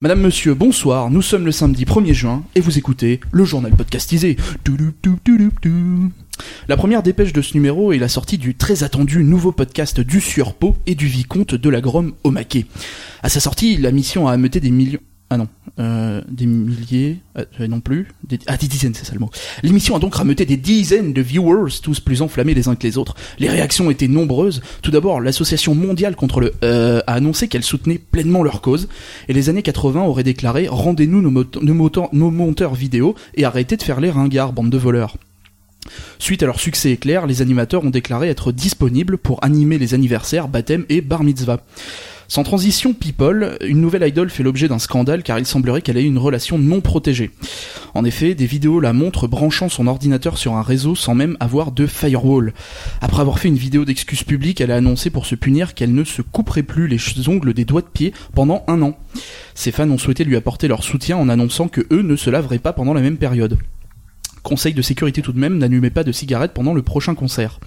Madame, monsieur, bonsoir, nous sommes le samedi 1er juin et vous écoutez le journal podcastisé. Touloup, touloup, touloup, touloup. La première dépêche de ce numéro est la sortie du très attendu nouveau podcast du Sueur-Pau et du Vicomte de la Gromme au Maquet. À sa sortie, la mission a ameuté des millions. Ah non, euh, des milliers, euh, non plus, des, ah des dizaines c'est ça le mot. L'émission a donc rameuté des dizaines de viewers, tous plus enflammés les uns que les autres. Les réactions étaient nombreuses. Tout d'abord, l'association mondiale contre le euh, a annoncé qu'elle soutenait pleinement leur cause, et les années 80 auraient déclaré « Rendez-nous nos, mot- nos moteurs- nos monteurs vidéo et arrêtez de faire les ringards, bande de voleurs ». Suite à leur succès éclair, les animateurs ont déclaré être disponibles pour animer les anniversaires, baptêmes et bar mitzvah. Sans transition people, une nouvelle idole fait l'objet d'un scandale car il semblerait qu'elle ait une relation non protégée. En effet, des vidéos la montrent branchant son ordinateur sur un réseau sans même avoir de firewall. Après avoir fait une vidéo d'excuses publiques, elle a annoncé pour se punir qu'elle ne se couperait plus les ongles des doigts de pied pendant un an. Ses fans ont souhaité lui apporter leur soutien en annonçant que eux ne se laveraient pas pendant la même période. Conseil de sécurité tout de même, n'allumez pas de cigarettes pendant le prochain concert.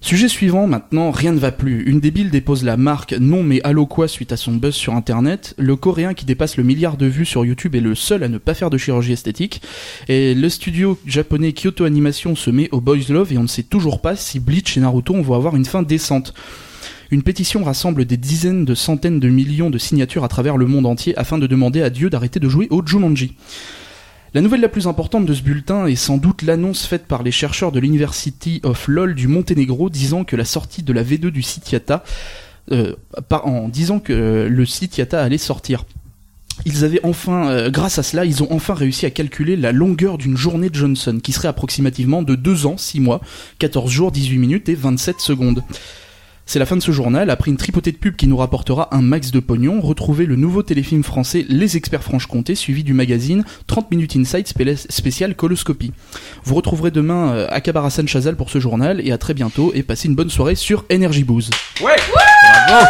Sujet suivant, maintenant, rien ne va plus. Une débile dépose la marque non mais allô quoi suite à son buzz sur internet. Le coréen qui dépasse le milliard de vues sur YouTube est le seul à ne pas faire de chirurgie esthétique. Et le studio japonais Kyoto Animation se met au Boys Love et on ne sait toujours pas si Bleach et Naruto vont avoir une fin décente. Une pétition rassemble des dizaines de centaines de millions de signatures à travers le monde entier afin de demander à Dieu d'arrêter de jouer au Jumanji. La nouvelle la plus importante de ce bulletin est sans doute l'annonce faite par les chercheurs de l'University of LOL du Monténégro disant que la sortie de la V2 du site Yata, euh, par- en disant que euh, le site Yata allait sortir. Ils avaient enfin, euh, grâce à cela, ils ont enfin réussi à calculer la longueur d'une journée de Johnson, qui serait approximativement de 2 ans, 6 mois, 14 jours, 18 minutes et 27 secondes. C'est la fin de ce journal. Après une tripotée de pubs qui nous rapportera un max de pognon, retrouvez le nouveau téléfilm français Les Experts Franche-Comté, suivi du magazine 30 Minutes Insight spé- spécial Coloscopie. Vous retrouverez demain euh, Akbar Hassan Chazal pour ce journal et à très bientôt et passez une bonne soirée sur Energy Booze. Ouais Bravo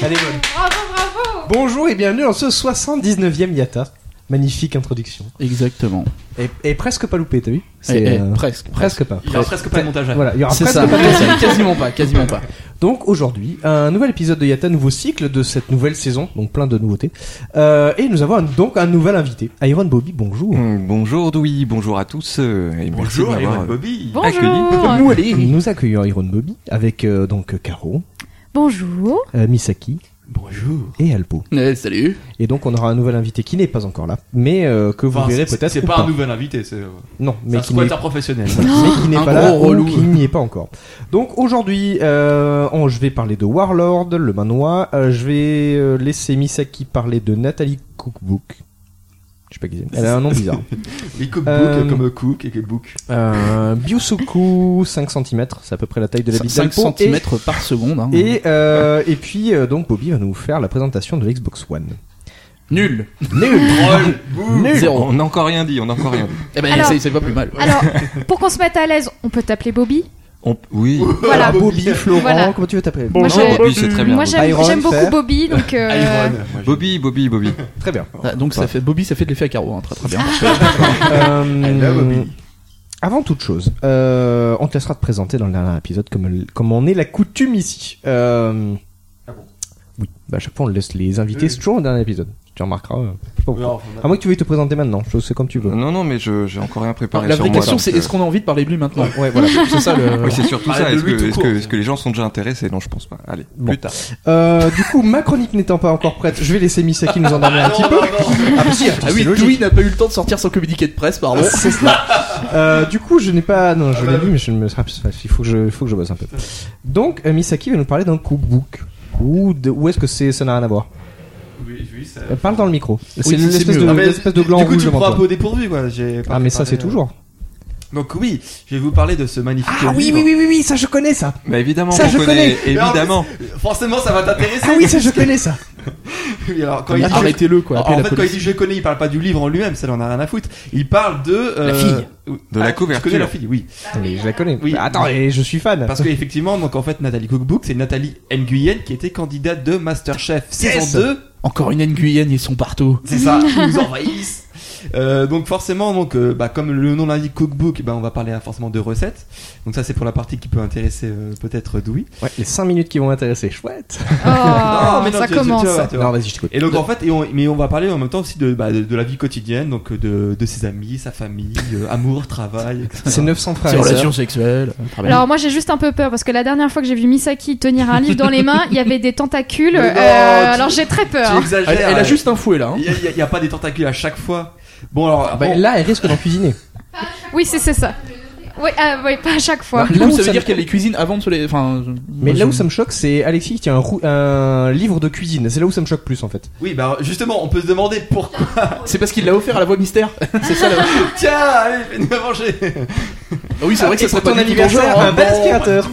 Elle est bonne. Bravo, bravo Bonjour et bienvenue dans ce 79e Yata. Magnifique introduction. Exactement. Et, et presque pas loupé, t'as vu Eh, eh, euh, Presque. presque pas. Il y aura presque pas de montage à faire. Voilà, il y aura C'est presque ça. pas de- Quasi- quasiment pas, quasiment pas. Donc aujourd'hui, un nouvel épisode de Yata, nouveau cycle de cette nouvelle saison, donc plein de nouveautés. Euh, et nous avons un- donc un nouvel invité, Iron Bobby, bonjour. Mm, Bonjour Doui, bonjour à tous euh, et Bonjour, merci de Ewan m'avoir Bobby. Bonjour Nous, Nous accueillons Iron Bobby avec euh, donc Caro, Bonjour euh, Misaki Bonjour. et Alpo. Eh, salut. Et donc on aura un nouvel invité qui n'est pas encore là, mais euh, que vous Enfin, verrez c'est- peut-être. C'est ou pas un nouvel invité, c'est euh, Non, c'est mais un qui n'est squatter professionnel. mais qui n'est Un pas là, gros relou. ou qui n'y est pas encore. Donc aujourd'hui, euh, on- je vais parler de Warlord, le manoir. Euh, je vais euh, laisser Misaki parler de Nathalie Cookbook. Je sais pas qui c'est. Elle a un nom bizarre. Il cook Euh, book comme cook et book. euh, Byosuku, 5 cm, c'est à peu près la taille de la bite 5 d'Alpo. cm par seconde. hein. Et, et, euh, et puis euh, donc Bobby va nous faire la présentation de l'Xbox One. Nul. Troll, bouh. Nul. Zéro. euh, On n'a encore rien dit, on n'a encore rien dit. Eh ben, Alors- c'est c'est pas plus mal. Alors, pour qu'on se mette à l'aise, on peut t'appeler Bobby On- Oui, Voilà. Ah, Bobby, Florent, Voilà. comment tu veux t'appeler Moi, Non, j'ai- Bobby Mm. c'est très bien. Moi, j'aime Iron, j'aime beaucoup Fer. Bobby, donc... euh, Ah, Ah, Iron. Bobby, Bobby, Bobby. Très bien. Ah, donc ça fait Bobby, ça fait de l'effet à carreau, hein, très très bien. Euh, love Bobby. Avant toute chose, euh, on te laissera te présenter dans le dernier épisode comme, comme on est la coutume ici. Euh, Ah Oui, bah à chaque fois on laisse les invités, Euh. Oui. c'est toujours le dernier épisode. Tu remarqueras. euh, je sais pas pourquoi. Non, à moins que tu veuilles te présenter maintenant, je sais comme tu veux. Non, non, mais je- j'ai encore rien Non, préparé. la sur vraie moi, question, donc, c'est euh, est-ce qu'on a envie de parler de lui maintenant Ouais, voilà. C'est ça le. oui, c'est surtout Parler ça. de Est-ce que, lui tout est-ce que- court. est-ce que les gens sont déjà intéressés Non, je pense pas. Allez, Bon. plus tard. Euh, du coup, ma chronique n'étant pas encore prête, je vais laisser Misaki nous en parler un petit peu. Ah, bah si, attends, Ah c'est oui, logique. Louis n'a pas eu le temps de sortir son communiqué de presse, pardon. C'est cela. Euh, du coup, je n'ai pas. Non, je Ah l'ai bah lu, mais je ne me rappelle pas. Il faut que je, il faut que je bosse un peu. Donc, euh, Misaki va nous parler d'un cookbook. Ou de, où est-ce que c'est, ça n'a rien à voir oui, oui, ça. Euh, Parle dans le micro. C'est c'est- c'est l'espèce mieux. de, Ah, mais l'espèce de gland du coup, rouge tu me devant prends un toi. peu au dépourvu, quoi. J'ai pas Ah, mais ça, préparé, c'est euh, toujours. Ah, Donc, oui, je vais vous parler de ce magnifique. livre. oui, oui, ça, je connais ça. Bah évidemment Ça, qu'on je connaît, Mais en évidemment. Forcément, ça va t'intéresser. Ah ça, je connais ça. Oui, alors, Ah, quand il dit- Arrêtez-le quoi. Alors, appelez en la fait, quand il police. dit je connais, il parle pas du livre en lui-même, ça, on a rien à foutre. Il parle de. euh, La fille. oui. De la Ah, couverture. Je connais la fille, oui. Oui, Ah, je la connais. Oui. Attends, et je suis fan. Parce qu'effectivement, donc en fait, Nathalie Cookbook, c'est Nathalie Nguyen qui était candidate de Masterchef Yes. saison 2. Encore une Nguyen, ils sont partout. C'est ça, ils nous envahissent. Euh, donc forcément, donc euh, bah, comme le nom l'indique cookbook, eh ben, on va parler euh, forcément de recettes. Donc ça c'est pour la partie qui peut intéresser euh, peut-être Douy. Ouais, les 5 minutes qui vont m'intéresser, chouette. Oh, Ah, ça tu- tu- tu commence. vas voir, tu vas Non, voir. vas-y, je t'écoute. Et donc en fait, et on- mais on va parler en même temps aussi de, bah, de, de la vie quotidienne, donc euh, de, de ses amis, sa famille, euh, amour, travail. etc. C'est 900 frères. C'est et sœurs. relations sexuelles. Très bien. Alors moi j'ai juste un peu peur parce que la dernière fois que j'ai vu Misaki tenir un livre dans les mains, il y avait des tentacules. Mais non, euh, tu- alors j'ai très Tu peur. exagères. elle, elle a juste un fouet là. hein. Il y a, il y a- il y a pas des tentacules à chaque fois. Bon alors, Ah, bah, bon, Là, elle risque d'en cuisiner. Oui c'est c'est ça. Oui, ah, oui, pas à chaque fois. Non, Du là coup, où ça ça veut dire me- qu'elle les cuisine avant de se les. Enfin. Mais moi, là je- où ça me choque, c'est Alexis qui a un, rou- un livre de cuisine. C'est là où ça me choque plus en fait. oui, bah justement, on peut se demander pourquoi. C'est parce qu'il l'a offert à la voix mystère. c'est ça. La... Tiens, allez, fais-nous à manger. Ah oui, c'est vrai que ça Et serait pour pas ton du tout ton genre. anniversaire, hein. un bel aspirateur.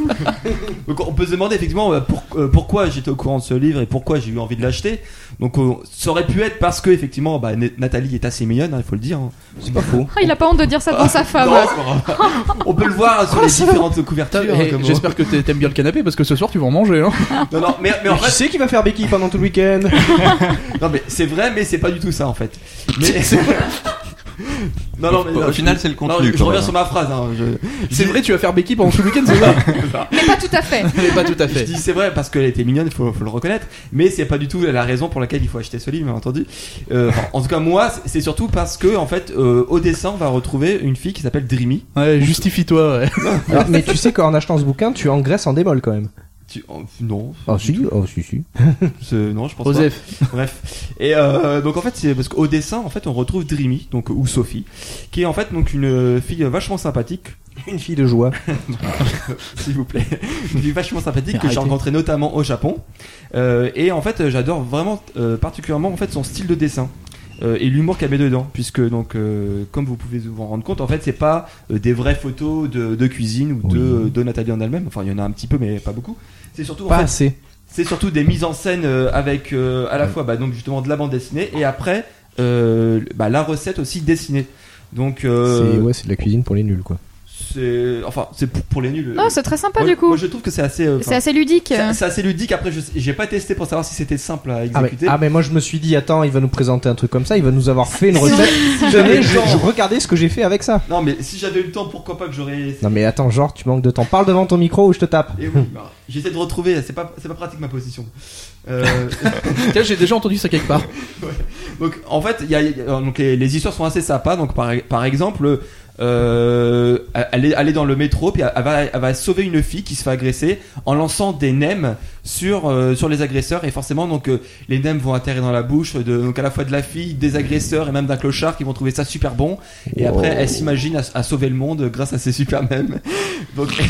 Donc on peut se demander effectivement euh, pour- euh, pourquoi j'étais au courant de ce livre et pourquoi j'ai eu envie de l'acheter. Donc euh, ça aurait pu être parce que effectivement bah, N- Nathalie est assez mignonne, hein, il faut le dire. hein. C'est pas faux. Ah, il a pas honte de dire ça devant sa femme. Non, c'est pas grave. on peut le voir sur les différentes couvertures. Putain, hein, eh, comme- J'espère que t'es- t'aimes bien le canapé parce que ce soir tu vas en manger. Hein. Non, non, mais, mais en Mais Qui fait, c'est qui va faire béquille pendant tout le week-end non mais c'est vrai, mais c'est pas du tout ça en fait. Mais- non, non, mais, Au non, final, je- c'est le non, contenu, je, quand reviens même. sur ma phrase. hein, je- je C'est dis- vrai, tu vas faire béquille pendant tout le week-end, c'est ça Mais pas tout à fait. Mais pas tout à Je fait. dis c'est vrai parce qu'elle était mignonne, il faut, faut le reconnaître, mais c'est pas du tout la raison pour laquelle il faut acheter ce livre, bien entendu. Euh, enfin, en tout cas, moi, c'est- c'est surtout parce que, en fait, euh, au dessin, on va retrouver une fille qui s'appelle Dreamy. Ouais, justifie-toi. Ouais. Alors, Mais tu sais qu'en achetant ce bouquin, tu engraisses en démol quand même. Tu- oh, non, Oh si, oh si, si. c'est- non, je pense Joseph, pas. Bref. Et euh, donc, en fait, c'est parce qu'au dessin, en fait, on retrouve Dreamy, donc ou Sophie, qui est en fait donc une euh, fille vachement sympathique, Une fille de joie. s'il vous plaît. Une fille vachement sympathique Mais que j'ai arrêtez. rencontrée notamment au Japon. Euh, et en fait, euh, j'adore vraiment euh, particulièrement en fait son style de dessin. euh, et l'humour qu'elle met dedans, puisque donc euh, comme vous pouvez vous en rendre compte, en fait c'est pas euh, des vraies photos de, de cuisine ou de, euh, de Nathalie en elle-même. Enfin il y en a un petit peu mais pas beaucoup. C'est surtout en Pas fait, assez. c'est surtout des mises en scène euh, avec euh, à la fois bah, donc justement de la bande dessinée et après euh, bah, la recette aussi dessinée. Donc euh, C'est ouais, c'est de la cuisine pour les nuls quoi. c'est enfin c'est pour, pour les nuls. Non Oh, c'est très sympa Moi- du coup. Moi, je trouve que c'est assez. euh, C'est enfin, assez ludique. c'est- c'est assez ludique. Après, je sais- j'ai pas testé pour savoir si c'était simple à Ah mais, exécuter. ah, mais moi je me suis dit attends il va nous présenter un truc comme ça il va nous avoir fait une Si recette j'avais tenez je, le temps. je regardais ce que j'ai fait avec ça Non, mais si j'avais eu le temps, pourquoi pas que j'aurais. non mais attends genre tu manques de temps parle devant ton micro ou je te tape Et oui, bah, j'essaie de retrouver. C'est pas, c'est pas pratique ma position. Euh, tiens, j'ai déjà entendu ça quelque part. donc, en fait, il y a, il y a- donc les, les histoires sont assez sympas. Donc, par, par exemple, euh, elle, est, elle est dans le métro, puis elle va, elle va sauver une fille qui se fait agresser en lançant des nems sur euh, sur les agresseurs. Et forcément, donc euh, les nems vont atterrir dans la bouche de, donc à la fois de la fille, des agresseurs et même d'un clochard qui vont trouver ça super bon. Et Wow. après, elle s'imagine à, à sauver le monde grâce à ses super nems. Donc, ça Mais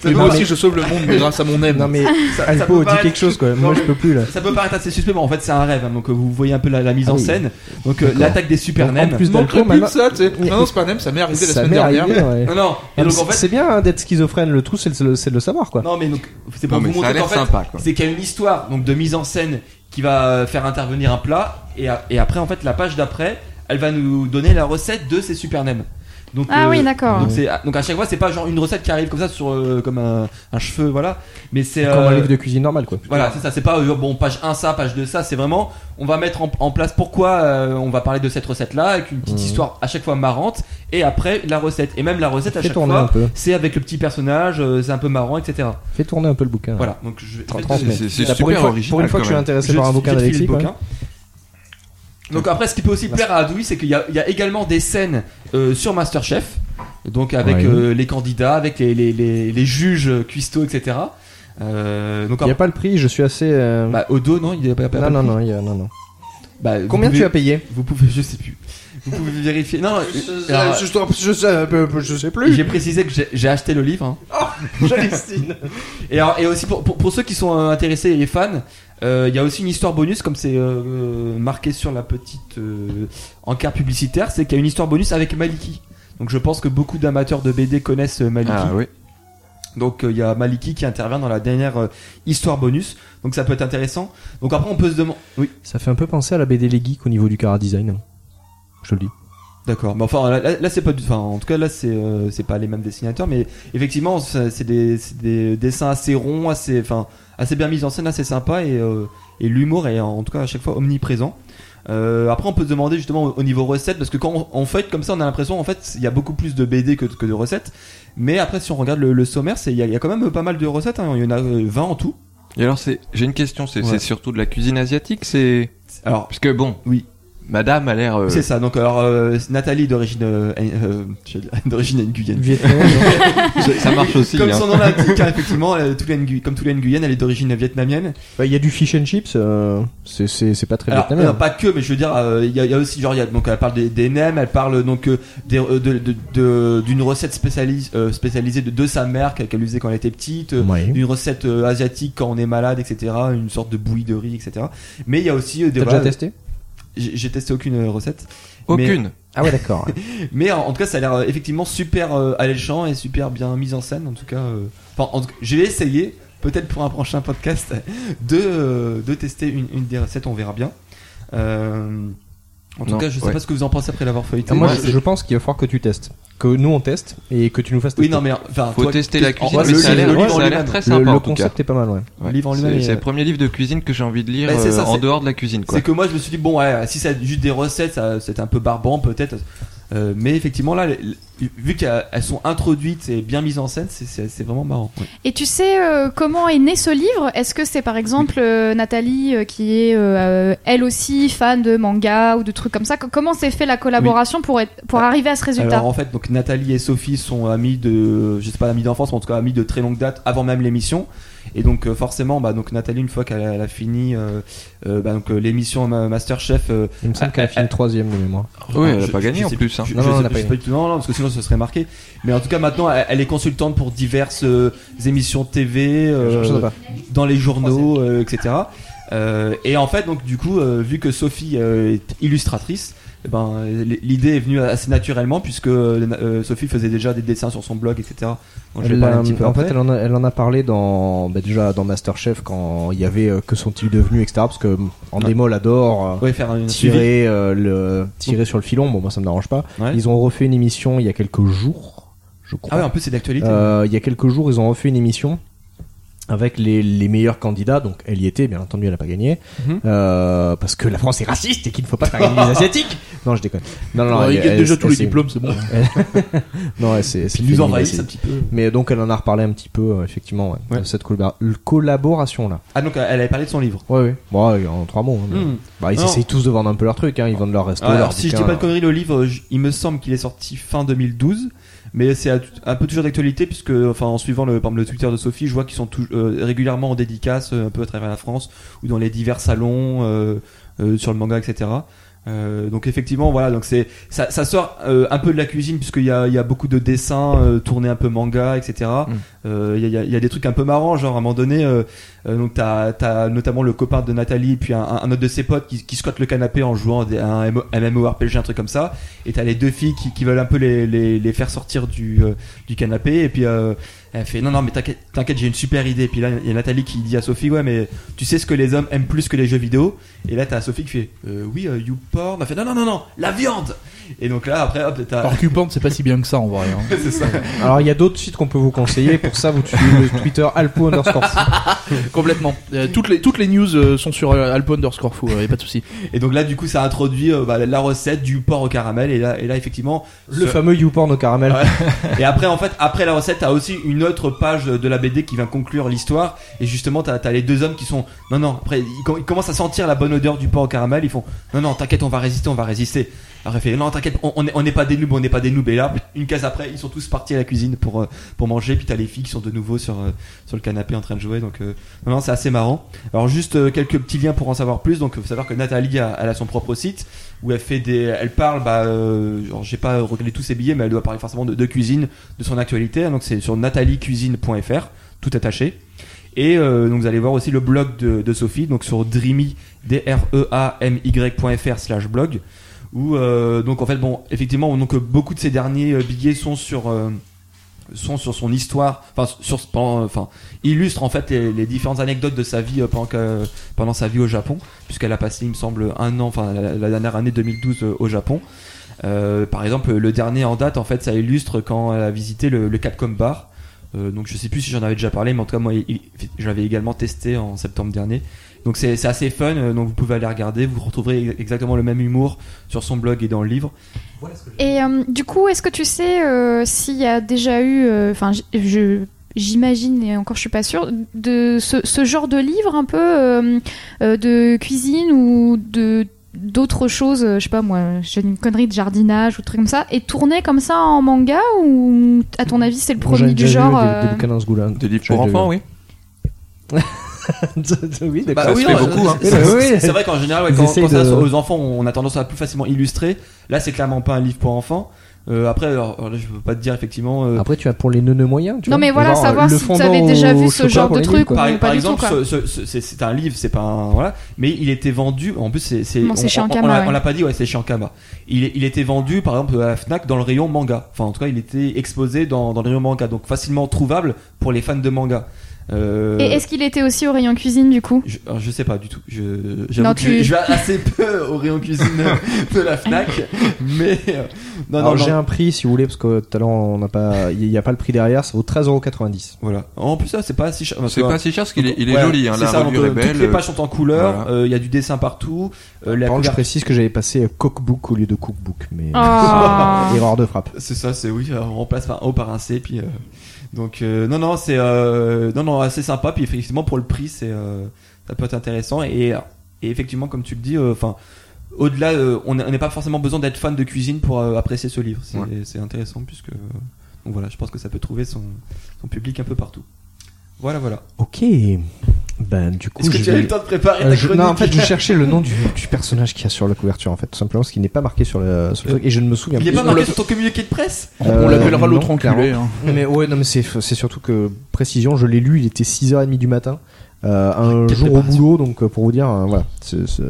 peut moi paraître- aussi, je sauve le monde grâce à mon aime. non mais ça- ça peut Alpo dit paraître- quelque chose quoi Non, moi mais- je peux plus là ça peut paraître assez suspect, mais en fait c'est un rêve. hein. donc euh, vous voyez un peu la, la mise Ah en oui. scène. Donc euh, l'attaque des super Donc, en nems. plus Manquerait d'alcool plus maintenant que ça, tu sais. Non, non, c'est pas un aime, ça m'est arrivé la ça semaine m'est dernière. arrivé ouais. Non, non. Et Ah, mais donc en c'est- fait, c'est bien hein, d'être schizophrène le tout c'est de, le- c'est de le savoir quoi non mais donc c'est pour vous Non, mais ça a montrer l'air qu'en fait, sympa, quoi. c'est qu'il y a une histoire donc de mise en scène qui va euh, faire intervenir un plat et, a- et après en fait la page d'après, elle va nous donner la recette de ces super nems. Donc, Ah euh, oui d'accord. donc, c'est- donc à chaque fois c'est pas genre une recette qui arrive comme ça sur euh, comme un, un cheveu voilà mais c'est comme un euh, livre de cuisine normal quoi Voilà, c'est ça, c'est pas euh, bon page 1 ça, page 2 ça, c'est vraiment on va mettre en, en place pourquoi euh, on va parler de cette recette là avec une petite Mhm. histoire à chaque fois marrante et après la recette et même la recette à fais chaque tourner un fois peu c'est avec le petit personnage, euh, c'est un peu marrant, etc. fais tourner un peu le bouquin Voilà, donc je vais- je vais je Trente C'est- vais- mètres. C'est c'est Là, pour une super fois, original. pour une fois que je suis quand intéressé par un je bouquin vais te filer d'Alexis le quoi. bouquin. Donc après, ce qui peut aussi plaire à Adoui, c'est qu'il y, a- il y a également des scènes euh, sur Masterchef, donc avec Ouais. euh, les candidats, avec les, les, les, les juges euh, cuistots, etc. Euh, donc il y a pas le prix je suis assez euh, bah, au dos, non, il y a pas, pas- non pas- non non il y a- non non Bah, vous combien pouvez- tu as payé Vous pouvez, je sais plus. Vous pouvez vérifier. Non, euh, alors, je, sais, je sais plus. j'ai précisé que j'ai- j'ai acheté le livre. hein. Jalistine. Et, alors- et aussi pour, pour, pour ceux qui sont euh, intéressés et les fans, euh, il y a aussi une histoire bonus, comme c'est euh, marqué sur la petite euh, encart publicitaire, c'est qu'il y a une histoire bonus avec Maliki. Donc je pense que beaucoup d'amateurs de BD connaissent euh, Maliki. Ah oui. Donc euh, il y a Maliki qui intervient dans la dernière euh, histoire bonus. Donc ça peut être intéressant. Donc après on peut se demander. Oui, Ça fait un peu penser à la BD Les Geeks au niveau du cara design. hein. Je te le dis. d'accord. Mais enfin là, là, là, c'est pas du. Enfin en tout cas là c'est euh, c'est pas les mêmes dessinateurs, mais effectivement ça- c'est des, c'est des dessins assez ronds, assez enfin assez bien mis en scène, assez sympa et euh, et l'humour est en tout cas à chaque fois omniprésent. Euh, après on peut se demander justement au, au niveau recette parce que quand on, on feuille comme ça on a l'impression en fait il y a beaucoup plus de BD que, que de recettes. Mais après si on regarde le, le sommaire c'est il y, a- il y a quand même pas mal de recettes. hein. Il y en a euh, 20 en tout. Et alors, c'est, j'ai une question, c'est, Ouais. c'est surtout de la cuisine asiatique, c'est. Alors Parce que bon. Oui. Madame a l'air. euh, C'est ça. Donc alors euh, Nathalie d'origine euh, euh, je vais dire, d'origine Nguyen. Ça marche aussi. Comme hein. son nom l'indique, hein, effectivement, euh, tous les Ngu- comme tous les Nguyen, elle est d'origine euh, vietnamienne. Bah, Il y a du fish and chips, euh, c'est- c'est c'est pas très Alors, vietnamien. euh, pas que, mais je veux dire, euh, il y, a- il y a aussi genre, il y a, donc elle parle des, des nems, elle parle donc euh, des- euh, de- de- de- d'une recette spécialis- euh, spécialisée de, de sa mère qu'elle qu'elle usait quand elle était petite, euh, Ouais. d'une recette euh, asiatique quand on est malade, etc. Une sorte de bouillie de riz, etc. Mais il y a aussi euh, des. T'as déjà voilà, testé j'ai j'ai testé aucune euh, recette. Mais- Aucune. Ah ouais, d'accord. Mais en, en tout cas, ça a l'air euh, effectivement super euh, alléchant et super bien mis en scène. En tout cas, euh. enfin, en tout cas, je vais essayer, peut-être pour un prochain podcast, de, euh, de tester une, une des recettes. On verra bien. Euh, en tout Non, cas, je sais ouais. pas ce que vous en pensez après l'avoir feuilleté. Ah, moi, Moi, je, c'est- je pense qu'il va falloir que tu testes. Que nous, on teste et que tu nous fasses tester. Oui, non, mais enfin, Faut toi, tester la teste- en- cuisine, ouais, mais le- ça a l'air, le livre ça en a l'air lui-même. très le, sympa le en tout cas. concept est pas mal, ouais. Ouais. livre en lui-même c'est, est- c'est le premier livre de cuisine que j'ai envie de lire Ouais, c'est euh, ça, en c'est- dehors de la cuisine, quoi. C'est que moi, je me suis dit, bon, ouais, si c'est juste des recettes, ça- c'est un peu barbant, peut-être. Euh, mais effectivement, là, les- les- vu qu'elles elles sont introduites et bien mises en scène, c'est- c'est c'est vraiment marrant. Et tu sais euh, comment est né ce livre Est-ce que c'est par exemple euh, Nathalie euh, qui est euh, euh, elle aussi fan de manga ou de trucs comme ça co- Comment s'est fait la collaboration pour, être, pour Ah. arriver à ce résultat Alors en fait, donc Nathalie et Sophie sont amies de, je sais pas amies d'enfance, mais en tout cas amies de très longue date avant même l'émission. Et donc euh, forcément, bah donc Nathalie une fois qu'elle a, elle a fini euh, euh, bah, donc euh, l'émission Ma- Masterchef, euh, Il me semble qu'elle a fini troisième de mémoire. Oui, elle je- a pas je- gagné je en sais- plus. hein. Je, Non, je non, sais- elle a pas je sais pas du tout, non, non, parce que sinon ce serait marqué. Mais en tout cas maintenant, elle, elle est consultante pour diverses euh, émissions TV. euh, Je sais pas. dans les journaux, euh, etc. Euh, et en fait, donc du coup, euh, vu que Sophie euh, est illustratrice, eh ben euh, l'idée est venue assez naturellement puisque euh, euh, Sophie faisait déjà des dessins sur son blog, etc. Donc, je vais Elle parler a- un petit peu en après. fait, elle en, a, elle en a parlé dans, bah, déjà dans Masterchef quand il y avait euh, que sont-ils devenus, etc. Parce que en Ouais. démo, elle adore euh, Ouais, faire un suivi. tirer, euh, le, tirer sur le filon. Bon, moi, ça me dérange pas. Ouais. Ils ont refait une émission il y a quelques jours, je crois. Ah ouais, en plus c'est d'actualité. Euh, il y a quelques jours, ils ont refait une émission avec les, les meilleurs candidats. Donc, elle y était, bien entendu, elle n'a pas gagné. Mhm. Euh, parce que la France est raciste et qu'il ne faut pas faire gagner les Asiatiques. Non, je déconne. Non, non, non, il elle- gagne elle- déjà elle- tous les c'est- diplômes, c'est bon. Non, elle, c'est, c'est Puis ils nous féminine, envahissent c'est- un petit peu. Mais donc, elle en a reparlé un petit peu, euh, effectivement, ouais, Ouais. de cette colla- collaboration-là. Ah donc elle avait parlé de son livre. Ouais, ouais. Bon, ouais, en trois mots. hein, mais- Hmm. Bah, ils Alors- essayent tous de vendre un peu leur truc, hein. Ils vendent leur resto, Alors, leur si je dis bouquin, pas de leur- conneries, le livre, je- il me semble qu'il est sorti fin 2012, mais c'est à- un peu toujours d'actualité puisque, enfin, en suivant le, par exemple, le Twitter de Sophie, je vois qu'ils sont tou- euh, régulièrement en dédicace euh, un peu à travers la France ou dans les divers salons euh, euh, sur le manga, etc. Euh, donc effectivement, voilà, donc c'est ça, ça sort euh, un peu de la cuisine puisqu'il y a, il y a beaucoup de dessins euh, tournés un peu manga, etc. Mm. Euh, Il y, a, il y a- il y a des trucs un peu marrants, genre à un moment donné, euh, euh, donc t'as as notamment le copain de Nathalie et puis un, un autre de ses potes qui, qui squatte le canapé en jouant à des- à un MMO- MMORPG, un truc comme ça. Et t'as les deux filles qui, qui veulent un peu les, les, les faire sortir du, euh, du canapé. Et puis euh, elle fait non non mais t'inquiète t'inquiète j'ai une super idée. Et puis là il y a Nathalie qui dit à Sophie ouais mais tu sais ce que les hommes aiment plus que les jeux vidéo. Et là t'as Sophie qui fait euh, oui euh, YouPorn. Elle fait non non non non la viande. Et donc là après hop t'as Alors Cupand, c'est pas si bien que ça en vrai. hein. c'est ça. Alors, il y a d'autres sites qu'on peut vous conseiller. Pour ça, vous suivez le Twitter alpo underscore fou. Complètement. Euh, toutes, les, toutes les news euh, sont sur euh, Alpo underscore fou, euh, y a pas de souci. Et donc là du coup ça introduit euh, bah, la recette du porc au caramel. Et là et là effectivement Le Ce- fameux YouPorn au caramel. Ouais. Et après, en fait, après la recette, t'as aussi une autre page de la BD qui vient conclure l'histoire. Et justement, t'as as les deux hommes qui sont. Non, non, après, ils, com- ils commencent à sentir la bonne odeur du porc au caramel. Ils font Non, non, t'inquiète, on va résister, on va résister. Alors elle fait non t'inquiète, on- on n'est on n'est pas des noobs, on n'est pas des noobs. Et là, une case après, ils sont tous partis à la cuisine pour euh, pour manger. Puis t'as les filles qui sont de nouveau sur euh, sur le canapé en train de jouer. Donc euh, non, non, c'est assez marrant. Alors juste euh, quelques petits liens pour en savoir plus. Donc faut savoir que Nathalie a- elle a son propre site où elle fait des, elle parle. Bah, euh, genre, j'ai pas regardé tous ses billets, mais elle doit parler forcément de, de cuisine, de son actualité. hein, Donc c'est sur nataliecuisine.fr, tout attaché. Et euh, donc vous allez voir aussi le blog de, de Sophie, donc sur dreamy d r e a m y.fr slash blog où euh, donc en fait bon effectivement donc euh, beaucoup de ces derniers euh, billets sont sur euh, sont sur son histoire enfin sur pendant, euh, enfin illustrent en fait les, les différentes anecdotes de sa vie euh, pendant que- pendant sa vie au Japon puisqu'elle a passé il me semble un an enfin la, la dernière année 2012 euh, au Japon Euh, par exemple le dernier en date en fait ça illustre quand elle a visité le, le Capcom Bar Euh, donc je sais plus si j'en avais déjà parlé mais en tout cas moi il- il- je l'avais également testé en septembre dernier donc c'est c'est assez fun euh, donc vous pouvez aller regarder vous retrouverez exactement le même humour sur son blog et dans le livre. Et euh, du coup, est-ce que tu sais euh, s'il y a déjà eu, euh, enfin, j- je j'imagine et encore je suis pas sûre de ce, ce genre de livre un peu euh, euh, de cuisine ou de d'autres choses, euh, je sais pas moi, j'ai une connerie de jardinage ou truc comme ça, et tourné comme ça en manga ou à ton avis c'est le J'en ai premier du déjà vu genre des- euh, des bouquins dans ce goût-là. Des livres J'en pour ai déjà enfants, oui. vu. oui, d'accord. Bah oui, se fait non, euh, beaucoup, hein. c'est- Oui, C'est oui. c'est- c'est vrai qu'en général, ouais, Ils quand, essayent quand c'est de- aux enfants, on a tendance à plus facilement illustrer. Là, c'est clairement pas un livre pour enfants. Euh, après, alors, alors là, je peux pas te dire effectivement. euh, Après, tu as pour les neuneux moyens. Tu Non, vois, mais de voilà, voir, savoir euh, le si vous fondant avez déjà au vu ce chocolat genre pour de les truc. nuls, quoi. Par- par, e- pas par du exemple, tout, ce- quoi. ce- ce- c'est c'est un livre, c'est pas un, voilà, mais il était vendu. En plus, c'est c'est- Bon, on, c'est chez on- on Ankama, l'a- ouais. on l'a pas dit, ouais, c'est chez Ankama. Il, est- il était vendu, par exemple, à la Fnac dans le rayon manga. Enfin, en tout cas, il était exposé dans, dans le rayon manga, donc facilement trouvable pour les fans de manga. Euh, Et est-ce qu'il était aussi au rayon cuisine du coup Je, alors, je sais pas du tout. Je, j'avoue Non, que tu- je, je vais assez peu au rayon cuisine de la Fnac, mais euh, non, Alors, non, non. j'ai un prix, si vous voulez, parce que tout à l'heure, on n'a pas, il n'y a pas le prix derrière, ça vaut 13,90€. Voilà. En plus, ça, c'est pas si cher. parce C'est que- pas si cher parce qu'il est, il est Ouais, joli, hein, c'est la ça, revue donc, euh, est belle. Toutes les pages sont en couleur. euh, Il voilà. y a du dessin partout. euh, la Par contre, je couverture- précise que j'avais passé euh, cookbook au lieu de cookbook, mais Ah. erreur de frappe. C'est ça, c'est oui, euh, on remplace par un O par un C, puis euh, donc euh, non non c'est euh, non non assez sympa, puis effectivement pour le prix c'est euh, ça peut être intéressant et, et effectivement comme tu le dis, euh, enfin au-delà euh, on n'a on n'a pas forcément besoin d'être fan de cuisine pour euh, apprécier ce livre, c'est Ouais. c'est intéressant puisque euh, donc voilà je pense que ça peut trouver son, son public un peu partout. Voilà voilà. Ok. Ben, du coup, Est-ce que je tu as eu vais- le temps de préparer Euh, ta je- chronique non, en fait, je cherchais le nom du, du personnage qu'il y a sur la couverture, en fait, tout simplement, parce qu'il n'est pas marqué sur le, sur le truc, et je ne me souviens Euh, Il n'est plus. pas marqué sur ton communiqué de presse On, Euh, on l'appellera non, l'autre enculé. clairement. Hein. Mais ouais, non, mais c'est, c'est surtout que, précision, je l'ai lu, il était 6h30 du matin, euh, un Quelle jour au préparation. boulot, donc euh, pour vous dire, euh, voilà, c'est, c'est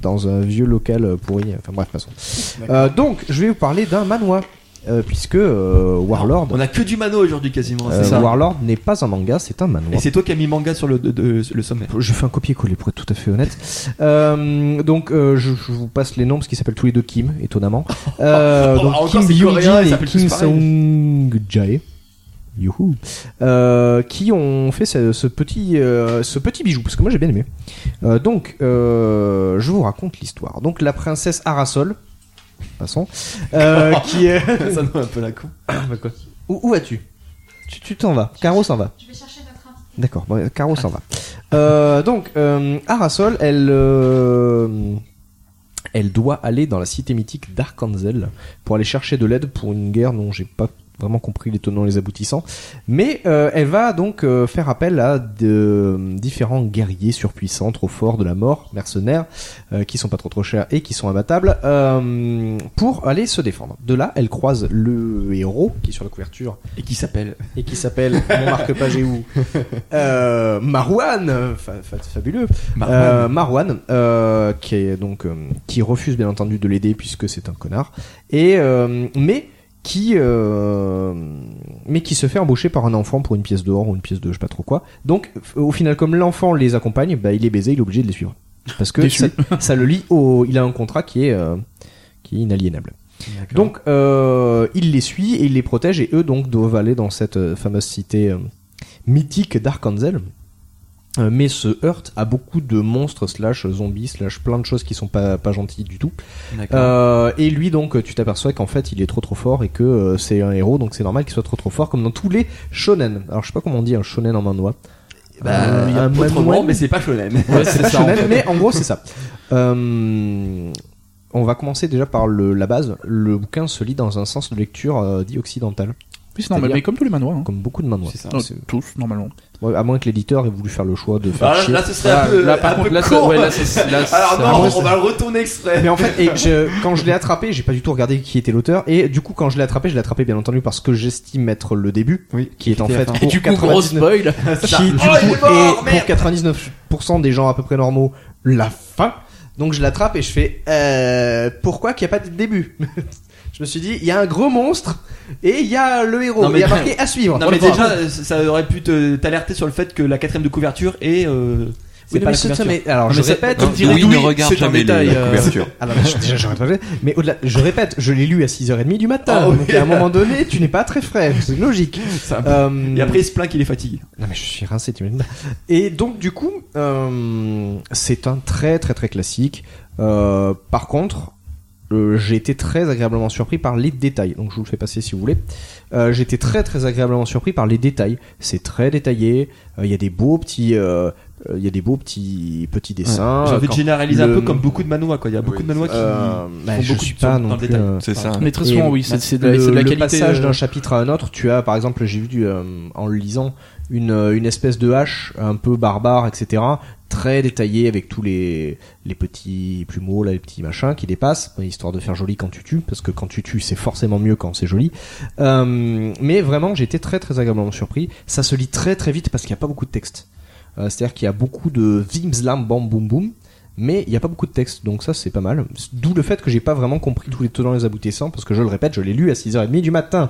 dans un vieux local euh, pourri, enfin bref, de toute façon. Euh, donc, je vais vous parler d'un manoir, euh, puisque euh, Warlord, On a que du mano aujourd'hui quasiment, euh, c'est ça. Warlord n'est pas un manga, c'est un manoir. Et c'est toi qui as mis manga sur le, de- de- le sommet. Je fais un copier-coller pour être tout à fait honnête. Euh, donc euh, je, je vous passe les noms parce qu'ils s'appellent tous les deux Kim, étonnamment. Euh, Oh, donc encore Kim ces Coréens, ils Byung-jin et s'appellent tous Kim pareil. Sung Jae. Youhou. Euh, qui ont fait ce, ce petit euh, ce petit bijou parce que moi j'ai bien aimé. Euh, donc euh, je vous raconte l'histoire. Donc la princesse Arasol, passons, euh, qui est ça donne un peu la con. où, où vas-tu Tu tu t'en vas. Caro s'en va. Je vais chercher Ah. notre D'accord, bon, Caro s'en va. Euh, donc, euh, Arasol, elle, euh, elle doit aller dans la cité mythique d'Arkansel pour aller chercher de l'aide pour une guerre dont j'ai pas vraiment compris les tenants et les aboutissants. Mais euh, elle va donc euh, faire appel à de, différents guerriers surpuissants, trop forts de la mort, mercenaires, euh, qui sont pas trop trop chers et qui sont imbattables, euh, pour aller se défendre. De là, elle croise le héros, qui est sur la couverture Et qui s'appelle et qui s'appelle mon marque-page est où euh, Marouane euh, fa- fa- fabuleux euh, Marouane euh, qui est donc euh, qui refuse bien entendu de l'aider puisque c'est un connard et euh, mais qui euh, mais qui se fait embaucher par un enfant pour une pièce d'or ou une pièce de je sais pas trop quoi donc f- au final comme l'enfant les accompagne bah, il est baisé il est obligé de les suivre parce que ça, Déçu. ça le lie au il a un contrat qui est euh, qui est inaliénable donc euh, il les suit et il les protège et eux donc doivent aller dans cette euh, fameuse cité euh, mythique d'Arkansel. Euh, mais se heurte à beaucoup de monstres slash zombies slash plein de choses qui sont pas, pas gentilles du tout. Euh, et lui donc tu t'aperçois qu'en fait il est trop trop fort et que euh, c'est un héros donc c'est normal qu'il soit trop trop fort comme dans tous les shonen. Alors je sais pas comment on dit un shonen en manois. Bah, Euh, il y a un autrement, manoine. mais c'est pas shonen. Ouais, c'est pas shonen, mais en gros c'est ça. Euh, On va commencer déjà par le- la base. Le bouquin se lit dans un sens de lecture euh, dit occidental, Oui, c'est normal, C'est-à-dire- mais comme tous les manoirs. hein. comme beaucoup de manoirs. C'est ça. Non, C'est- tous, normalement. Ouais, à moins que l'éditeur ait voulu faire le choix de faire Ah, là, chier. là, ce serait Bah, un peu. là, par un contre, peu là, c'est- court. ouais, là, c'est- là, Alors, c'est- non, moi, on va le retourner exprès. Mais en fait, et je- quand je l'ai attrapé, j'ai pas du tout regardé qui était l'auteur. Et du coup, quand je l'ai attrapé, je l'ai attrapé bien entendu parce que j'estime être le début, Oui, qui est en fait TF1. pour du coup, 99 gros spoil. qui du Oh, il est coup mort, est pour 99% des gens à peu près normaux la fin. Donc je l'attrape et je fais euh, pourquoi qu'il n'y a pas de début Je me suis dit il y a un gros monstre et il y a le héros. Non, mais- il y a marqué à suivre. Non mais Voilà. déjà, ça aurait pu te- t'alerter sur le fait que la quatrième de couverture est. euh, c'est Oui, non, pas mais la c'est ça, couverture. mais- alors Non, je mais ça- répète. Non, Comme dirait Louis ne Louis, regarde c'est un jamais les- détail, la euh, couverture. Alors déjà j'aurais pas fait. Mais au-delà, je répète, je l'ai lu à 6h30 du matin. Ah, oui. Donc à un moment donné, tu n'es pas très frais, c'est logique. C'est un peu- Euh, Et après, il se plaint qu'il est fatigué. Non mais je suis rincé, t'imagines Et donc du coup, euh, c'est un très très très classique. Euh, par contre, euh, j'ai été très agréablement surpris par les détails. Donc je vous le fais passer si vous voulez. Euh, j'ai été très très agréablement surpris par les détails. C'est très détaillé. Euh, Il y a des beaux petits, euh, euh, il y a des beaux petits petits dessins. J'ai envie de Quand- généraliser un Ah, le- peu comme beaucoup de manois quoi. Il y a beaucoup Oui, de manois qui. euh, bah, font je beaucoup suis de- pas dans non le plus. détail. euh, C'est ça. Mais très Et souvent, oui, bah, c'est c'est de, la- le- c'est de la le qualité. passage euh, d'un chapitre à un autre, tu as par exemple, j'ai vu euh, en le lisant une, euh, une espèce de hache un peu barbare, etc. Très détaillée avec tous les, les petits plumeaux, là, les petits machins qui dépassent, histoire de faire joli quand tu tues, parce que quand tu tues, c'est forcément mieux quand c'est joli. Euh, mais vraiment, j'ai été très très agréablement surpris. Ça se lit très très vite parce qu'il n'y a pas beaucoup de texte. Euh, C'est-à-dire qu'il y a beaucoup de vim, zlam, bam, boum, boum. Mais il n'y a pas beaucoup de texte, donc ça c'est pas mal. D'où le fait que j'ai pas vraiment compris tous les tenants et les aboutissants, parce que je le répète, je l'ai lu à 6h30 du matin.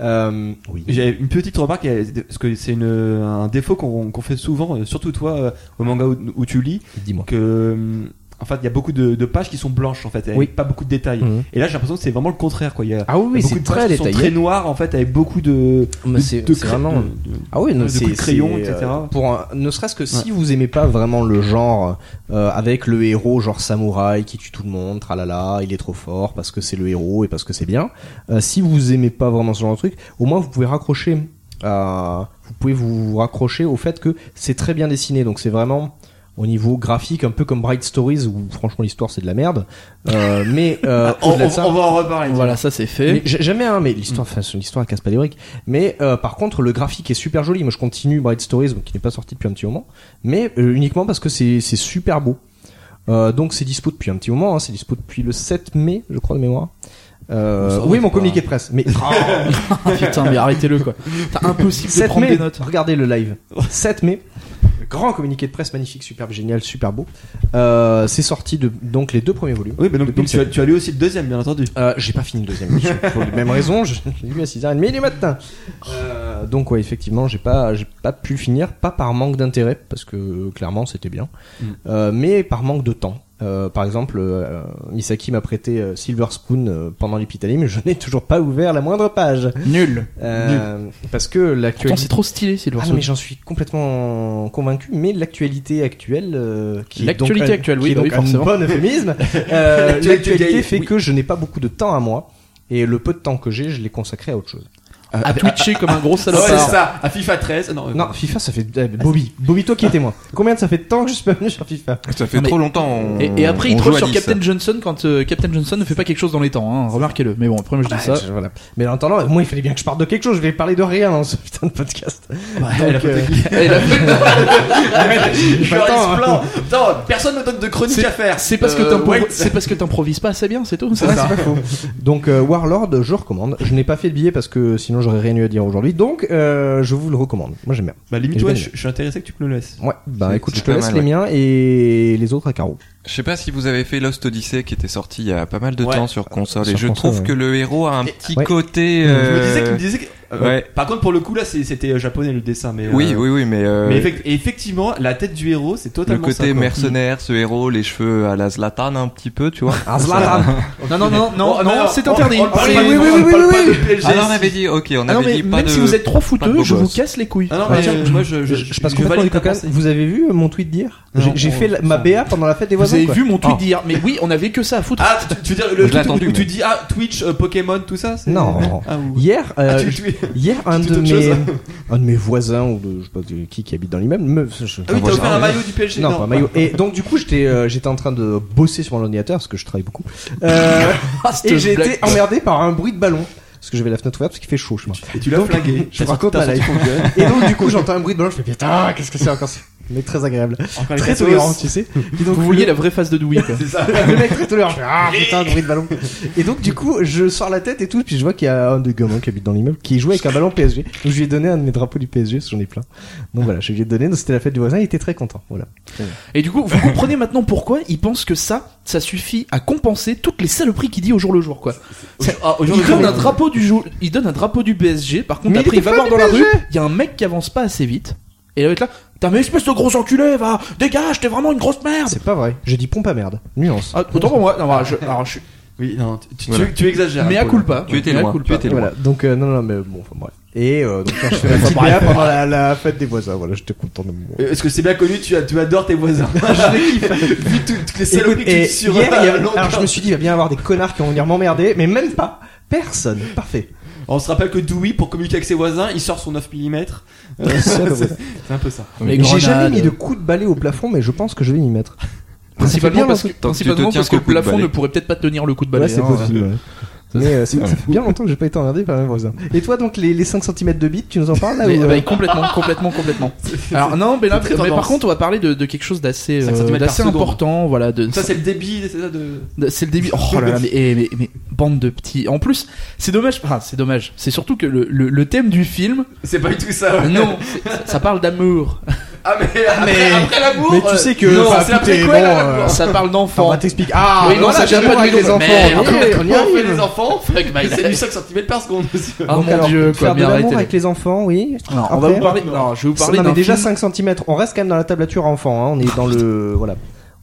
Euh, oui. J'ai une petite remarque, parce que c'est une- un défaut qu'on qu'on fait souvent, euh, surtout toi, euh, au manga où, où tu lis, Dis-moi. que euh, en fait il y a beaucoup de, de pages qui sont blanches en fait, avec Oui. pas beaucoup de détails. Mhm. Et là j'ai l'impression que c'est vraiment le contraire quoi. Il y a Ah il oui, y a oui, beaucoup c'est de pages très qui sont détaillé. Ah, très noires en fait, avec beaucoup de Mais de- c'est de c'est cra- vraiment. de- de- Ah oui, non, de c'est coups de crayon, c'est, etc. euh, pour un- ne serait-ce que si vous aimez pas vraiment le genre euh, avec le héros genre samouraï qui tue tout le monde, tralala, il est trop fort parce que c'est le héros et parce que c'est bien. euh, si vous aimez pas vraiment ce genre de truc, au moins vous pouvez raccrocher. à- vous pouvez vous vous raccrocher au fait que c'est très bien dessiné, donc c'est vraiment au niveau graphique un peu comme Bright Stories où franchement l'histoire c'est de la merde. Euh, mais euh, on, au-delà de on- ça- on va Bah, en reparler. Voilà, ça c'est mais fait. j'ai- jamais un, mais l'histoire, enfin, son histoire elle casse pas les briques. Mais euh, par contre, le graphique est super joli. Moi, je continue Bright Stories, donc, qui n'est pas sorti depuis un petit moment, mais euh, uniquement parce que c'est c'est super beau. Euh, donc, c'est dispo depuis un petit moment. hein. c'est dispo depuis le 7 mai, je crois de mémoire. Euh, Ça va, oui, c'est pas- mon Ah, communiqué de presse. Mais Putain, mais arrêtez-le quoi. T'as impossible de 7 prendre mai, des notes. regardez le live. 7 mai, grand communiqué de presse magnifique, superbe, génial, super beau. Euh, c'est sorti de donc les deux premiers volumes. Oui, mais donc, donc tu, as, tu as lu aussi le deuxième, bien entendu. Euh, j'ai pas fini le deuxième émission, pour les mêmes raisons, je l'ai lu à 6h30 du matin. Euh, donc ouais, effectivement, j'ai pas, j'ai pas pu finir, pas par manque d'intérêt, parce que euh, clairement c'était bien, Mm. euh, mais par manque de temps. Euh, par exemple, euh, Misaki m'a prêté euh, Silver Spoon euh, pendant l'épitalier, mais je n'ai toujours pas ouvert la moindre page. Nul. Euh, parce que Pourtant, c'est l'actualité... trop stylé, Silver Ah non, mais j'en suis complètement convaincu, mais l'actualité actuelle, euh, qui est donc L'actualité un- actuelle, qui oui, est bah donc oui, forcément. un bon euphémisme, euh, L'actualité l'actualité gay, fait oui. que je n'ai pas beaucoup de temps à moi, et le peu de temps que j'ai, je l'ai consacré à autre chose. À twitcher comme un gros Ouais, c'est salopard. ça, à FIFA 13. Non, euh, Non, bah. FIFA, ça fait euh, Bobby, Bobby, toi qui étais moi. Combien de ça fait de temps que je suis pas venu sur FIFA Ça fait Non, mais- trop longtemps. on- Et, et après, il on troll joue à sur 10. Captain Johnson quand euh, Captain Johnson ne fait pas quelque chose dans les temps. hein. Remarquez-le. Mais bon, après, moi je dis ça. Ouais, voilà. Mais en attendant, moi, il fallait bien que je parte de quelque chose. Je vais parler de rien dans ce putain de podcast. elle a Donc, euh, pas de- Et là, Je pas leur le temps, hein. explore. Putain, personne ne donne de chronique à faire. C'est parce que Euh, t'improvises- wait. c'est parce que t'improvises pas assez bien, c'est tout. ça. Donc euh, Warlord, je recommande. Je n'ai pas fait le billet parce que sinon j'aurais rien eu à dire aujourd'hui. Donc euh, je vous le recommande. Moi j'aime bien. Bah limite, J'ai ouais, pas je, je suis intéressé que tu me le laisses. Ouais, bah C'est- écoute, c'est je te pas laisse mal, les ouais. miens et les autres à carreau. Je sais pas si vous avez fait Lost Odyssey qui était sorti il y a pas mal de Ouais. temps sur console Sur et je console, trouve ouais. que le héros a un petit ouais. côté. Je me euh, disais qu'il me disait que. euh, ouais. Par contre, pour le coup, là, c'est- c'était euh, japonais le dessin, mais. euh, Oui, oui, oui, mais, euh, Mais effect- effectivement, la tête du héros, c'est le totalement. ça, côté quoi. mercenaire, ce héros, les cheveux à la Zlatan un petit peu, tu vois. Ah, Zlatan. Non, non, non, non, Oh, non, c'est on- interdit. on parle C'est- pas de- oui, oui, on oui, parle oui, pas oui. de PSG. Ah non, on avait dit, ok, on Ah non, avait mais dit pas même de. si vous êtes trop pas de fouteux, beau je vous gosse. casse les couilles. Ah non, mais Ouais. euh, moi, je. Je, je passe je complètement valide du ta coq à l'âne. pensée. Vous avez vu euh, mon tweet d'hier Non, J'ai- J'ai on- fait la- on- ma BA pendant la fête des Vous voisins. avez quoi. vu mon tweet Ah. dire, mais oui, on avait que ça à foutre. Ah, tu, tu veux dire le Je l'ai truc où attendu, tu mais- dis ah Twitch, euh, Pokémon, tout ça c'est- Non. Ah, ou- Hier, euh, Ah, tu- je- tu- Hier, un Tout de, autre mes, chose. un de mes voisins, ou de, je sais pas de- qui, qui habite dans l'immeuble, me. je- Ah oui, enfin, t'as voisin, offert un ouais. maillot du PSG Non, pas un maillot. Et donc, du coup, j'étais euh, j'étais en train de bosser sur mon ordinateur, parce que je travaille beaucoup. Euh, et j'ai été emmerdé par un bruit de ballon. Parce que j'avais la fenêtre ouverte, parce qu'il fait chaud, je crois. bah, Et tu l'as Donc, flingué. je T'as te raconte sorti- t'as ma life. sorti ton gun. Et donc, du coup, j'entends un bruit de ballon, je fais putain, qu'est-ce que c'est encore ce mec très agréable. Encore les Très cassos. tolérant, tu sais. Et donc, Vous vouliez la vraie face de Dewey, quoi. C'est ça. le mec très tolérant, je fais ah putain, le bruit de ballon. Et donc, du coup, je sors la tête et tout, puis je vois qu'il y a un des gamins qui habite dans l'immeuble qui joue avec un ballon PSG. Donc, je lui ai donné un de mes drapeaux du PSG, parce que j'en ai plein. Donc voilà, je lui ai donné, donc c'était la fête du voisin, il était très content. Voilà. Et du coup, vous comprenez maintenant pourquoi il pense que ça, ça suffit à compenser toutes les saloperies qu'il dit au jour le jour, quoi. C'est- Ah, Il aujourd'hui, donne, on- un drapeau du jour, il donne un drapeau du PSG, par contre Mais il après il était va voir fan du dans la rue, PSG. il y a un mec qui avance pas assez vite, et il va être là, t'as mais espèce de gros enculé, va, dégage, t'es vraiment une grosse merde C'est pas vrai. Je dis pompe à merde. Nuance. Ah, Autant pour moi, non, voilà, je, alors, je suis- Oui, non, tu- tu, Voilà. tu, tu exagères. mais à Paul. culpa. Tu étais mea loin, culpa. tu étais loin. Voilà. Donc euh, non non mais bon enfin bref. Et euh, donc quand je fais la Faut petite pas rien BA pendant la, la fête des voisins, voilà, j'étais content de moi. Euh, Est-ce que c'est bien connu tu, as- tu adores tes voisins. je les kiffe. Vu tout- toutes les Écoute, saloperies que tu et dis sur hier, il y avait- Londres. alors je me suis dit, il va bien y avoir des connards qui vont venir m'emmerder, mais même pas. Personne. Parfait. On se rappelle que Dewey, pour communiquer avec ses voisins, il sort son 9 mm. c'est c'est un peu ça. Les J'ai jamais grenades. mis de coups de balai au plafond, mais je pense que je vais m'y mettre. Ah, Principalement parce que, Tant que tu te principalement tiens parce que qu'au le coup de plafond balai. ne pourrait peut-être pas tenir le coup de Ouais, balai. c'est hein. possible. ouais. Mais euh, c'est- ça fait bien longtemps que j'ai pas été emmerdé par un voisin. Et toi, donc, les, les 5 cm de bite, tu nous en parles là Mais, ou, euh, bah, complètement, complètement, complètement. Alors non, mais là, c'est très mais par tendance. contre, on va parler de, de quelque chose d'assez, euh, 5 centimètres par d'assez seconde. important, voilà. De, Ça, c'est le débit, c'est ça de. C'est le début. Oh là là, mais, eh, mais- mais bande de petits. En plus, c'est dommage. Enfin, c'est dommage. C'est surtout que le, le- le thème du film, C'est pas du tout ça. ouais. non, c'est- ça parle d'amour, Ah, mais, mais- après, après l'amour. Mais tu euh, sais que Non, enfin, c'est après écoutez, quoi, bon, là, euh, ça parle enfin, on d'enfant. va t'expliquer. Ah, Oui, non, voilà, ça, j'ai j'ai pas avec dit les non, enfants. mais- Ok, on on y fait arrive. Bah, les enfants. Fuck my C'est du life. 5 cm par seconde. monsieur. Ah Donc, mon alors, dieu, quoi, faire mais de l'amour arrêtez. avec les enfants, oui. Non, on va hein. Après- vous parler. Non, je vais vous parler. Non, mais d'un déjà film. 5 cm. On reste quand même dans la tablature enfant, hein. on est dans le. Voilà.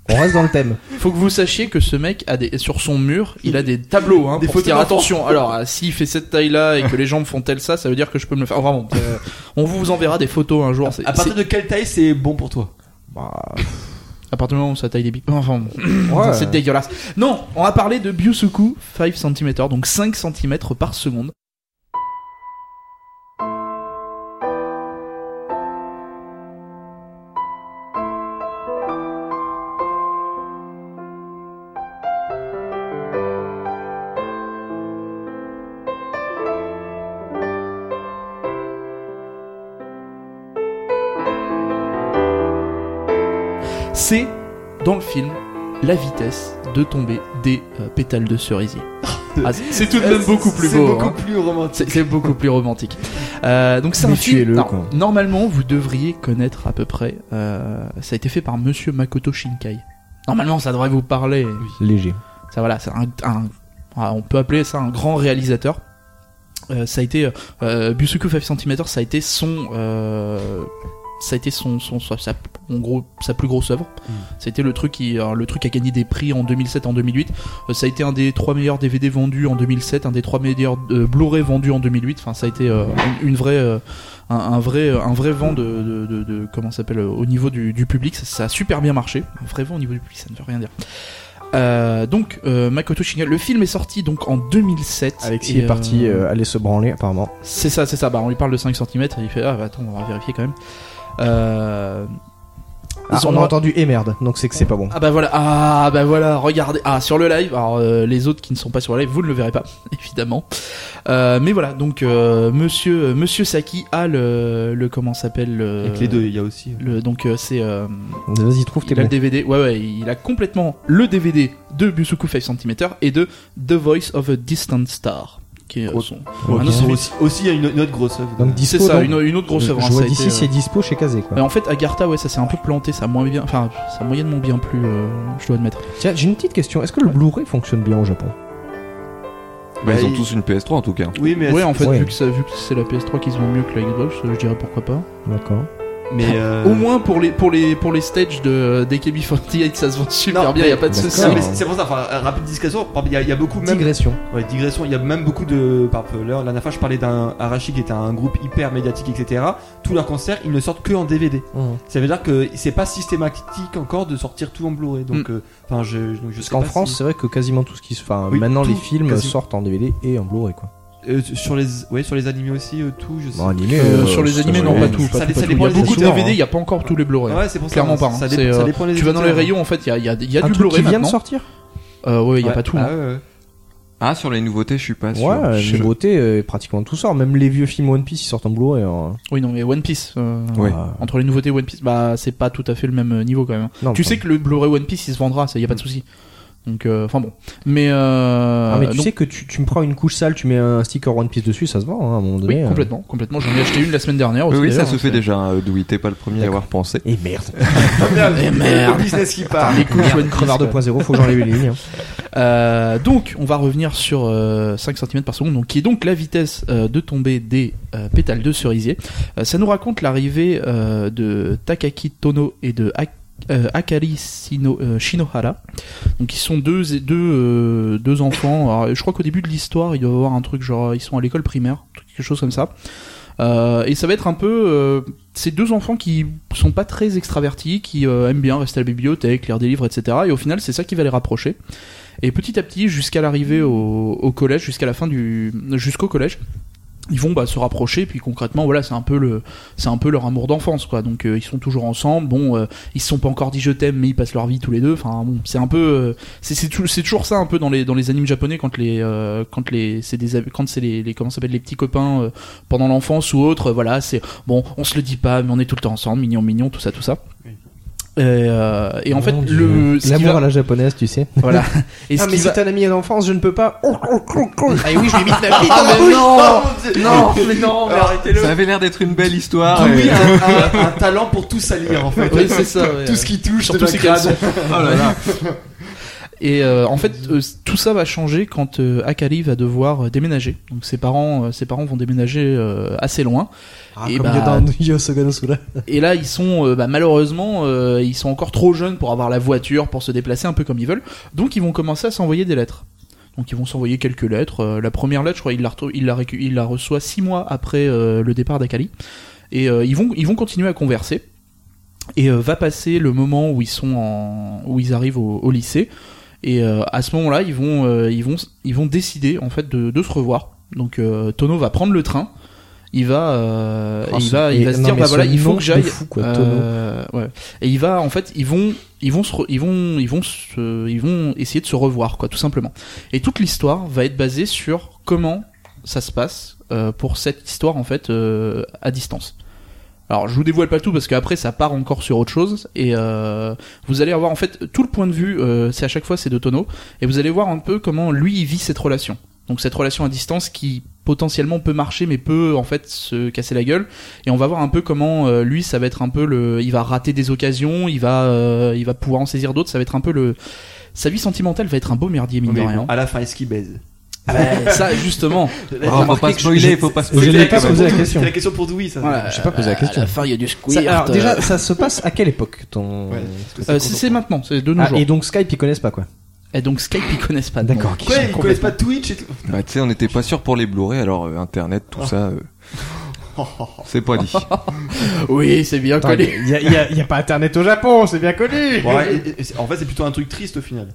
On reste dans le thème. Faut que vous sachiez que ce mec a des sur son mur, il a des tableaux hein, Des pour photos dire d'enfants. attention. Alors, ah, s'il fait cette taille-là et que les jambes font telle ça, ça veut dire que je peux me le faire. Ah, vraiment, euh, on vous enverra des photos un jour. C'est- À partir de quelle taille c'est bon pour toi Bah, c'est- à partir du moment où ça taille les bips. Enfin, bon. ouais. C'est dégueulasse. Non, on va parler de Byusuku 5 cm, donc 5 cm par seconde. C'est dans le film la vitesse de tomber des euh, pétales de cerisier. Ah, c'est- c'est tout de même beaucoup plus Euh, C'est beau. beaucoup hein. plus C'est romantique. c'est beaucoup plus romantique. Euh, donc c'est Mais un film. tuez-le, alors, quoi. normalement, vous devriez connaître à peu près. euh, ça a été fait par Monsieur Makoto Shinkai. Normalement, ça devrait vous parler. Léger. Ça voilà, c'est un, un- ah, on peut appeler ça un grand réalisateur. Euh, ça a été euh, Busuku 5 cm, ça a été son euh, ça a été son, son, sa- sa, en gros, sa plus grosse œuvre. Mm. C'était le truc qui alors, le truc a gagné des prix en 2007 en 2008. Euh, ça a été un des trois meilleurs DVD vendus en 2007, un des trois meilleurs euh, Blu-ray vendus en 2008. Enfin, ça a été euh, une, une vraie euh, un, un vrai euh, un vrai vent de, de, de- de- comment ça s'appelle euh, au niveau du, du public, ça, ça a super bien marché. Un vrai vent au niveau du public, ça ne veut rien dire. Euh, donc euh, Makoto Shinkai, le film est sorti donc en 2007. Alexis Et, est parti euh, euh, aller se branler, apparemment. c'est ça, c'est ça. Bah, on lui parle de 5 cm et il fait Ah, bah, attends, on va vérifier quand même. Euh... Ah, ils on ont- a entendu et merde, donc c'est que c'est pas bon. Ah, bah voilà, ah, bah voilà, regardez. Ah, sur le live, alors euh, les autres qui ne sont pas sur le live, vous ne le verrez pas, évidemment. Euh, mais voilà, donc euh, monsieur, euh, monsieur Saki a le. le comment ça s'appelle le, Avec les deux, il y a aussi. le- donc euh, c'est. euh, Vas-y, trouve tes il a le mots. DVD, ouais, ouais, il a complètement le DVD de Busuku 5 cm et de The Voice of a Distant Star. Qui est, euh, Gros- son- gros un Ils autre sont film. aussi, aussi, il y a une, une autre grosse œuvre. Donc dispo. C'est ça, donc. une, une autre grosse Je œuvre. hein, vois ça a été, d'ici, euh, c'est dispo chez Kazé, quoi. Mais Bah, en fait, Agartha, ouais, ça s'est un peu planté, ça a moins bien, enfin, ça a moyennement bien plu, euh, je dois admettre. Tiens, j'ai une petite question. Est-ce que le Blu-ray fonctionne bien au Japon Bah, ils Bah, ont il- tous une PS3 en tout cas. Oui, mais. ouais, en fait, ouais. vu que, ça- vu que c'est la PS3 qui se vend mieux que la Xbox, euh, je dirais pourquoi pas. D'accord. mais euh, Au moins pour les pour les pour les stages de d'AKB48, ça se vend super Non, bien, mais- y a pas de D'accord. souci. Non, mais c'est c'est pour ça, enfin, euh, rapide discussion, il y, a- il y a beaucoup même. Digression. Ouais, digression, il y a même beaucoup de. Par exemple, là, la dernière fois, je parlais d'un Arashi qui était un groupe hyper médiatique, etc. Tous leurs concerts, ils ne sortent que en DVD. Ça veut dire que c'est pas systématique encore de sortir tout en Blu-ray. Donc, euh, enfin, je, donc je Parce sais qu'en pas France, si- c'est vrai que quasiment tout ce qui se. Enfin, Oui, maintenant tout, les films quasi- sortent en DVD et en Blu-ray, quoi. euh, sur les ouais sur les animés aussi euh, tout je sais. Bon, animé, Euh, euh, sur les je- animés, je- non, je- pas tout. Pas Ça tout, dé- pas ça tout. Il y dépend a des beaucoup de éditeurs, DVD, hein. il n'y a pas encore tous les Blu-ray. ouais c'est pour ça Clairement pas. hein. ça, dé- C'est, ça euh, dépend des tu vas dans les éditeurs, hein. rayons, en fait, il y a, il y a- il y a Un du truc Blu-ray qui vient de maintenant. sortir Euh, ouais, il n'y a Ouais. pas tout. Ah, hein. ouais, ouais. Ah, sur les nouveautés, je suis pas sûr. Ouais, je- les nouveautés, euh, pratiquement tout sort. Même les vieux films One Piece, ils sortent en Blu-ray. hein. Oui, non, mais One Piece. euh, Ouais. Ah, Entre les nouveautés One Piece, bah c'est pas tout à fait le même euh, niveau quand même. non, Tu enfin, Mm. sais que le Blu-ray One Piece il se vendra, ça y a pas de souci. Donc, euh, enfin bon. Mais, euh, Ah, mais tu donc- sais que tu, tu me prends une couche sale, tu mets un sticker One Piece dessus, ça se vend hein, à un moment oui, donné. euh. complètement, complètement. J'en ai acheté une la semaine dernière. Oui, aussi, oui, ça d'ailleurs, se hein, fait c'est- déjà, euh, Douy, t'es pas le premier à y avoir pensé. Et Eh, merde. Et merde le business qui part Ah, Les couches One Piece, Crevard quoi. 2.0, faut que j'enlève les lignes. hein. Euh, donc, on va revenir sur euh, 5 cm par seconde, donc, qui est donc la vitesse euh, de tombée des euh, pétales de cerisier. Euh, ça nous raconte l'arrivée euh, de Takaki Tono et de Ak- euh, Akari Sino- euh, Shinohara. Donc, ils sont deux, deux, euh, deux enfants. Alors, je crois qu'au début de l'histoire, il doit y avoir un truc genre, ils sont à l'école primaire, quelque chose comme ça. Euh, et ça va être un peu euh, ces deux enfants qui sont pas très extravertis, qui euh, aiment bien rester à la bibliothèque, lire des livres, etc. Et au final, c'est ça qui va les rapprocher. Et petit à petit, jusqu'à l'arrivée au, au collège, jusqu'à la fin du, jusqu'au collège, ils vont bah, se rapprocher. Puis concrètement, voilà, c'est un peu le, c'est un peu leur amour d'enfance, quoi. Donc euh, ils sont toujours ensemble. Bon, euh, ils se sont pas encore dit je t'aime, mais ils passent leur vie tous les deux. Enfin, bon, c'est un peu, euh, c'est c'est tou- c'est toujours ça un peu dans les dans les animes japonais quand les euh, quand les c'est des quand c'est les, les comment ça s'appelle les petits copains euh, pendant l'enfance ou autre. Voilà, c'est bon, on se le dit pas, mais on est tout le temps ensemble, mignon, mignon, tout ça, tout ça. Et, euh, et en fait, Mon le Dieu. ce qui L'amour va- à la japonaise, tu sais. voilà. Et Ah, ce qui va- un ami d'enfance, je ne peux pas. Ah oui, je m'imite la vie Ah, mais oui, non oh, mon Dieu. Non, mais non, mais Alors, arrêtez-le Ça avait l'air d'être une belle histoire. Douy et- a un, un- un talent pour tout salir en fait Oui, c'est ça. ouais. tout ce qui touche Surtout de la ces Oh grade. caleçons. Et euh, en fait, euh, c- tout ça va changer quand euh, Akari va devoir euh, déménager. Donc ses parents, euh, ses parents vont déménager euh, assez loin. Et Ah, comme bah- Yoda en Yo Soganosura. Et là, ils sont euh, bah, malheureusement, euh, ils sont encore trop jeunes pour avoir la voiture, pour se déplacer un peu comme ils veulent. Donc, ils vont commencer à s'envoyer des lettres. Donc, ils vont s'envoyer quelques lettres. Euh, la première lettre, je crois, il la, retou- il la, récu- il la reçoit six mois après euh, le départ d'Akali. Et euh, ils, vont, ils vont continuer à converser. Et euh, va passer le moment où ils sont en, où ils arrivent au, au lycée. Et euh, à ce moment-là, ils vont, euh, ils vont, ils vont décider en fait de, de se revoir. Donc, euh, Tono va prendre le train. Il va, euh, Oh, il ce- va, il et- va se non, dire, mais bah ce voilà, il faut nom que j'aille. de fou, quoi, Euh, ouais. Et il va, en fait, ils vont, ils vont se, re- ils vont, ils vont se- ils vont essayer de se revoir, quoi, tout simplement. Et toute l'histoire va être basée sur comment ça se passe euh, pour cette histoire en fait euh, à distance. Alors je vous dévoile pas tout parce qu'après ça part encore sur autre chose et euh, vous allez avoir en fait tout le point de vue, euh, c'est à chaque fois c'est de tonneau et vous allez voir un peu comment lui il vit cette relation. Donc cette relation à distance qui potentiellement peut marcher mais peut en fait se casser la gueule et on va voir un peu comment euh, lui ça va être un peu le il va rater des occasions, il va euh, il va pouvoir en saisir d'autres, ça va être un peu le sa vie sentimentale va être un beau merdier mine Mais de bon, rien. à la fin est-ce qu'il baise ça justement Ah, faut pas spoiler, faut pas je l'ai spoiler. pas quand même. posé la question. C'est la question pour Douy, ça. Voilà, J'ai pas posé Ah, la à- question. À la euh. fin, il y a du squirt. Ça- alors, déjà, ça se passe à quelle époque ton... Ouais, parce que Euh, c'est c'est c'est maintenant, c'est de nos Ah, jours. et Et... donc Skype, ils connaissent pas quoi. donc Skype, ils connaissent pas. D'accord, donc. ok. Quoi, ils connaissent pas Twitch et tout Bah, tu sais, on n'était pas sûr pour les Blu-ray, alors euh, Internet, tout ça, euh, c'est pas dit. Oui, c'est bien Attends, connu. y a, y a- y a pas internet au Japon, c'est bien connu. Bon, ouais, et- et c'est- En fait, c'est plutôt un truc triste au final.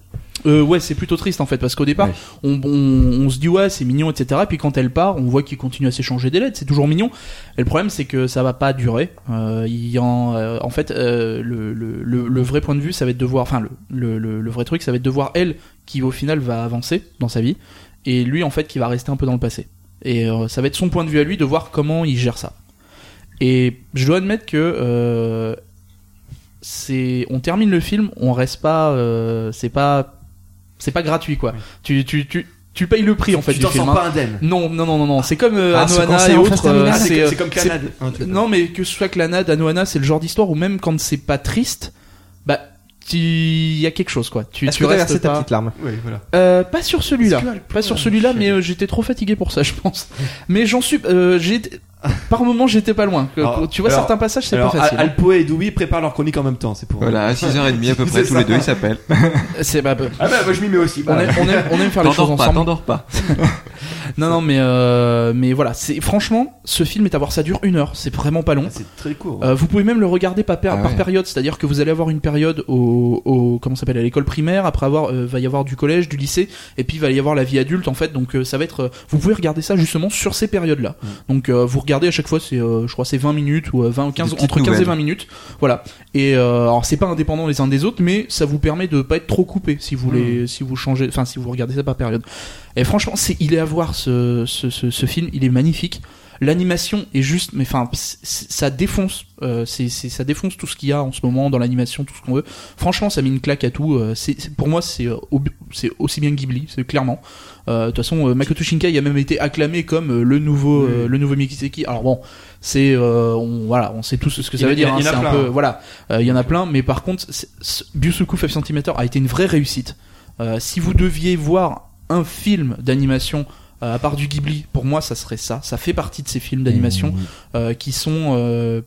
Euh, ouais, c'est plutôt triste en fait, parce qu'au départ, Ouais. on, on- on se dit ouais, c'est mignon, etc. Puis quand elle part, on voit qu'ils continuent à s'échanger des lettres, c'est toujours mignon. Et le problème, c'est que ça va pas durer. Euh, il y en, euh, en fait, euh, le, le, le, le vrai point de vue, ça va être de voir, enfin, le, le, le, le vrai truc, ça va être de voir elle qui au final va avancer dans sa vie, et lui en fait qui va rester un peu dans le passé. Et euh, ça va être son point de vue à lui de voir comment il gère ça. Et je dois admettre que euh, c'est, on termine le film, on reste pas, euh, c'est pas, c'est pas gratuit quoi. Tu, tu, tu, tu payes le prix en fait tu du t'en film. sors hein. pas indemne. Non, non, non, non, non. C'est comme euh, Ah, ce Anohana cancer et en phase autres. euh, terminale, Ah, c'est, C'est euh, c'est comme c'est- Canad. hein, tu- non, mais que ce soit Clanade, Anohana, c'est le genre d'histoire où même quand c'est pas triste, bah, tu- il y a quelque chose quoi. Tu, Est-ce tu que t'as restes versé ta pas. petite larme Ouais, voilà. Euh, pas sur celui-là. Est-ce que elle pleure Pas sur celui-là, mais euh, j'étais trop fatigué pour ça, je pense. Mais j'en suis. euh, j'ai. Par moment, j'étais pas loin. Que- Alors, tu vois, alors, certains passages, c'est pas Alors, facile. hein. Al- Alpo et Douy préparent leur chronique en même temps, c'est pour. Voilà, à 6h30 à peu près, C'est tous ça. les deux, ils s'appellent. C'est bah, bah, Ah bah, moi je m'y mets aussi. on, bah. aime, on aime- on aime faire les choses T'endors pas, ensemble. t'endors pas. Non, non, mais, euh, mais voilà. C'est, franchement, ce film est à voir, ça dure une heure. C'est vraiment pas long. Ah, C'est très court. Euh, vous pouvez même le regarder par, per- Ah par ouais. période, c'est-à-dire que vous allez avoir une période au, au- comment ça s'appelle à l'école primaire, après avoir euh, va y avoir du collège, du lycée, et puis il va y avoir la vie adulte en fait. Donc euh, ça va être, euh, vous pouvez regarder ça justement sur ces périodes-là. Donc euh, vous regardez à chaque fois, c'est euh, je crois c'est 20 minutes ou euh, 20 ou 15 petites entre 15 et nouvelles. 20 minutes, voilà. Et euh, alors c'est pas indépendant les uns des autres, mais ça vous permet de pas être trop coupé si vous Hmm. les, si vous changez, enfin si vous regardez ça par période. Et franchement, c'est il est à voir ce, ce, ce, ce film, il est magnifique. L'animation est juste, mais enfin, c- c- ça défonce, euh, c'est, c'est- ça défonce tout ce qu'il y a en ce moment dans l'animation, tout ce qu'on veut. Franchement, ça met une claque à tout. euh, c'est, c'est- pour moi, c'est, euh, ob- c'est aussi bien que Ghibli, c'est clairement. Euh, De toute façon, euh, Makoto Shinkai a même été acclamé comme euh, le nouveau, euh, le nouveau Miyazaki. Alors bon, c'est, euh, on, voilà, on sait tous ce que ça Il y- veut dire. il y en a hein, c'est plein, un peu, hein. voilà, Euh, il y en a plein, mais par contre, c'est- ce- Byusuku 5 cm a été une vraie réussite. Euh, si vous deviez voir un film d'animation euh, à part du Ghibli, pour moi, ça serait ça. Ça fait partie de ces films d'animation euh, qui sont euh,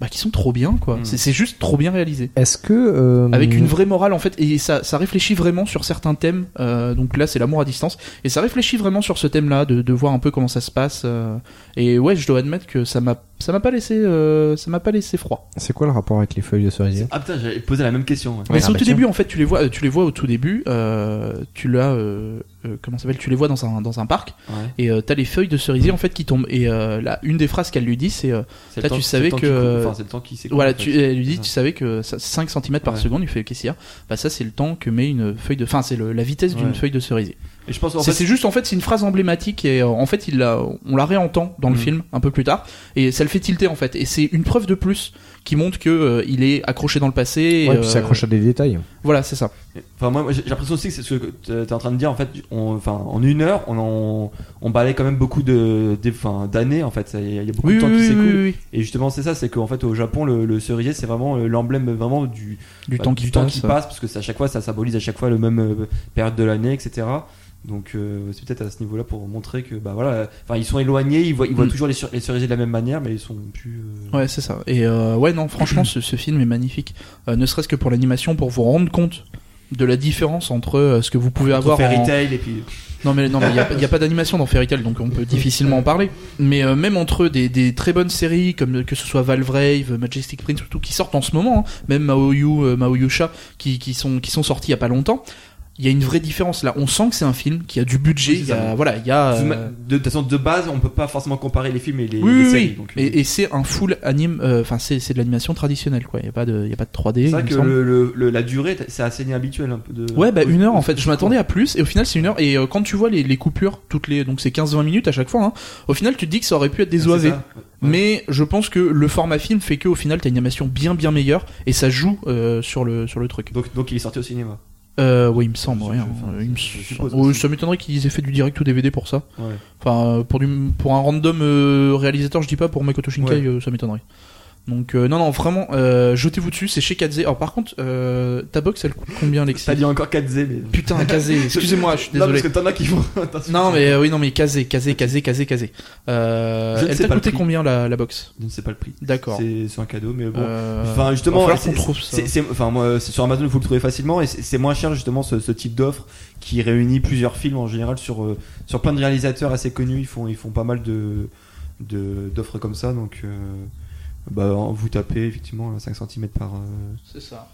bah, qui sont trop bien quoi. Mm. C'est c'est juste trop bien réalisé. Est-ce que euh, Avec une vraie morale en fait, et ça, ça réfléchit vraiment sur certains thèmes. euh, donc là, c'est l'amour à distance, et ça réfléchit vraiment sur ce thème-là, de, de voir un peu comment ça se passe. euh, et ouais, je dois admettre que ça m'a, ça m'a pas laissé, euh, ça m'a pas laissé froid. c'est quoi le rapport avec les feuilles de cerisier Ah putain, j'avais posé la même question. ouais. Ouais, Mais c'est ah au bah tout tiens. début en fait, tu les vois, euh, tu les vois au tout début. euh, tu l'as, euh, euh, comment ça s'appelle Tu les vois dans un dans un parc, Ouais. et euh, t'as les feuilles de cerisier en fait qui tombent. Et euh, là, une des phrases qu'elle lui dit, c'est euh, C'est le Là, temps- tu c'est savais le temps qui que- coule. Enfin, c'est le temps qui s'écoule, en Voilà, fait. tu, elle lui dit, Ouais. tu savais que ça- 5 cm par Ouais. seconde, il fait qu'est-ce qu'il y a Bah ça c'est le temps que met une feuille de... Enfin c'est le- la vitesse d'une Ouais. feuille de cerisier. Et je pense en C'est fait, c'est juste en fait c'est une phrase emblématique et euh, en fait il la, on la réentend dans le Mm. film un peu plus tard et ça le fait tilter en fait. Et c'est une preuve de plus qui montre que euh, il est accroché dans le passé. et, Ouais, puis euh, s'accroche à des détails. Voilà, c'est ça. Enfin, moi, moi, j'ai j'ai l'impression aussi que c'est ce que tu es en train de dire. En fait, on, enfin, en une heure, on, en- on balaye quand même beaucoup de, des- enfin, d'années. En fait, Ça, il y a- il y a beaucoup Oui, de temps oui, qui oui, s'écoule. oui, oui. Et justement, c'est ça, c'est qu'en fait, au Japon, le, le cerisier, c'est vraiment euh, l'emblème vraiment du, Du bah, temps qui du passe. temps qui passe, parce que c'est à chaque fois, ça symbolise à chaque fois le même euh, période de l'année, etc. Donc, euh, c'est peut-être à ce niveau-là pour montrer que, bah voilà, euh, enfin, ils sont éloignés, ils voient, ils voient Mm. toujours les, cer- les cerisiers de la même manière, mais ils sont plus. euh, Ouais, c'est ça. Et euh, ouais, non, franchement, ce, ce film est magnifique. Euh, ne serait-ce que pour l'animation, pour vous rendre compte de la différence entre euh, ce que vous pouvez entre avoir fairy en, tale et puis. Non mais non mais il y a, y a pas d'animation dans Fairy Tail donc on peut difficilement en parler. Mais euh, même entre eux, des, des très bonnes séries comme euh, que ce soit Valvrave, euh, Majestic Prince tout qui sortent en ce moment, hein, même Maoyu, euh, Maoyusha qui, qui sont qui sont sortis il y a pas longtemps, il y a une vraie différence là. On sent que c'est un film qui a du budget. Oui, il c'est y a, ça. voilà, il y a. De, euh, de toute façon, de base, on peut pas forcément comparer les films et les, oui, les oui, séries. oui. donc, euh, Et, et c'est un full anime, euh, enfin c'est c'est de l'animation traditionnelle quoi. Il y a pas de il y a pas de 3D. C'est vrai il me que semble. le, le- le- la durée, c'est assez inhabituel un peu de. Ouais, bah une heure en fait. Je m'attendais à plus et au final c'est une heure. Et euh, quand tu vois les, les coupures, toutes les donc c'est 15-20 minutes à chaque fois. hein, au final tu te dis que ça aurait pu être des C'est OAV. ça, ouais. Mais je pense que le format film fait que au final t'as une animation bien bien meilleure et ça joue euh, sur le sur le truc. Donc, donc il est sorti au cinéma. Euh, ouais, il me semble. Je- ouais, je- hein. enfin, Il me je- je semble- suppose Oh, aussi. ça m'étonnerait qu'ils aient fait du direct ou DVD pour ça. Ouais. Enfin euh, pour du pour un random euh, réalisateur je dis pas pour Makoto Shinkai Ouais. euh, ça m'étonnerait. Donc euh, non non vraiment euh, jetez-vous dessus c'est chez Kaze. Alors par contre euh, ta box elle coûte combien Alexis T'as dit encore 4Z, mais. Putain Kaze excusez-moi je suis Non, désolé. parce que t'en as qui vont. Attention. Non mais euh, oui non mais casé casé casé casé casé. Euh, Je ne elle sais t'a pas le coûté prix. combien la, la box Je ne sais pas le prix. D'accord. C'est c'est un cadeau, mais bon. Euh, Enfin, va justement, falloir c'est- qu'on trouve ça. c'est- c'est- enfin, moi, c'est sur Amazon, vous le trouvez facilement et c'est c'est moins cher justement ce, ce type d'offre qui réunit plusieurs films en général sur euh, sur plein de réalisateurs assez connus. Ils font ils font pas mal de de- d'offres comme ça, donc euh, bah vous tapez effectivement 5 cm par euh, C'est ça.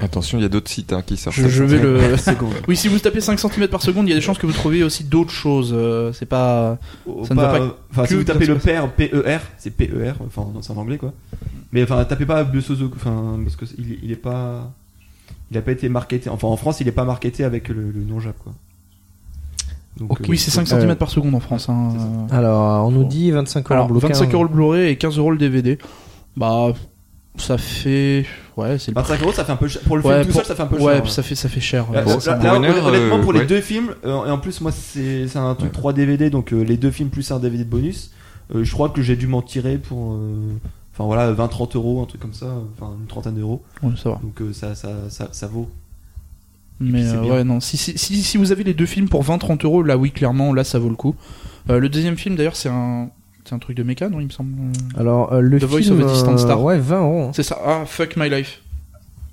Attention, il y a d'autres sites hein, qui sortent. Je, je vais le. seconde. Oui, si vous tapez 5 cm par seconde, il y a des chances que vous trouviez aussi d'autres choses. euh, C'est pas. Oh, Ça ne va pas euh, Enfin, si que vous tapez dans le père PER, c'est PER, enfin, non, c'est en anglais quoi. Mais enfin, tapez pas Biosozo, enfin, parce que c'est- il, il est pas. Il a pas été marketé. Enfin, en France, il est pas marketé avec le, le nom Jap quoi. Donc, Ok. euh, Oui, c'est 5 cm par seconde en France. hein. C'est ça. Alors, on nous dit 25 euros Alors, le bouquin. 25 euros le Blu-ray et 15 euros le DVD. Bah, ça fait. Ouais, c'est le. 25 euros, ça fait un peu cher. Pour le Ouais, film tout pour- seul, ça fait Ah, un peu ouais, cher. ça fait ça fait cher. Là, ouais. Bon, là, ça- là, pour une heure, honnêtement, pour euh, les ouais. deux films, euh, et en plus, moi, c'est c'est un truc Ouais. 3 DVD, donc euh, les deux films plus un DVD de bonus, euh, je crois que j'ai dû m'en tirer pour. euh, Enfin voilà, 20-30 euros, un truc comme ça, enfin une trentaine d'euros. Ouais, ça va. Donc euh, ça, ça, ça, ça vaut. Mais c'est euh, bien. ouais, non. Si, si, si, si vous avez les deux films pour 20-30 euros, là oui, clairement, là ça vaut le coup. Euh, le deuxième film d'ailleurs, c'est un. C'est un truc de méca, non Il me semble. Ah. Alors, euh, le The Voice film, of a Distant euh, Star. Ouais, 20 euros. hein. C'est ça. Ah, fuck my life.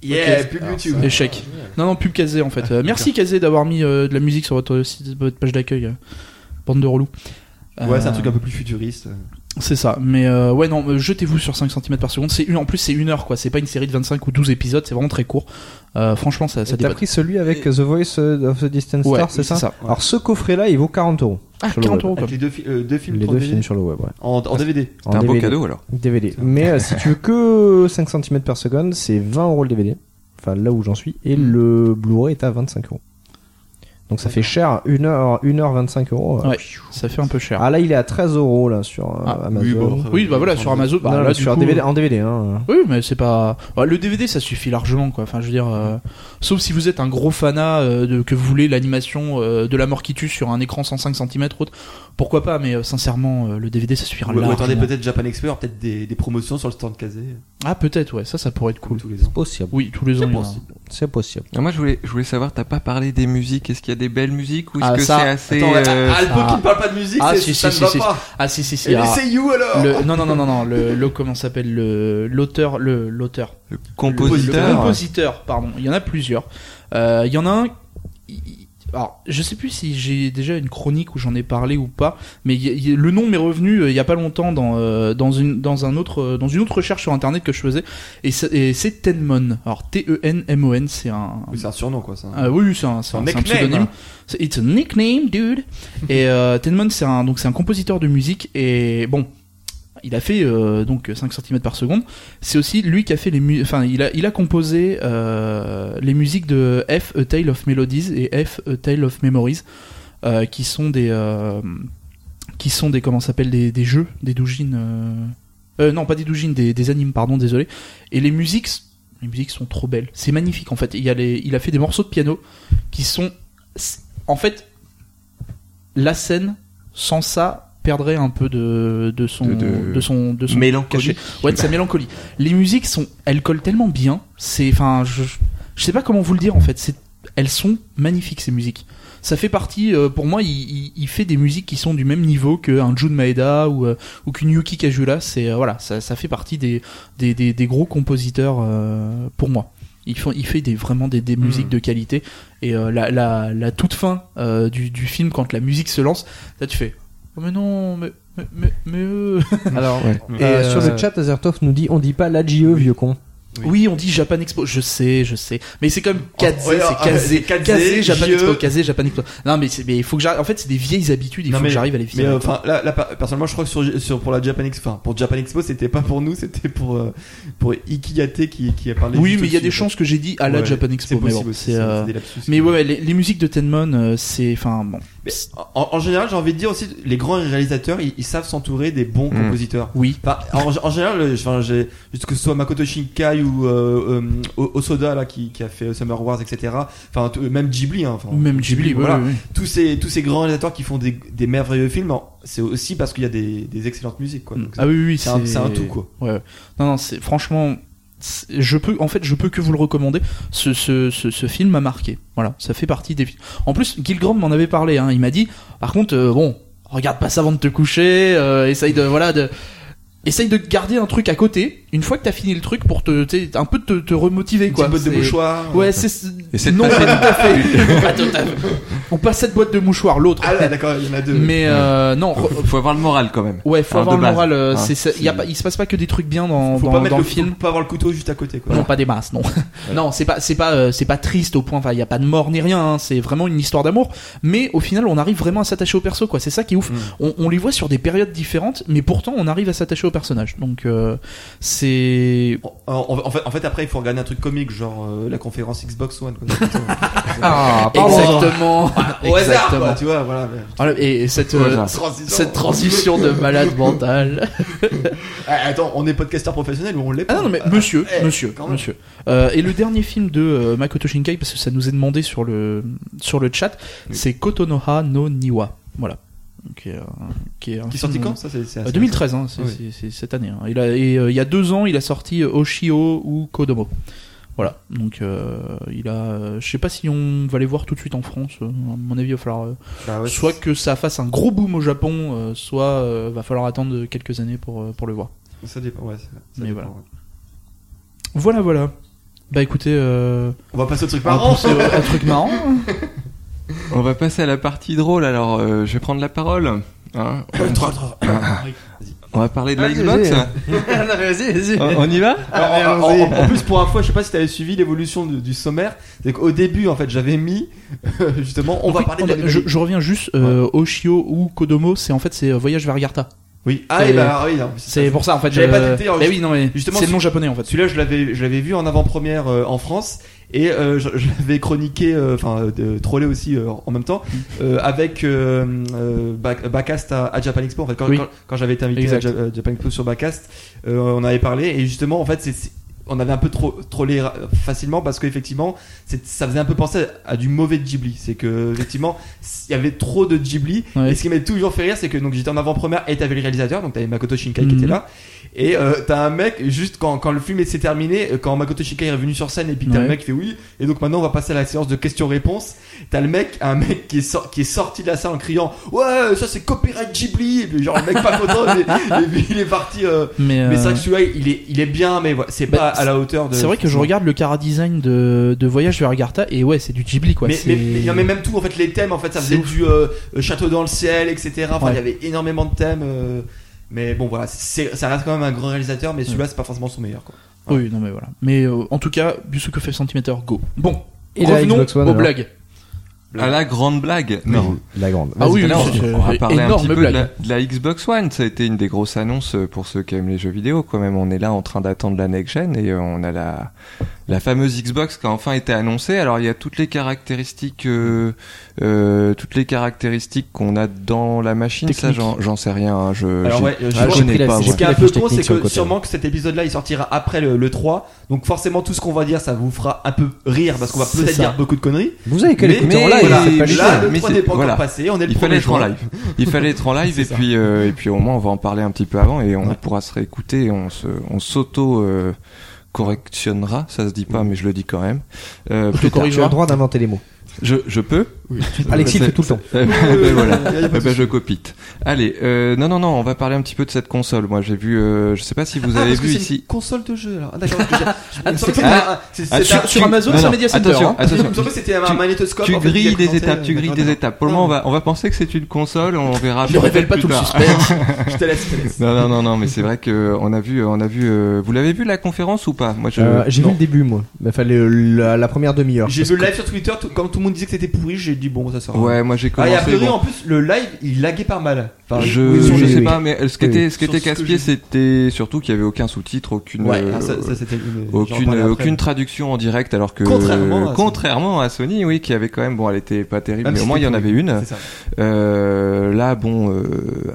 Yeah, pub Alors, YouTube. ça- Échec. Non, non, pub Kazé en fait. Euh, merci Kazé d'avoir mis euh, de la musique sur votre, site- votre page d'accueil. Bande de relous. Ouais, c'est un Euh, truc un peu plus futuriste. C'est ça, mais euh, ouais, non, euh, jetez-vous sur 5 cm par seconde. C'est une, en plus, c'est une heure, quoi. C'est pas une série de 25 ou 12 épisodes, c'est vraiment très court. Euh, franchement, ça, ça T'as déboîte. pris celui avec The Voice of the Distant Ouais, Star, c'est oui, ça, c'est ça, ouais. Alors ce coffret-là, il vaut 40 euros. Ah, sur le 40 web. euros, Avec quoi. les deux, fi- euh, deux films Les en deux DVD. films sur le web, ouais. En, en DVD. En T'as un beau DVD. cadeau alors. DVD. Mais euh, si tu veux que 5 cm par seconde, c'est 20 euros le DVD. Enfin, là où j'en suis. Et Hmm. le Blu-ray est à 25 euros. Donc ça fait cher, 1h, 1h25 euros. Ouais, ça fait un peu cher. Ah là, il est à 13 euros là sur euh, Ah, Amazon. oui, bah voilà, sur Amazon, bah, Non, là, mais du sur coup, DVD, en DVD. Hein. Oui, mais c'est pas. bah, le DVD, ça suffit largement, quoi. Enfin, je veux dire. euh, Sauf si vous êtes un gros fanat euh, de... que vous voulez l'animation euh, de la mort qui tue sur un écran 105 cm autre. Pourquoi pas, mais euh, sincèrement, euh, le DVD, ça suffira Ou, ou largement. attendez, peut-être Japan Expert, peut-être des, des promotions sur le stand casé. Ah, peut-être, ouais, ça, ça pourrait être Cool. cool. Tous les ans. Possible. Oui, tous les ans. C'est il y en a. possible. C'est possible. Ah, moi je voulais, je voulais savoir, t'as pas parlé des musiques. Est-ce qu'il y a des belles musiques ou est-ce Ah, que c'est ça, assez. Attends, euh, Alpo ça- qui ne parle pas de musique, Ah, c'est- si, ça si, ne si, va si. pas. Ah, si, si, si. Et ah. les seiyuu, alors Le- non, non, non, non, non, le, le comment ça s'appelle le l'auteur, le l'auteur, le le, compositeur. compositeur, pardon. Il y en a plusieurs. Euh, il y en a un. il- alors, je sais plus si j'ai déjà une chronique où j'en ai parlé ou pas, mais il y a- il y a- le nom m'est revenu euh, il y a pas longtemps dans euh, dans une dans un autre euh, dans une autre recherche sur internet que je faisais et c'est et c'est Tenmon. Alors T E N M O N, c'est un Oui, C'est un surnom, quoi, ça. ah oui, oui, c'est un, c'est Un un- c'est un nickname. pseudonyme. C'est- It's a nickname, dude. et euh, Tenmon, c'est un, donc c'est un compositeur de musique et bon. Il a fait euh, donc 5 cm par seconde. C'est aussi lui qui a fait les mu- enfin il a il a composé euh, les musiques de F A Tale of Melodies et F A Tale of Memories euh, qui sont des euh, qui sont des comment ça s'appelle des, des jeux, des doujines euh, euh, non pas des doujines des, des animes pardon, désolé. Et les musiques les musiques sont trop belles. C'est magnifique en fait. Il, y a les- il a fait des morceaux de piano qui sont. En fait, la scène, sans ça, perdrait un peu de, de son. De- de- son. De son Mélancolie. cachet. Ouais, de sa mélancolie. Les musiques sont. Elles collent tellement bien. C'est. Enfin, je. Je sais pas comment vous le dire en fait. C'est, elles sont magnifiques ces musiques. Ça fait partie, euh, pour moi, il, il- il fait des musiques qui sont du même niveau qu'un Jun Maeda ou, euh, ou qu'une Yuki Kajula. C'est euh, voilà, ça, ça fait partie des, des, des, des gros compositeurs euh, pour moi. Il fait, il fait des, vraiment des, des musiques de qualité. Et euh, la, la, la toute fin euh, du, du film, quand la musique se lance, là tu fais Oh, mais non, mais. mais- mais- mais, euh. Alors, Ouais. et, Euh, sur le chat, Azertov nous dit on dit pas la JE, vieux con. Oui. on dit Japan Expo. Je sais, je sais. Mais c'est comme Kazé, ouais, ah, c'est Kazé. c'est Kazé, Kazé, Japan JE. Expo. Kazé, Japan Expo. Non, mais, c'est- mais il faut que j'arrive. En fait, c'est des vieilles habitudes. Il Non, faut mais- que j'arrive à les Mais virer. euh, enfin, là, là, per- personnellement, je crois que sur, sur- pour la Japan Expo, enfin, pour Japan Expo, c'était pas pour nous, c'était pour euh, pour Ikiyate qui qui a parlé. oui, juste mais il y a des au-dessus, quoi. chances que j'ai dit à la Ouais, Japan Expo. C'est Mais possible bon, aussi. c'est, c'est- euh, c'est des lapsus. mais ouais, les, les musiques de Tenmon, euh, c'est. Enfin, bon. Mais en, en général, j'ai envie de dire aussi, les grands réalisateurs, ils, ils savent s'entourer des bons Mm. compositeurs. Oui. Enfin, en, en général, le- enfin, j'ai- que ce soit Makoto Shinkai ou euh, euh, O- Osoda là qui, qui a fait Summer Wars, etc. Enfin, tout- même Ghibli. Hein, enfin, Même Ghibli, voilà. voilà. Tous ces tous ces grands réalisateurs qui font des, des merveilleux films, hein, c'est aussi parce qu'il y a des, des excellentes musiques. Quoi. Donc, Ah oui, oui, oui, c'est un, c'est un tout quoi. Ouais. Non, non, c'est franchement, c'est- je peux, en fait, je peux que vous le recommander. Ce, ce, ce, ce film m'a marqué. Voilà, ça fait partie des. films. En plus, Gilgram m'en avait parlé. Hein, il m'a dit, par contre, euh, bon, regarde pas ça avant de te coucher. euh, essaye de, voilà, de. Essaye de garder un truc à côté, une fois que t'as fini le truc, pour te, tu sais, un peu te, te remotiver, Une quoi. petite botte de C'est- mouchoir. Ouais, c'est. Et c'est de non, pas passer- tout à fait. Pas tout à fait. On passe cette boîte de mouchoirs, l'autre. Ah là, d'accord, il y en a deux. Mais euh, non, re- Faut- Faut avoir le moral quand même. ouais, faut Alors, avoir de le base, moral. euh, hein, c'est, ça- y a pas, il se passe pas que des trucs bien dans, faut dans, pas dans mettre le le film. faut pas avoir le couteau juste à côté quoi. Non, pas des masses, non. non, c'est pas, c'est pas, euh, c'est pas triste au point. Enfin, il y a pas de mort ni rien. hein, c'est vraiment une histoire d'amour. Mais au final, on arrive vraiment à s'attacher au perso, quoi. C'est ça qui est ouf. Mm. On, on les voit sur des périodes différentes, mais pourtant, on arrive à s'attacher au personnage. Donc, euh, c'est. En, en- en fait, en fait, après, il faut regarder un truc comique, genre euh, la conférence Xbox One. Quoi. Ah, Exactement. Au hasard, quoi, Exactement. tu vois, voilà. mais- Voilà, Et cette, Au euh, hasard. Transition. cette transition de malade mental. Ah, attends, on est podcasteur professionnel ou on l'est Ah pas non, non, mais monsieur, eh, monsieur, quand même. monsieur. Euh, et le dernier film de euh, Makoto Shinkai, parce que ça nous est demandé sur le, sur le chat, c'est Kotonoha no Niwa. Voilà. Qui est, euh, qui est un Qui est sorti film- quand ça c'est, c'est Euh, assez- 2013, hein, c'est Oui. c'est- c'est cette année. hein. Il a, et euh, il y a deux ans, il a sorti euh, Oshio ou Kodomo. Voilà, donc euh, il a. euh, je sais pas si on va les voir tout de suite en France. euh, à mon avis, il va falloir euh, Bah ouais, soit que ça fasse un gros boom au Japon, euh, soit euh, va falloir attendre quelques années pour euh, pour le voir. c'est- Ça dépend, ouais. c'est- ça Mais dépend, voilà. ouais. Voilà, voilà. Bah écoutez, euh, On va passer au truc on va marrant. penser au- un truc marrant. On va passer à la partie drôle, alors euh, je vais prendre la parole. Hein on va parler de la Ah, Xbox. vas-y. Ah, vas-y, Euh, vas-y. On, on y va Alors, en, en- en plus, pour info, je sais pas si t'avais suivi l'évolution du, du sommaire. C'est qu'au début, en fait, j'avais mis euh, justement, on va Donc, parler de la je, je reviens juste, euh, Oshio ou Kodomo, c'est en fait c'est euh, Voyage vers Garta. Oui. Ah, C'est- et bah oui. non, C'est pour ça en fait. J'avais je- pas tilté, hein, Mais juste- oui, non mais justement, c'est le nom ce- japonais en fait. Celui-là, je l'avais, je l'avais vu en avant-première euh, en France et euh, je, je l'avais chroniqué, euh, enfin euh, de- trollé aussi euh, en même temps euh, avec euh, euh, Bac- Bacast à, à Japan Expo. En fait, quand, Oui. quand- quand j'avais été invité à, Exact. Ja- à Japan Expo sur Bacast, euh, on avait parlé et justement, en fait, c'est, c'est- on avait un peu trop trollé ra- facilement parce qu'effectivement, c'est- ça faisait un peu penser à, à du mauvais Ghibli. C'est que effectivement, il y avait trop de Ghibli Ouais. et ce qui m'a toujours fait rire, c'est que donc j'étais en avant-première et t'avais le réalisateur, donc t'avais Makoto Shinkai qui Mhm. était là. Et euh, t'as un mec, juste quand, quand le film s'est terminé, euh, quand Makoto Shinkai est revenu sur scène, et puis t'as Ouais. le mec qui fait oui. Et donc maintenant on va passer à la séance de questions-réponses. T'as le mec, un mec qui est, sor- qui est sorti de la salle en criant ouais ça c'est copyright Ghibli. Et puis, genre le mec pas content, mais, et puis il est parti. euh, Mais, euh, Mais c'est vrai que celui-là il est il est bien, mais voilà, c'est Bah, pas à la hauteur de. c'est vrai que je regarde le cara design de, de Voyage vers Garta et ouais c'est du Ghibli quoi. mais, c'est- mais, mais- non, mais même tout en fait les thèmes en fait ça C'est faisait du euh, euh, château dans le ciel etc enfin Ouais. il y avait énormément de thèmes euh, mais bon voilà c'est- ça reste quand même un grand réalisateur mais celui-là c'est pas forcément son meilleur Euh, quoi Ah Oui non mais voilà. Mais euh, en tout cas Busuke 5 cm go. Bon. Et la revenons Xbox One, aux alors blagues. À la grande blague. Non, la grande. Ah Vas-y, oui, alors, Alors, c'est- on va c'est parler un énorme petit peu de la, blague. de la Xbox One. Ça a été une des grosses annonces pour ceux qui aiment les jeux vidéo. Quand même, on est là en train d'attendre la next gen et euh, on a la, la fameuse Xbox qui a enfin été annoncée. Alors, il y a toutes les caractéristiques, euh, euh, toutes les caractéristiques qu'on a dans la machine. Ça, Technique. j'en- j'en sais rien. hein. Je, alors j'ai- ouais euh, je je- j'ai pris connais la pas. ce moi. qui est ouais. un peu con, Technique c'est sur le que côté, sûrement que cet épisode-là, il sortira après le, le 3, donc forcément tout ce qu'on va dire, ça vous fera un peu rire, parce qu'on va C'est peut-être ça. dire beaucoup de conneries. Vous avez qu'à Mais- l'écouter en mais- live, voilà, faites pas mais chier. là, le mais 3 c'est- n'est pas encore voilà. passé, on est le Il fallait premier être en jour. live. Il fallait être en live C'est et ça. puis euh, et puis au moins on va en parler un petit peu avant et on Ouais. pourra se réécouter et on se on s'auto euh, correctionnera, ça se dit Mm. pas mais je le dis quand même. Euh, plus tard. Tu as le droit d'inventer les mots. je je peux Alexis le C'est- fait tout le temps. Eh ben, oui, voilà. oui, oui, y a pas de Eh ben, je copite. Allez, euh, non non non, on va parler un petit peu de cette console. Moi, j'ai vu euh, je sais pas si vous Ah, avez parce que vu c'est ici une console de jeu, alors. Ah, d'accord. parce que j'ai- il me semblait que c'était Ah, un- c'est- Ah, c'est un- tu- sur tu- Amazon, non, c'est non, Media Center, Attention, hein. Il attention. me semblait que c'était un Tu- magnétoscope. Tu en fait, qui grilles a des présenté, étapes, tu euh, grilles d'accord, des étapes. Pour le moment, on va, on va penser que c'est une console, on verra. Ne révèle peut-être pas plus tout le tard. suspense. Je te laisse, je te laisse. Non, non, non, non, mais c'est vrai que euh, on a vu, euh, on a vu. euh, Vous l'avez vu la conférence ou pas Moi, je. Euh, J'ai vu non. le début, moi. Il fallait euh, la, la première demi-heure. J'ai vu le live sur Twitter, tout- quand tout le monde disait que c'était pourri, j'ai dit bon, ça sort. Ouais, moi j'ai Ah, et commencé. a priori, bon. en plus, le live, il laguait pas mal. Enfin, Je, Oui, je oui, oui, sais oui. pas, mais euh, ce qui Oui, était, ce qui Sur était ce que casse-pied, j'ai- c'était surtout qu'il y avait aucun sous-titre, aucune, Ouais, euh, ah, ça, ça, c'était une- j'en aucune, parlerai après. aucune traduction en direct, alors que Contrairement à contrairement à Sony, oui, qui avait quand même, bon, elle était pas terrible, Même mais au si moins il y en c'était avait une. C'est ça. Euh, là, bon, euh,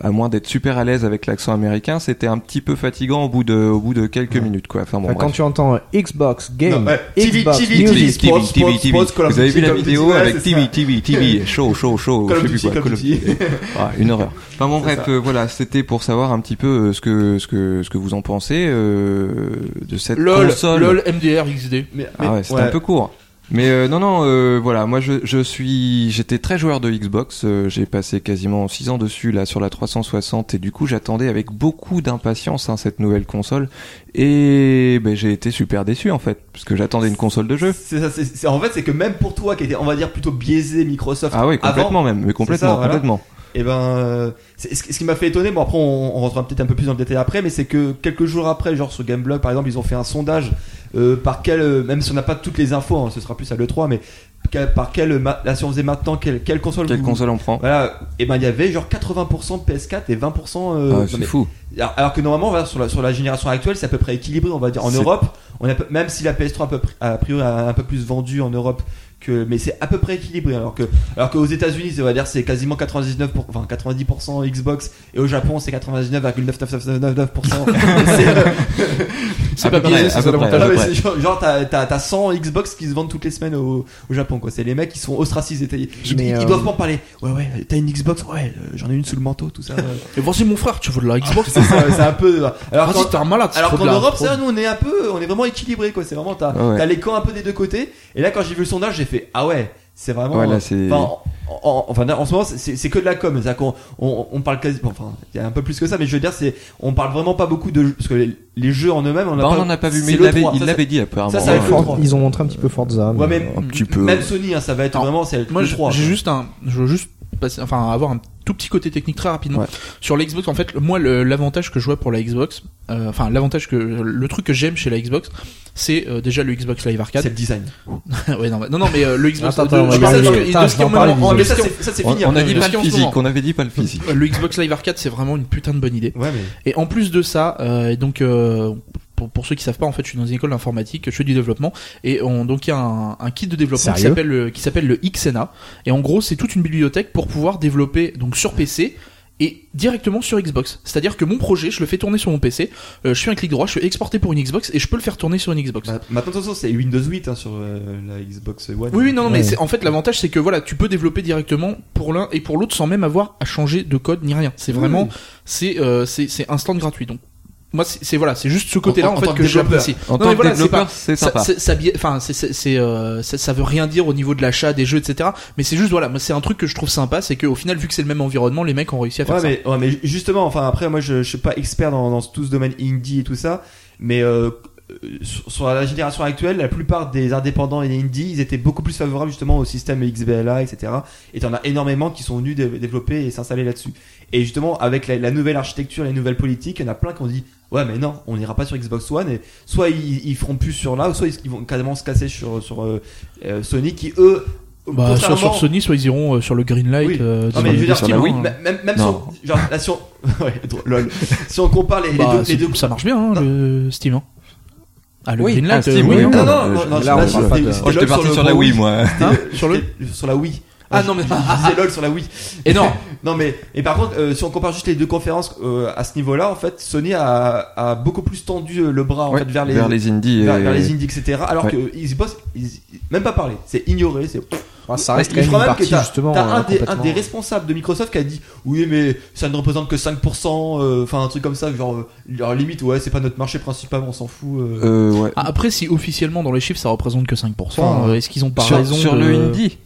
à moins d'être super à l'aise avec l'accent américain, c'était un petit peu fatigant au bout de, au bout de quelques minutes, quoi. Enfin bon. Enfin, quand bref. tu entends euh, Xbox Game, Non, ouais, TV, Xbox TV, Music, TV. Sports, sports, sports, Call of Vous avez vu Duty, la Call of vidéo Duty, ouais, avec c'est TV, ça. TV, TV, show, show, show, Call je of sais plus Duty, quoi, Call Call of of Duty. Ah, une horreur. Enfin bon, C'est bref, ça. euh, voilà, c'était pour savoir un petit peu euh, ce que ce que ce que vous en pensez euh, de cette LOL, console. LOL, MDR, XD. Mais, mais- Ah ouais, c'était ouais. un peu court. Mais euh, non, non, euh, voilà, moi je, je suis, j'étais très joueur de Xbox, euh, j'ai passé quasiment 6 ans dessus là sur la 360 et du coup j'attendais avec beaucoup d'impatience hein, cette nouvelle console et ben, j'ai été super déçu en fait parce que j'attendais une console de jeu. C'est ça, c'est- c'est- en fait, c'est que même pour toi, qui était, on va dire, plutôt biaisé Microsoft, Ah oui, complètement même, mais complètement, ça, voilà. complètement. et ben, euh, c'est- ce, ce qui m'a fait étonner, bon après on, on rentrera peut-être un peu plus dans le détail après, mais c'est que quelques jours après, genre sur Gameblog par exemple, ils ont fait un sondage euh, par quel, euh, même si on n'a pas toutes les infos, hein, ce sera plus à l'E3, mais quel- par quelle, ma- là si on faisait maintenant, quelle, quelle console Quelle vous- console on prend Voilà, et ben il y avait genre 80% PS4 et 20% euh, Ah, non, C'est mais- fou. alors, alors que normalement, voilà, sur, la, sur la génération actuelle, c'est à peu près équilibré, on va dire. En C'est- Europe, on a, peu- même si la PS3 a, peu pr- a priori a un peu plus vendu en Europe que, mais c'est à peu près équilibré. Alors que, alors qu'aux États-Unis, on va dire, c'est quasiment 99, pour- enfin 90% Xbox, et au Japon, c'est 99,99999%. c'est euh, C'est À pas peu près, biaisé, c'est à ça peu près. l'avantage. non, mais ouais. c'est genre, genre, t'as, t'as, t'as 100 Xbox qui se vendent toutes les semaines au, au Japon, quoi. C'est les mecs qui sont ostracisés. Ils, Mais, ils euh, doivent pas en parler. Ouais, ouais, t'as une Xbox, ouais, euh, j'en ai une sous le manteau, tout ça. Et voici mon frère, tu veux de la Ah, Xbox c'est, ça, c'est un peu. Alors, Vas-y, quand- t'es un malade. c'est alors trop qu'en de la- Europe, trop c'est vrai, nous on est un peu, on est vraiment équilibré quoi. C'est vraiment t'as Ouais, ouais. t'as les camps un peu des deux côtés. Et là, quand j'ai vu le sondage, j'ai fait ah ouais, c'est vraiment. Ouais, là, c'est- enfin, en- en, enfin, en ce moment, c'est c'est que de la com. C'est-à-dire qu'on on, on parle quasi, enfin, il y a un peu plus que ça, mais je veux dire, c'est, on parle vraiment pas beaucoup de jeux, parce que les, les jeux en eux-mêmes, on Bah, a on pas, n'en a pas vu, c'est mais il le l'avait 3. il Ça, l'avait dit après. à un ça, moment. ça va être le Ford- 3. Ils ont montré un petit peu Forza. Ouais, mais, mais- euh, Un petit peu. Même Sony, hein, ça va être Alors, vraiment, c'est Moi, le je- 3. j'ai juste un, je veux juste passer, enfin, avoir un tout petit côté technique très rapidement. Ouais. Sur la Xbox, en fait, moi, le- l'avantage que je vois pour la Xbox, euh, enfin, l'avantage que, le truc que j'aime chez la Xbox, c'est euh, déjà le Xbox Live C'est le Arcade. design. ouais, non, mais- non, non, mais euh, le Xbox. Attends, attends, de- on je va y parle de- arriver. de- de- Putain, de- je de- vais en parler, en- en- Oh, mais visuel. ça, c'est, ça, c'est On fini. on après. a dit parce pas qu'en le ce physique, moment- on avait dit pas le physique. Le Xbox Live Arcade, c'est vraiment une putain de bonne idée. Ouais, mais. Et en plus de ça, euh, donc euh, pour, pour ceux qui savent pas, en fait, je suis dans une école d'informatique, je fais du développement, et on, donc il y a un, un kit de développement qui Sérieux s'appelle le- qui s'appelle le XNA, et en gros c'est toute une bibliothèque pour pouvoir développer donc sur PC. Et directement sur Xbox. C'est-à-dire que mon projet, je le fais tourner sur mon PC, euh, je fais un clic droit, je fais exporter pour une Xbox et je peux le faire tourner sur une Xbox. Bah, Maintenant, attention, c'est Windows 8 hein, sur euh, la Xbox One. Ah, Oui, oui, non, non, Ouais. mais c'est- en fait, l'avantage, c'est que voilà, tu peux développer directement pour l'un et pour l'autre sans même avoir à changer de code ni rien. C'est vraiment, c'est, euh, c'est, c'est instant gratuit. Donc, moi, c'est, c'est- voilà, c'est juste ce côté-là, En- en, en tant fait, que que développeur. j'apprécie. En mais tant que voilà, c'est développeur, pas- c'est Ça, sympa. c'est- ça, bi- enfin, c'est, c'est, c'est, euh, ça, ça veut rien dire au niveau de l'achat des jeux, etc. Mais c'est juste, voilà, moi, c'est un truc que je trouve sympa, c'est qu'au final, vu que c'est le même environnement, les mecs ont réussi à faire Ouais ça. mais, ouais, mais justement, enfin après, moi je, je suis pas expert dans, dans tout ce domaine indie et tout ça, mais euh, euh, sur, sur la génération actuelle, la plupart des indépendants et des indies, ils étaient beaucoup plus favorables justement au système XBLA, etc. Et t'en as énormément qui sont venus dé- développer et s'installer là-dessus. Et justement, avec la, la nouvelle architecture, les nouvelles politiques, il y en a plein qui ont dit ouais mais non, on n'ira pas sur Xbox One. Et soit ils, ils feront plus sur là, ou soit ils, ils vont carrément se casser sur sur euh, euh, Sony qui eux Bah, soit contrairement- sur Sony, soit ils iront euh, sur le Greenlight. Oui. euh, non sur- mais je veux dire, sur si, la Wii. oui, même, même, même si Non. on- genre, là, si on, ouais, drôle, lol. si on compare les, les Bah, deux, les c'est- deux- ça marche bien, hein, le Steam. hein. Ah, le Oui. Greenlight, Ah, Steam, euh, oui, hein. non, non, non, euh, non, je- non, là, je- là, on parle c'était- pas c'était de- LOL Moi, j'étais parti le sur la gros Wii, Wii. moi. Hein C'était- Sur le- c'était sur la Wii. Ah, non, mais- Je disais lol sur la Wii. Et non, Non mais et par contre, euh, si on compare juste les deux conférences euh, à ce niveau-là, en fait, Sony a, a beaucoup plus tendu euh, le bras en Ouais, fait vers les indies. vers- et- vers les indies, etc. Alors Ouais. que ils bossent, ils- même pas parler, c'est ignoré, c'est ah, ça reste Je quand même une crois même partie que t'as- justement. T'as un, euh, des, un complètement- des responsables de Microsoft qui a dit oui mais ça ne représente que 5%, euh, enfin un truc comme ça, genre, euh, leur limite ouais c'est pas notre marché principal, on s'en fout. euh. Euh, ouais. Ah, Après, si officiellement dans les chiffres ça représente que 5%, Enfin, euh, est-ce qu'ils ont pas sur raison sur de- le indie.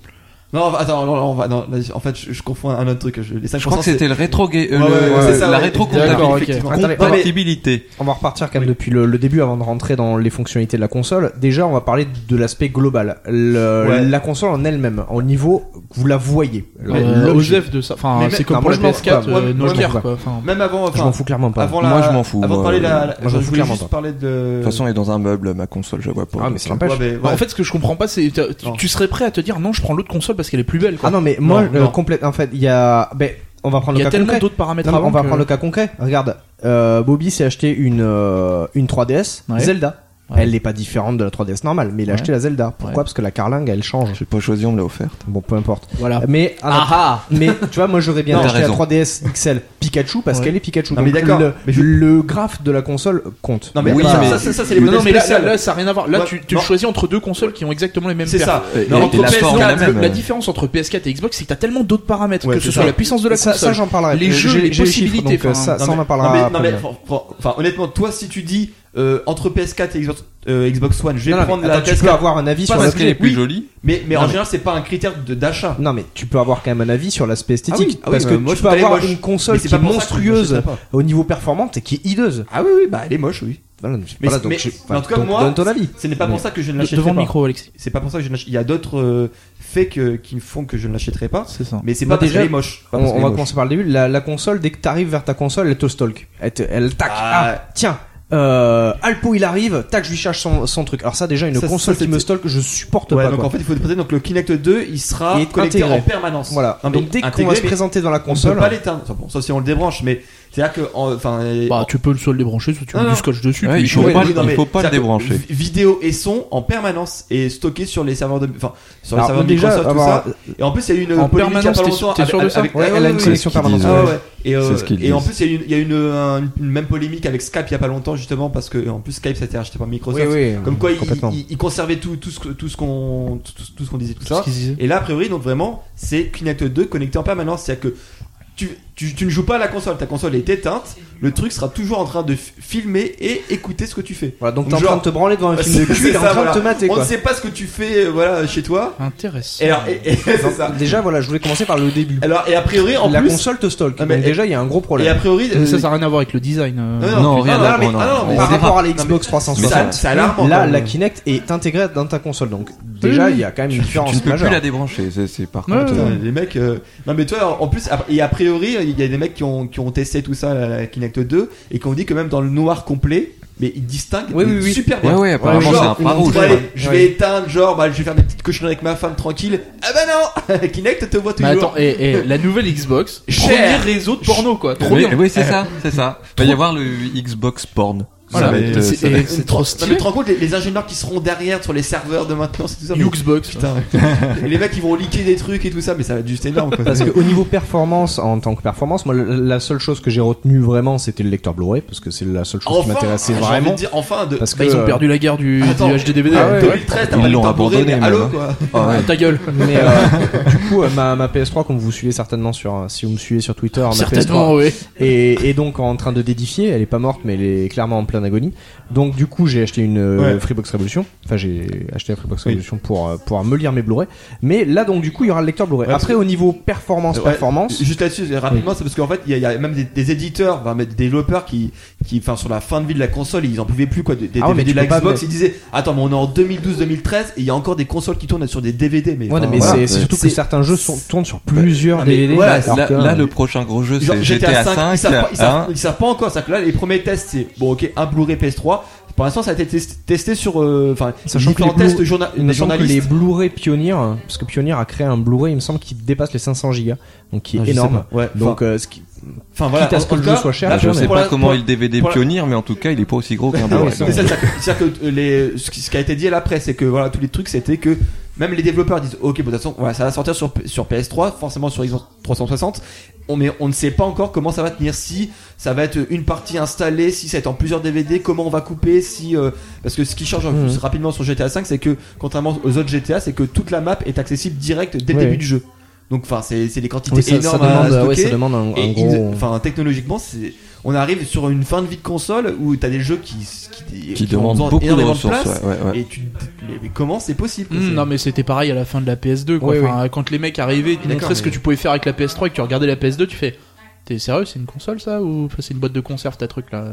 Non attends, non, non, on va, non, là, en fait je, je confonds un autre truc, je- les 5%. Je crois que c'est- c'était le rétro ga- euh, Ouais, le- ouais, ouais, c'est ça, la ouais. rétro D'accord, ok. effectivement. Attendez, Non, mais- compatibilité. On va repartir quand même depuis le, le début avant de rentrer dans les fonctionnalités de la console. Déjà, on va parler de l'aspect global. Le- Ouais. La console en elle-même, au niveau, vous la voyez. Ouais, L'objet. Osef de ça. Enfin, Mais c'est mec, comme non, pour la moi, je m'en fous PS4, pas. euh, Moi, nos moi, guerres, je m'en quoi. Enfin, Même avant, je enfin, m'en fous clairement pas. avant la, Moi, je m'en fous, Avant de moi, parler de la, la- euh, moi, je j'en fous voulais clairement juste pas. parler de. De toute façon, elle est dans un meuble, ma console, je la vois pas. Ah, mais Donc, ça euh, n'empêche. Ouais, mais- Bah, ouais. En fait, ce que je comprends pas, c'est t'as- tu, Non. tu serais prêt à te dire non, je prends l'autre console parce qu'elle est plus belle. Quoi. Ah non, mais moi, Non, euh, non. complète. En fait, il y a. Ben, on va prendre Il y le a cas tellement concret. d'autres paramètres Non, mais avant on va que- prendre le cas concret. Regarde, euh, Bobby s'est acheté une euh, une 3DS Ouais. Zelda. Ouais. Elle n'est pas différente de la 3DS normale, mais il a Ouais. acheté la Zelda. Pourquoi Ouais. Parce que la carlingue, elle change. J'ai pas choisi, on me l'a offerte. Bon, peu importe. Voilà. Mais ah, non. mais tu vois, moi j'aurais bien Non, acheté la t'as raison. 3DS XL Pikachu parce Ouais. qu'elle est Pikachu. Non, mais Donc, d'accord. le, Mais je- le graphe de la console compte. Non mais, Oui, ça, mais- ça, ça, ça, c'est les Non, non, modèles mais là, là, spéciales. là, ça n'a rien à voir. Là, Ouais, tu, tu non. choisis entre deux consoles qui ont exactement les mêmes C'est paires. ça. Et- Non, et- entre et la PS4, forme est la le- même. la différence entre PS4 et Xbox, c'est que t'as tellement d'autres paramètres, Ouais, que ce c'est soit ça. la puissance de la ça, console, ça, j'en parlerai. les J'ai- jeux, j'ai- les j'ai possibilités, chiffres, donc, euh, enfin, ça, ça, Non, on mais- en parlera. non, mais- non, après. mais, fran- fran- enfin, honnêtement, toi, si tu dis euh, entre PS4 et Xbox, euh, Xbox One, je vais Non, non, mais prendre la attends, tu peux PS4. avoir un avis Pas sur parce la Parce qu'elle est plus oui. jolie. Mais, mais Non, en mais- général, c'est pas un critère de- d'achat. Non mais tu peux avoir quand même un avis sur l'aspect esthétique Ah oui, ah oui, parce bah, que moi, tu je peux peux aller avoir moche. une console Mais c'est qui est pas pour ça que je monstrueuse l'achète pas. au niveau performante et qui est hideuse. Ah oui, oui, bah elle est moche, oui. Voilà, donc, Mais, voilà, mais- donc, je- mais enfin, en tout cas, donc, moi, donne ton avis. ce n'est pas pour ça que je ne De- l'achèterai devant pas. le micro, Alexis. C'est pas pour ça que je ne l'ach- Il y a d'autres euh, faits que, qui font que je ne l'achèterai pas. C'est ça. Mais c'est Bah, pas parce déjà, qu'elle est moche. On, Pas parce on qu'elle est va moche. commencer par le début. La, la console, dès que t'arrives vers ta console, elle te stalk. Elle, te- elle tac. Ah. Ah, tiens. Euh, Alpo il arrive, tac, je lui cherche son, son truc. Alors ça déjà une Ça, console ça, c'est- qui me stalk, je supporte Ouais, pas. donc quoi. en fait, il faut préciser. Donc le Kinect 2, il sera Il est connecté intégré. en permanence. voilà. Non, mais donc dès qu'on intégré, va se mais présenter hein. dans la On ne console, peut pas l'éteindre. Enfin, bon, sauf si on le débranche, mais c'est-à-dire que, en- enfin, euh, Bah, tu peux le seul débrancher, soit tu Non, mets non. du scotch dessus. Ouais, puis il tu faut mets- pas, oui, le- non, il mais faut pas le c'est-à-dire que débrancher. vi- Vidéo et son en permanence et stocké sur les serveurs de, enfin, sur les Alors, serveurs de déjà, Microsoft, tout ça. avoir- Et en plus, il y a eu une En polémique il y a permanence, pas t'es longtemps sûr- t'es sûr de avec- ça avec- Ouais, ouais, elle a ouais, une ouais, connexion c'est ce qu'ils permanente. disent, Ah ouais, ouais. Et, euh, C'est ce qu'ils et en disent. plus, il y a eu une, il y a eu une, un- une même polémique avec Skype il y a pas longtemps, justement, parce que en plus Skype ça a été acheté par Oui, Microsoft. oui, Comme quoi, ils complètement. il, il conservait tout, tout ce que- tout ce qu'on tout, tout- tout ce qu'on disait, tout C'est ce ça. qu'ils disaient. Et là, a priori, donc vraiment, c'est Kinect 2 connecté en permanence. C'est-à-dire que tu, tu, tu ne joues pas à la console, ta console est éteinte, le truc sera toujours en train de f- filmer et écouter ce que tu fais. Voilà, donc t'es en Genre- train de te branler devant un film de C'est- cul, c'est il est en ça, train voilà. de te mater On ne quoi. sait pas ce que tu fais euh, voilà, chez toi. Intéressant. Et alors, et, et- c'est ça. Déjà voilà, je voulais commencer par le début. Alors, et a priori, en La plus, console te stalk. Ah, mais- donc déjà il y a un gros et a problème. priori, Mais ça, euh, ça n'a rien à voir avec le design. euh, non, Non, rien non, à mais- voir, ah, non, non, non. mais Par par rapport à la non, mais- Xbox mais ça- 360, c'est alarmant. là quand la même. Kinect est intégrée dans ta console. Donc déjà il y a quand même une Tu ne différence peux plus majeure. la débrancher, c'est c'est par Ouais, contre. ouais, euh, Putain, les mecs. euh, Non, mais toi, en plus, et a priori, il y a des mecs qui ont, qui ont testé tout ça, la, la Kinect 2, et qui ont dit que même dans le noir complet, mais ils distinguent Oui, oui, oui. super bien. euh, Ouais, ouais, apparemment Genre, c'est infrarouge. Ouais, ouais. je Ouais. vais éteindre, genre, bah, je vais faire mes petites cochonneries avec ma femme tranquille. Ah bah non Kinect te voit Mais toujours. attends, et, et la nouvelle Xbox, Cher. premier réseau de porno quoi. Trop Mais- bien. Oui, c'est ça, c'est ça. Il va y avoir le Xbox porn. Ça Voilà, va être, mais euh, c'est- ça va et être- c'est trop Non, mais tu stylé. te rends compte, les, les ingénieurs qui seront derrière sur les serveurs de maintenance et tout ça. mais- Xbox. Putain, et les mecs ils vont liquer des trucs et tout ça, mais ça va être juste énorme quoi. Parce qu'au niveau performance, en tant que performance, moi, le- la seule chose que j'ai retenue vraiment, c'était le lecteur Blu-ray, parce que c'est la seule chose qui enfin, m'intéressait j'ai envie vraiment. de dire, enfin, de, Parce que Bah, ils ont perdu la guerre du, Attends. du HDDVD. Ah en ouais, 2013, t'as Ils pas l'ont le temps de bourrer, abandonné, mais allô, même. quoi. Ah ouais. Ta gueule. Mais euh, du coup, euh, ma, ma PS3, comme vous suivez certainement sur, euh, si vous me suivez sur Twitter, ma PS3 Certainement, oui. et, et donc en train de dédifier, elle est pas morte mais elle est clairement en pleine agonie. Donc du coup j'ai acheté une euh, Ouais. Freebox Révolution, enfin j'ai acheté la Freebox Oui. Révolution pour euh, pouvoir me lire mes Blu-ray. Mais là donc du coup il y aura le lecteur Blu-ray. Ouais, Après au niveau performance Ouais, performance, Juste là-dessus, euh, rapidement, c'est parce qu'en fait, il y, a- il y a même des, des éditeurs, enfin, mais des développeurs qui, qui, enfin, sur la fin de vie de la console, ils en pouvaient plus, quoi, des, des Ah ouais, mais DVD de la tu peux pas Xbox, mettre- ils disaient, attends, mais on est en 2012-2013 et il y a encore des consoles qui tournent sur des DVD, mais. ouais, enfin, mais voilà. c'est c'est surtout que C'est- certains jeux sont, tournent sur plusieurs Ah, mais DVD. voilà, alors Là, que, là, euh, le prochain gros jeu, Genre, c'est GTA 5. ils savent, pas- ils savent- hein. ils savent pas encore, c'est-à-dire que là, les premiers tests, c'est, bon, ok, un Blu-ray PS3, pour l'instant, ça a été tes- testé sur, euh, enfin, Sachant que différents les Blu- tests journa- Il me des semble que les journalistes. Blu-ray Pioneer, parce que Pioneer a créé un Blu-ray, il me semble, qui dépasse les 500 gigas, donc qui est Ah, je sais énorme. pas. Ouais, Donc, euh, ce qui... enfin voilà. quitte à ce que En- en le tout jeu cas, soit cher, là, tu Je vois, sais mais- pour pas la- comment pour- il DVD pour la- pionnier, mais en tout cas, il est pas aussi gros qu'un Blu-ray. Ah oui, ça, Mais ça, ça- c'est-à-dire que euh, les, ce, qui, ce qui a été dit là après, c'est que voilà, tous les trucs, c'était que même les développeurs disent, ok, bon, de toute façon, voilà, ça va sortir sur, P- sur PS3, forcément sur Xbox 360. On, mais on ne sait pas encore comment ça va tenir, si ça va être une partie installée, si ça va être en plusieurs DVD, comment on va couper, si euh, parce que ce qui change Mhm. rapidement sur GTA 5, c'est que contrairement aux autres GTA, c'est que toute la map est accessible direct dès le Oui. début du jeu. Donc enfin, c'est c'est des quantités oui, ça, ça énormes à demande, euh, ouais, stocker. ça demande un, un Et ils- gros. enfin technologiquement, c'est on arrive sur une fin de vie de console où t'as des jeux qui qui, Qui ont demande besoin beaucoup de énormément ressources. place, ouais, ouais, ouais. Et tu te dis, mais, mais comment c'est possible quoi, Hmm, c'est- non mais c'était pareil à la fin de la PS2 quoi. Oui, oui. Enfin, Quand les mecs Ah, arrivaient, ils te Oui, d'accord, montraient ce que mais- tu pouvais faire avec la PS3 et que tu regardais la PS2, tu fais T'es sérieux, c'est une console ça ou enfin, c'est une boîte de conserve ta truc là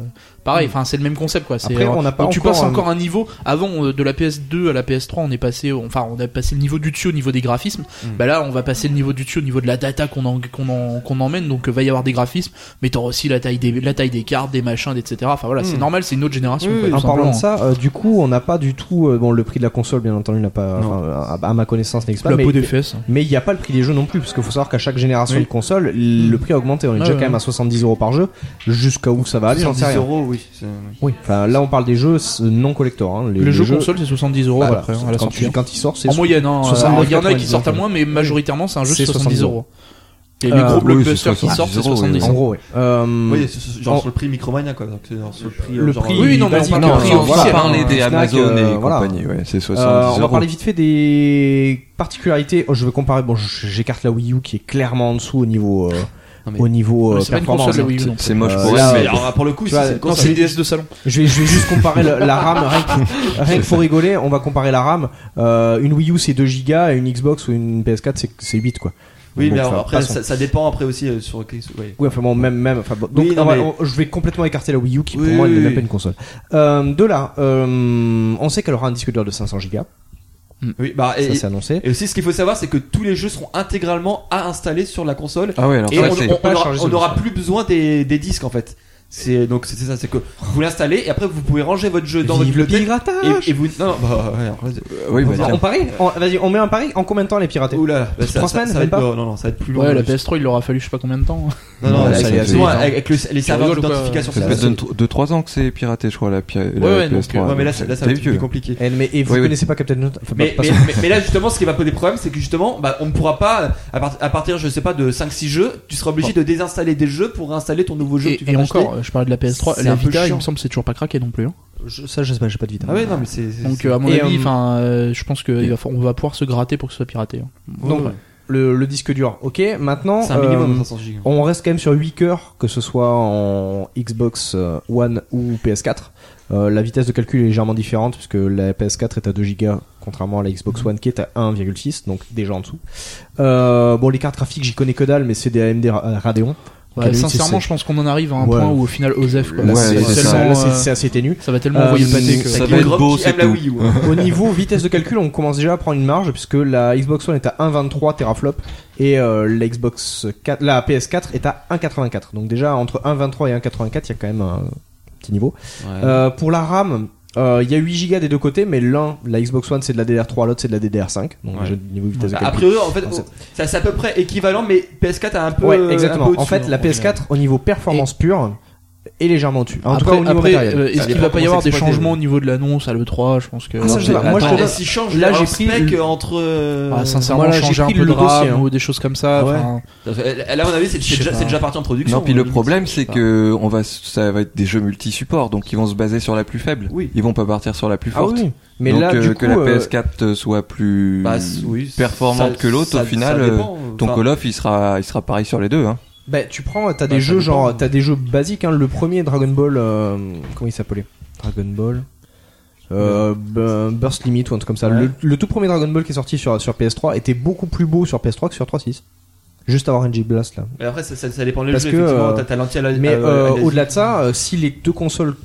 Pareil, enfin c'est le même concept quoi. C'est, Mmh. Après, on n'a pas donc, tu encore passes un- encore un niveau avant euh, de la PS2 à la PS3, on est passé, enfin on a passé le niveau du dessus au niveau des graphismes. Mmh. Bah là, on va passer le niveau du dessus au niveau de la data qu'on en- qu'on en- qu'on emmène, donc euh, va y avoir des graphismes, mais t'auras aussi la taille des la taille des cartes, des machins, etc. Enfin voilà, c'est Hmm. normal, c'est une autre génération. Oui, quoi, oui, tout Mmh. En parlant simplement. hein. de ça, euh, du coup, on n'a pas du tout. euh, bon, le prix de la console, bien entendu, n'a pas. Non. enfin, à, à ma connaissance, n'existe pas. la mais- peau des fesses. Mais il n'y a pas le prix des jeux non plus, parce qu'il faut savoir qu'à chaque génération Oui. de console, le prix a augmenté. On Ah, est déjà ouais. quand même à 70 euros par jeu. Jusqu'à où ça va aller, j'en sais 70 rien. Ah, euros, oui. c'est- Oui. Enfin, là, on parle des jeux euh, non collector. Hein. Les, Le les jeu jeux- console c'est 70 euros Ah, voilà, voilà. après, hein, à la quand, sortie. tu, quand il sort, c'est En moyenne, hein, 69, alors, il y en a qui 99, sortent à moins, mais majoritairement c'est un jeu de C'est 70 70 euros. Et les Euh, gros oui, blockbusters c'est qui sortent, c'est 70 euros, 70. oui. En gros, ouais. Euh, Oui, c'est- c'est- genre en- sur le prix Micromania quoi. donc c'est genre sur le prix. euh, Le genre, prix, Oui, non, mais on basique, parle Ah Non, du euh, prix on va officiel, parler hein. des Fnac, Amazon et euh, voilà. compagnie, ouais, c'est Euh, 70 on va euros. parler vite fait des particularités. Oh, je vais comparer. Bon, je- j'écarte la Wii U qui est clairement en dessous au niveau, euh, Non, mais- au niveau Mais euh, C'est pas une performance. console de Wii U non plus. C'est moche Euh, pour là, elle, c'est- mais alors, pour le coup, Tu si vois, c'est une Non, c'est console. une DS de salon. Je vais, je vais juste comparer la, la RAM. Rien que, rien que pour rigoler, on va comparer la RAM. Euh, une Wii U c'est 2 Go et une Xbox ou une PS4 c'est- c'est 8 quoi. Oui, Donc, mais alors, enfin, après, passons. ça, ça dépend après aussi euh, sur. ouais. Oui, enfin bon, même, même. Enfin, bon, donc, Oui, non, on va- mais- on- je vais complètement écarter la Wii U qui, pour Oui, moi, oui, n'est oui. même pas une console. Euh, de là, euh, on sait qu'elle aura un disque dur de 500 Go. Oui, bah et, Ça, c'est annoncé. et aussi ce qu'il faut savoir, c'est que tous les jeux seront intégralement à installer sur la console. Ah ouais, alors Et ça, on- c'est- on- pas on aura- charger on sur n'aura le site. plus besoin des, des disques en fait. C'est donc c'est c'est ça, c'est que vous l'installez et après vous pouvez ranger votre jeu dans Vive le votre bibliothèque piratage! et, et vous non, non, bah, ouais, alors, vas-y. Euh, Oui, bah, On- tiens. on parie? On- Vas-y, on met un pari. En combien de temps elle est piratée? Oula, bah, ça, Trois ça- semaines, ça va même être, pas non, non, ça va être plus long. Ouais, la je- PS3 il leur a fallu je sais pas combien de temps. Non, non, Ouais, avec- ça allait assez moi, vite, hein. avec, le- les serveurs de rigoles ou quoi notification. Ça fait ça- peut-être 2-3 ans que c'est piraté, je crois, la, pi- la ouais, donc, PS3. euh, Ouais, mais là, ça- là, ça va C'est être plus vieux. compliqué. Elle, Eh, mais, et vous Oui, oui. connaissez pas Captain Note? Enfin, Mais, pas- pas- mais, mais- mais là justement ce qui va poser problème c'est que justement bah, on ne pourra pas à, part- à partir je sais pas de 5-6 jeux tu seras obligé de désinstaller des jeux pour installer ton nouveau jeu que tu Et, viens et d'acheter. encore, je parlais de la PS3, C'est la un peu Vita il chiant. me semble c'est toujours pas craqué non plus. hein. je- ça, je sais pas, j'ai pas de vide. Ah ouais non mais c'est c'est- Donc euh, à mon Et, avis, euh, enfin, euh, je pense qu'on va, fa- on va pouvoir se gratter pour que ce soit piraté. hein. Ouais, donc, ouais. le, le disque dur. Ok, maintenant. C'est un minimum euh, de 500 gigas. on reste quand même sur 8 cœurs, que ce soit en Xbox euh, One ou PS4. Euh, la vitesse de calcul est légèrement différente puisque la PS4 est à 2 Go contrairement à la Mhm. Xbox One qui est à 1,6 donc déjà en dessous. Euh, bon les cartes graphiques j'y connais que dalle mais c'est des AMD Ra- Radeon. Ouais, Quelle Bah, sincèrement, je pense qu'on en arrive à un Ouais. point où au final, Osef, quoi. Là, C'est c'est tellement, ça, là, c'est- euh, c'est assez ténu. ça va tellement Euh, envoyer le pâté que. ça Qui va être grotte beau, qui c'est aime la tout. Wii U. Au niveau vitesse de calcul, on commence déjà à prendre une marge puisque la Xbox One est à 1,23 teraflop et euh, la Xbox 4, la PS4 est à 1,84. Donc déjà entre 1,23 et 1,84, il y a quand même un petit niveau. Euh, pour la RAM, euh, il y a 8 Go des deux côtés, mais l'un, la Xbox One, c'est de la DDR3, l'autre, c'est de la DDR5. Donc Ouais. déjà, niveau vitesse de A calcul. priori, en fait, Ah, c'est- ça- c'est à peu près équivalent, mais PS4 a un peu. ouais, exactement. un peu en fait, au-dessus, la hein, général. PS4 au niveau performance pure est légèrement au-dessus. En tout Après, cas, au niveau après, matériel. euh, Ça est-ce qu'il dépend va pas y comment avoir des c'est exploité, changements au niveau de l'annonce à l'E3 Je pense que. Ah, ça, je sais pas. Attends, Moi, je te Attends, donne- s'ils changent Là, leur j'ai pris spec le- entre. euh, Ah, sincèrement, Voilà, j'ai changer un pris peu de le dossier, RAM hein. ou des choses comme ça. Ouais. enfin, Là, à mon avis, c'est Je sais c'est déjà, pas. c'est déjà parti en production. Non, puis le hein. problème, c'est que on va, ça va être des jeux multi-supports, donc ils vont se baser sur la plus faible. Oui. Ils vont pas partir sur la plus Ah forte. oui. Mais donc là, euh, du coup, que la euh, PS4 soit plus Bah, c- oui, performante ça- que l'autre, ça- au final, ça euh, dépend. ton Enfin, Call of, il sera, il sera pareil sur les deux. Hein. Bah, tu prends, t'as Bah, des ça jeux dépend. genre, t'as des jeux basiques. Hein, le premier Dragon Ball, euh, comment il s'appelait Dragon Ball. Euh, Bu- Burst Limit ou un truc comme ça. Ouais. Le, le tout premier Dragon Ball qui est sorti sur, sur PS3 était beaucoup plus beau sur PS3 que sur 3.6. Juste avant RNG Blast là. Mais après, ça, ça, ça dépend des jeux. Parce que, Effectivement, euh, t'as- t'as l'anti à la- Mais à- à euh, l'Asie. au-delà de ça, euh, si les deux consoles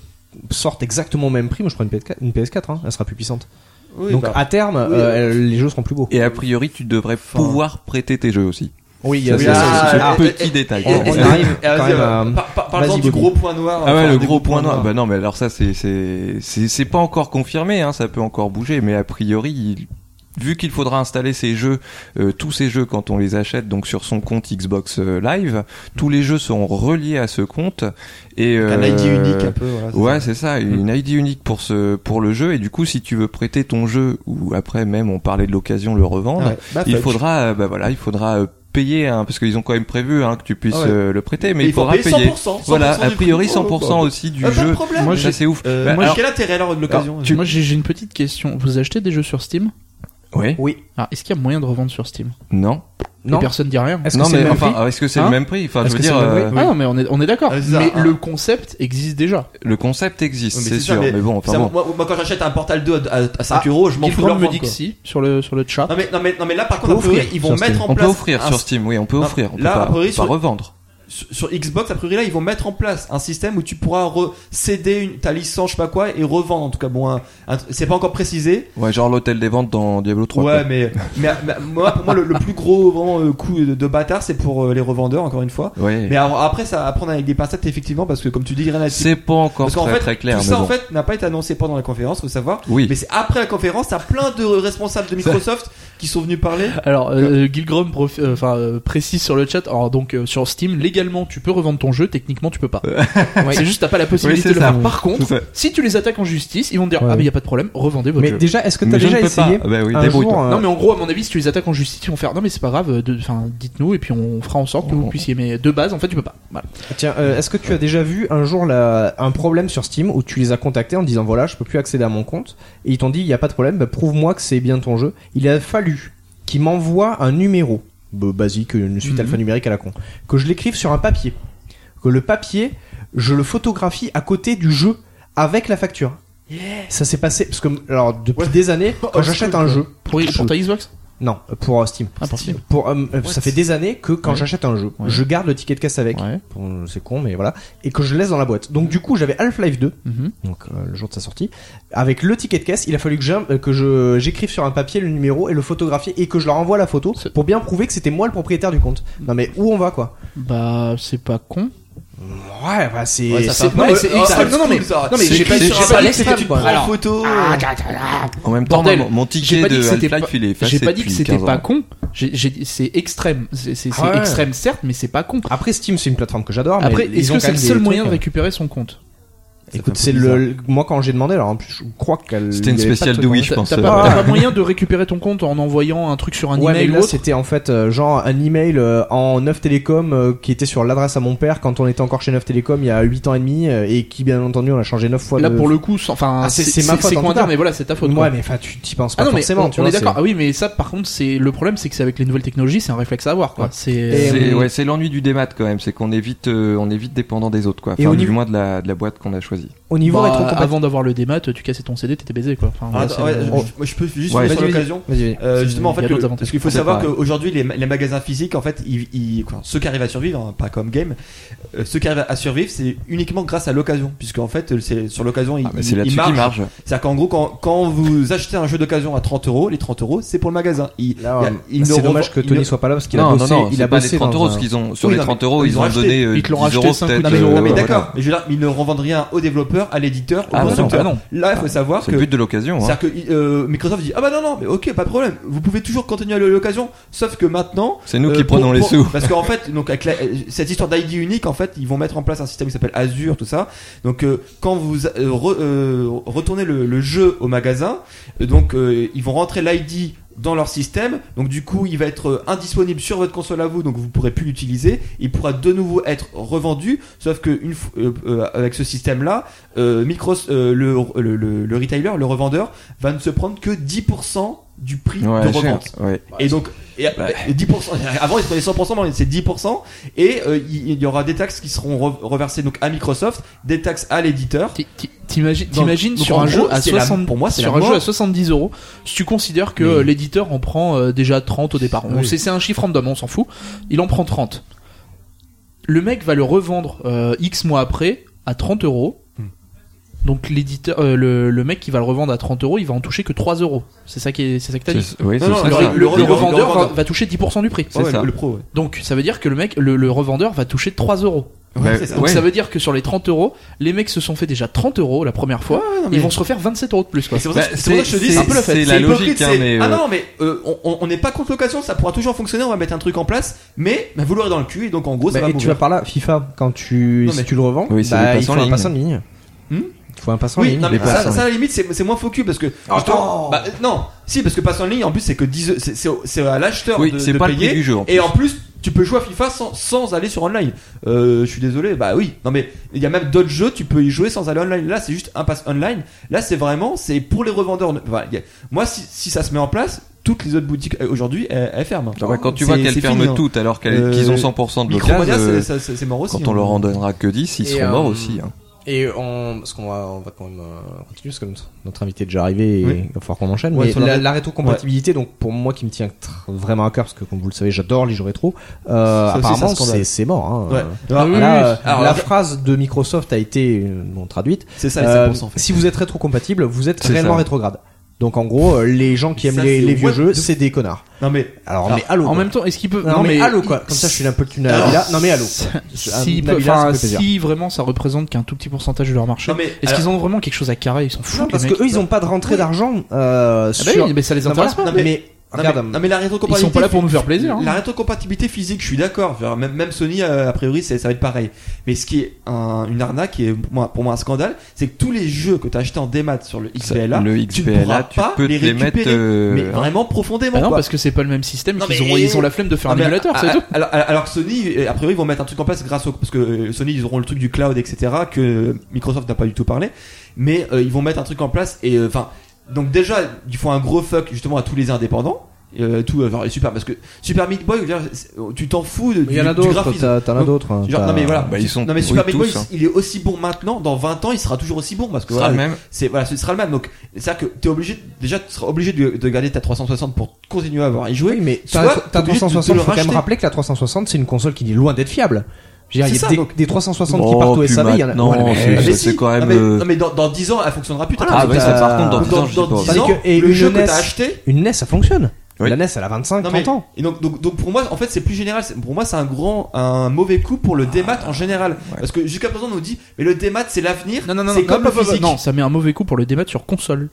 sortent exactement au même prix, moi je prends une PS4, une PS4 hein, elle sera plus puissante. Oui, Donc bah, à terme, euh, elle- les jeux seront plus beaux. Et a priori, tu devrais pouvoir prêter tes jeux aussi. Oui, Ça, oui, c'est ah, ce- ce ah, petit eh, détail. on- on arrive Ah, quand vas-y, même à- euh, par- par- Parle-en vas-y, du Bobby. gros point noir. Ah ouais, enfin, le des gros gros point points noir. noirs. Bah non, mais alors ça, c'est c'est c'est c'est pas encore confirmé, hein, ça peut encore bouger, mais a priori, il- vu qu'il faudra installer ces jeux, euh, tous ces jeux quand on les achète, donc sur son compte Xbox euh, Live, tous les jeux seront reliés à ce compte et Un euh, ID unique un peu. voilà, c'est Ouais, ça. c'est ça, une Mm. ID unique pour ce pour le jeu et du coup si tu veux prêter ton jeu ou après même on parlait de l'occasion le revendre, Ouais. Ah, Bah, il fuck. faudra euh, bah voilà, il faudra euh, payer hein, parce qu'ils ont quand même prévu hein, que tu puisses Ah ouais. euh, le prêter mais Et il faudra payer 100%, 100% payer. Voilà, du a prix. priori Oh, 100% bah. aussi du Ah, pas de jeu. problème. Moi, ça j'ai- c'est ouf. Euh, Bah, moi, alors- Quel intérêt alors de l'occasion Moi, j'ai j'ai une petite question. Vous achetez des jeux sur Steam Oui. Oui. Ah, Est-ce qu'il y a moyen de revendre sur Steam Non. Et Non. personne dit rien. Est-ce que Non c'est le mais même enfin, prix ah, est-ce que c'est Hein le même prix Enfin, Est-ce je veux que c'est dire, le même euh, Ah non, mais on est, on est d'accord. Ah, c'est ça, mais hein. le concept existe déjà. le concept existe, Oui, mais c'est ça, sûr, mais bon, enfin ça, bon. Ah, Moi, moi, quand j'achète un Portal 2 à, à 5 euros, je m'en fous de Guildhall leur me vente, dit que quoi. Ah. si, sur le, sur le chat. Non mais, non, mais, non mais là par On contre, a peut priori, offrir ils vont sur mettre Steam. en On place. peut offrir un- sur Steam, oui, on peut Non, offrir, on peut là, a pas, on priori, peut pas sur- revendre. sur- sur Xbox, a priori là, ils vont mettre en place un système où tu pourras re- céder une, ta licence, je sais pas quoi, et revendre. En tout cas, bon, un- un- c'est pas encore précisé. Ouais, genre l'hôtel des ventes dans Diablo 3. Ouais, mais, mais, mais moi, pour moi, le, le plus gros vraiment, euh, coup de, de bâtard, c'est pour euh, les revendeurs, encore une fois. Ouais. Mais alors, après, ça à prendre avec des pincettes, effectivement, parce que comme tu dis, rien à C'est pas encore parce qu'en très fait, très clair. tout mais ça, en bon. fait, n'a pas été annoncé pendant la conférence, faut savoir. Oui. Mais c'est après la conférence, t'as plein de responsables de Microsoft qui sont venus parler. Alors, euh, Gilgrom prof- euh, enfin, euh, précise sur le chat. Alors, donc, euh, sur Steam, légalement, tu peux revendre ton jeu. Techniquement, tu peux pas. C'est juste, t'as pas la possibilité Oui, de le c'est ça. faire. Par contre, C'est ça. si tu les attaques en justice, ils vont te dire Ouais. Ah, mais y a pas de problème, revendez votre Mais jeu. déjà, est-ce que t'as Mais je déjà ne peux pas. essayé Bah oui, un débrouille-toi. jour, euh, Non mais en gros à mon avis si tu les attaques en justice ils vont faire non mais c'est pas grave de- enfin dites-nous et puis on fera en sorte que vous puissiez mais de base en fait tu peux pas Voilà. Tiens, euh, est-ce que tu as déjà vu un jour la- un problème sur Steam où tu les as contactés en disant voilà, je peux plus accéder à mon compte et ils t'ont dit il n'y a pas de problème, bah, prouve-moi que c'est bien ton jeu. Il a fallu qu'ils m'envoient un numéro, bah, basique, une suite Mhm. alphanumérique à la con, que je l'écrive sur un papier, que le papier, je le photographie à côté du jeu avec la facture. Ça s'est passé parce que alors depuis des années, quand j'achète un jeu, pour, pour ta Xbox non, pour euh, Steam. ah pour Steam Pour, euh, euh, ça fait des années que quand Ouais. j'achète un jeu, Ouais. je garde le ticket de caisse avec. ouais Bon, c'est con mais voilà et que je laisse dans la boîte donc du coup j'avais Half-Life 2 Mhm. donc euh, le jour de sa sortie avec le ticket de caisse il a fallu que j'im- euh, que je j'écrive sur un papier le numéro et le photographier et que je leur envoie la photo C'est- pour bien prouver que c'était moi le propriétaire du compte non mais où on va quoi bah c'est pas con ouais bah c'est Ouais, ça fait c'est- un peu- non, mais ouais, c'est ouais, extra- old non, non, mais school, ça. non mais C'est- j'ai pas c'est- j'ai j'ai pas pas dit que laissé c'était que tu une te preuve. Prends la Alors- photo. Ah, Ah, En même temps, Bordel. mon- mon j'ai ticket pas dit de que c'était pas Half-Life, il est effacé j'ai pas dit que depuis c'était 15 ans. pas con j'ai j'ai dit c'est extrême c'est c'est- c'est Ah ouais. extrême certes mais c'est pas con après Steam c'est une plateforme que j'adore mais après ils est-ce ont que quand c'est le même seul des moyen de trucs, hein. récupérer son compte Écoute, peu c'est bizarre. le. Moi, quand j'ai demandé, alors en plus, je crois qu'elle. C'était une il y avait pas de spéciale truc de en- Wii, je T'as pense. t'as pas, t'as pas moyen de récupérer ton compte en envoyant un truc sur un Ouais, mais email ou là, autre c'était en fait euh, genre un email euh, en 9 Télécom euh, qui était sur l'adresse à mon père quand on était encore chez 9 Télécom il y a 8 ans et demi euh, et qui, bien entendu, on a changé 9 fois Là, de. pour le coup, sans- enfin, Ah, c'est- c'est ma faute, C'est en comment tout cas. dire, mais voilà, c'est ta faute. quoi. Ouais, mais enfin, tu t'y penses pas Ah non, mais forcément, on, tu on vois, est c'est- d'accord. Ah oui, mais ça, par contre, c'est le problème, c'est que c'est avec les nouvelles technologies, c'est un réflexe à avoir, quoi. Ouais. C'est Et- C'est euh, ouais, c'est l'ennui du démat quand même, c'est qu'on est vite, euh, on est vite dépendant des autres, quoi. Et Enfin, au du niveau- moins de la, de la boîte qu'on a choisie. Au niveau Bah, rétrocompatible- avant d'avoir le démat, tu cassais ton CD, t'étais baisé, quoi. Enfin, Ah, voilà, attends, ouais, c'est- je- on- je- moi, je peux juste Ouais. sur Vas-y, vas-y. l'occasion. Vas-y, vas-y. Euh, C'est- justement, en il y fait, a d'autres le- avantages. parce qu'il faut Ah, savoir d'accord, qu'aujourd'hui, les, ma- les magasins physiques, en fait, ils, ils- quoi, ceux qui arrivent à survivre, hein, pas comme Game, euh, ceux qui arrivent à survivre, c'est uniquement grâce à l'occasion, puisque en fait, c'est sur l'occasion, ils, Ah, mais ils- c'est ils là-dessus marchent. qui marche. C'est-à-dire qu'en gros, quand, quand vous achetez un jeu d'occasion à 30 euros, les 30 euros, c'est pour le magasin. Ils- Là, bah, il y a- ils ne c'est revend- dommage que ils Tony ne- soit pas là parce qu'il a non, bossé. non, non, il c'est a pas bossé. les 30 dans euros, un- ce qu'ils ont sur Oui, les non, 30 euros, ils ils, ont ont acheté. donné euh, Ils te l'ont 10 racheté euros cinq peut-être. coups de euh, pied. Non mais voilà. d'accord, mais je veux dire, ils ne revendent rien au développeur, à l'éditeur, au Ah, bah non, constructeur. bah non. Là, il faut savoir C'est que le but de l'occasion. hein. C'est-à-dire que euh, Microsoft dit ah bah non non mais ok pas de problème vous pouvez toujours continuer à l'occasion sauf que maintenant C'est nous euh, qui pour- prenons les pour- sous. parce qu'en fait donc avec la- euh, cette histoire d'ID unique en fait ils vont mettre en place un système qui s'appelle Azure tout ça donc euh, quand vous euh, re- euh, retournez le, le jeu au magasin euh, donc euh, ils vont rentrer l'ID dans leur système, donc du coup il va être euh, indisponible sur votre console à vous, donc vous pourrez plus l'utiliser. Il pourra de nouveau être revendu, sauf que une fo- euh, euh, avec ce système-là, euh, Micros, euh, le, le, le, le retailer, le revendeur, va ne se prendre que 10% du prix de Ouais, j'ai- revente. ouais. Et donc, et, et 10%, avant ils prenaient 100%, maintenant c'est 10%, et euh, il, il y aura des taxes qui seront re- reversées donc à Microsoft, des taxes à l'éditeur. t'i- t'i- T'imagines Donc- t'imagines donc, sur en un gros, jeu à c'est la- 60 pour moi, Ah, c'est sur la un jeu mort. à 70 euros, si tu considères que Mais- euh, l'éditeur en prend euh, déjà 30 au départ, on Oui. sait c'est un chiffre random, on s'en fout, il en prend 30. Le mec va le revendre euh, X mois après à 30 euros. Hmm. Donc l'éditeur, euh, le, le mec qui va le revendre à 30 euros, il va en toucher que 3 euros. C'est ça qui est, c'est ça que t'as dit. C'est- oui, Non, c'est non, ça. Le, Ah, le- le- le revendeur va, revendeur. va toucher 10% du prix. C'est ouais, ça. Le, le pro, ouais. Donc ça veut dire que le mec, le, le revendeur va toucher 3 euros. Ouais, Mais- c'est ça. Donc Ouais. ça veut dire que sur les 30 euros, les mecs se sont fait déjà 30 euros la première fois. Ouais, non, Ah, mais- Ils vont se refaire 27 euros de plus quoi. Et C'est pour, ça Bah, que- c'est pour ça que je te dis, c'est- c'est un peu la fête. c'est la C'est hypocrite, logique, hein, c'est- mais, Ah euh, non, mais euh, on- on on n'est pas contre location, ça pourra toujours fonctionner, on va mettre un truc en place, mais va vouloir dans le cul, et donc en gros, ça Bah, va et tu vas mourir. par là, FIFA, quand tu, Non, mais- si tu le revends, Oui, c'est bah, les il passes en faut un ligne. passant de ligne. Hmm il faut un passant en Oui, ligne. non, mais les passes ça, en ça, à la limite, c'est c'est moins faux cul parce que. justement, bah, non, si, parce que passe en ligne, en plus, c'est que 10 c'est- c'est au- c'est à l'acheteur Oui, de, c'est de pas le prix payer. du jeu. en et en plus, tu peux jouer à FIFA sans, sans aller sur online. Euh, je suis désolé, bah oui. Non, mais il y a même d'autres jeux, tu peux y jouer sans aller online. Là, c'est juste un pass online. Là, c'est vraiment, c'est pour les revendeurs. Enfin, il y a- moi, si, si ça se met en place, toutes les autres boutiques euh, aujourd'hui, elles, elles ferment. Ah ouais, quand tu vois C'est- qu'elles c'est ferment fini, hein. toutes alors qu'elles- Euh, qu'ils ont 100% de l'occasion, Micromania, euh, c'est- ça- c'est c'est mort aussi. quand on hein. leur en donnera que 10, ils Et, seront euh, morts aussi. hein. Et on, parce qu'on va, on va quand même euh, continuer parce que notre- notre invité est déjà arrivé et Oui. il va falloir qu'on enchaîne. Ouais, mais sur la la, ré- la rétrocompatibilité, donc pour moi qui me tient tr- vraiment à cœur, parce que comme vous le savez, j'adore les jeux rétro, euh, Ça aussi, apparemment c'est un scandale. c'est c'est mort. Hein. Ouais. Euh, Ah oui, oui, là, oui. euh, Alors, la alors- phrase de Microsoft a été euh, bon traduite. C'est ça, les Euh, 5%, en fait. Si vous êtes rétrocompatible, vous êtes C'est réellement ça. rétrograde. Donc en gros, euh, les gens Ça, qui aiment les, c'est les vieux what jeux, the- Ah, c'est des connards. Non, mais. Alors, Alors, mais allô. En quoi. même temps, est-ce qu'ils peuvent non, mais, allô quoi. Comme ça, je suis un peu le tunnel à Alors, Nabila. Non mais allô. Un si, Nabila, ça enfin, fait plaisir. si vraiment ça représente qu'un tout petit pourcentage de leur marché, Non, mais. est-ce alors- qu'ils ont vraiment quelque chose à carrer Ils s'en foutent. Non, parce les que mecs. eux, ils ont pas de rentrée d'argent euh, Ah bah sur. oui, mais ça les Non, intéresse voilà. pas. Non, mais, Non, regarde, mais- euh, non, mais la euh, Ils rétrocompatibilité sont pas là pour nous faire plaisir. hein. La rétrocompatibilité physique, je suis d'accord. Genre, Même, même Sony, euh, a priori, c'est- ça va être pareil. Mais ce qui est un- une arnaque et pour moi, pour moi un scandale, c'est que tous les jeux que tu as achetés en démat sur le XBLA, le tu ne pourras XBLA, tu pas peux les te les mettre. récupérer. euh, mais hein. vraiment profondément. Bah non, quoi. parce que c'est pas le même système. Non, qu'ils mais- ont, ils ont la flemme de faire Ah, un mais émulateur, à- c'est à- tout. Alors, alors- alors que Sony, euh, a priori, ils vont mettre un truc en place grâce au parce que euh, Sony ils auront le truc du cloud, etc. que Microsoft n'a pas du tout parlé, mais euh, ils vont mettre un truc en place et euh, enfin donc déjà ils font un gros fuck justement à tous les indépendants. Euh, tout euh, genre, et super parce que Super Meat Boy je veux dire, c'est- euh, tu t'en fous de, Mais du, il y en a du d'autres, graphisme t'as- t'en as Donc, d'autres. hein, genre, t'as- non mais voilà Bah, ils sont non mais oui, Super Meat Boy tous, hein. il est aussi bon maintenant dans 20 ans il sera toujours aussi bon parce que Ce sera voilà, le même. c'est voilà ce sera le même donc c'est à dire que t'es obligé déjà tu seras obligé de, de garder ta 360 pour continuer à avoir à y jouer Oui, mais Soit ta t'es ta obligé de- de 360, le faut quand même racheter. rappeler que la 360, c'est une console qui est loin d'être fiable. Je veux dire, C'est il y ça, a des, donc. des 360 qui Oh, partent au puis SAV, il y en a. maintenant, Ouais, mais- c'est- Ah, mais ça, c'est quand même, non, mais, euh, non, mais dans, dans 10 ans, elle fonctionnera plus. t'as Ah, Ah, raison. ouais, t'as- ça, par contre, dans Donc, 10 ans, j'y dans, dans pense. 10 Tandis ans, que- et le une jeu que NES. t'as acheté. Une NES, ça fonctionne. Oui. La NES, elle a 25, Non, mais- 30 ans. et donc, donc, donc pour moi, en fait, c'est plus général. C'est- Pour moi, c'est un grand, un mauvais coup pour le Ah, démat en général. Parce que jusqu'à présent, on nous dit, mais le démat, c'est l'avenir. Non, non, non, c'est non, comme non, le physique. non, ça met un mauvais coup pour le débat sur console.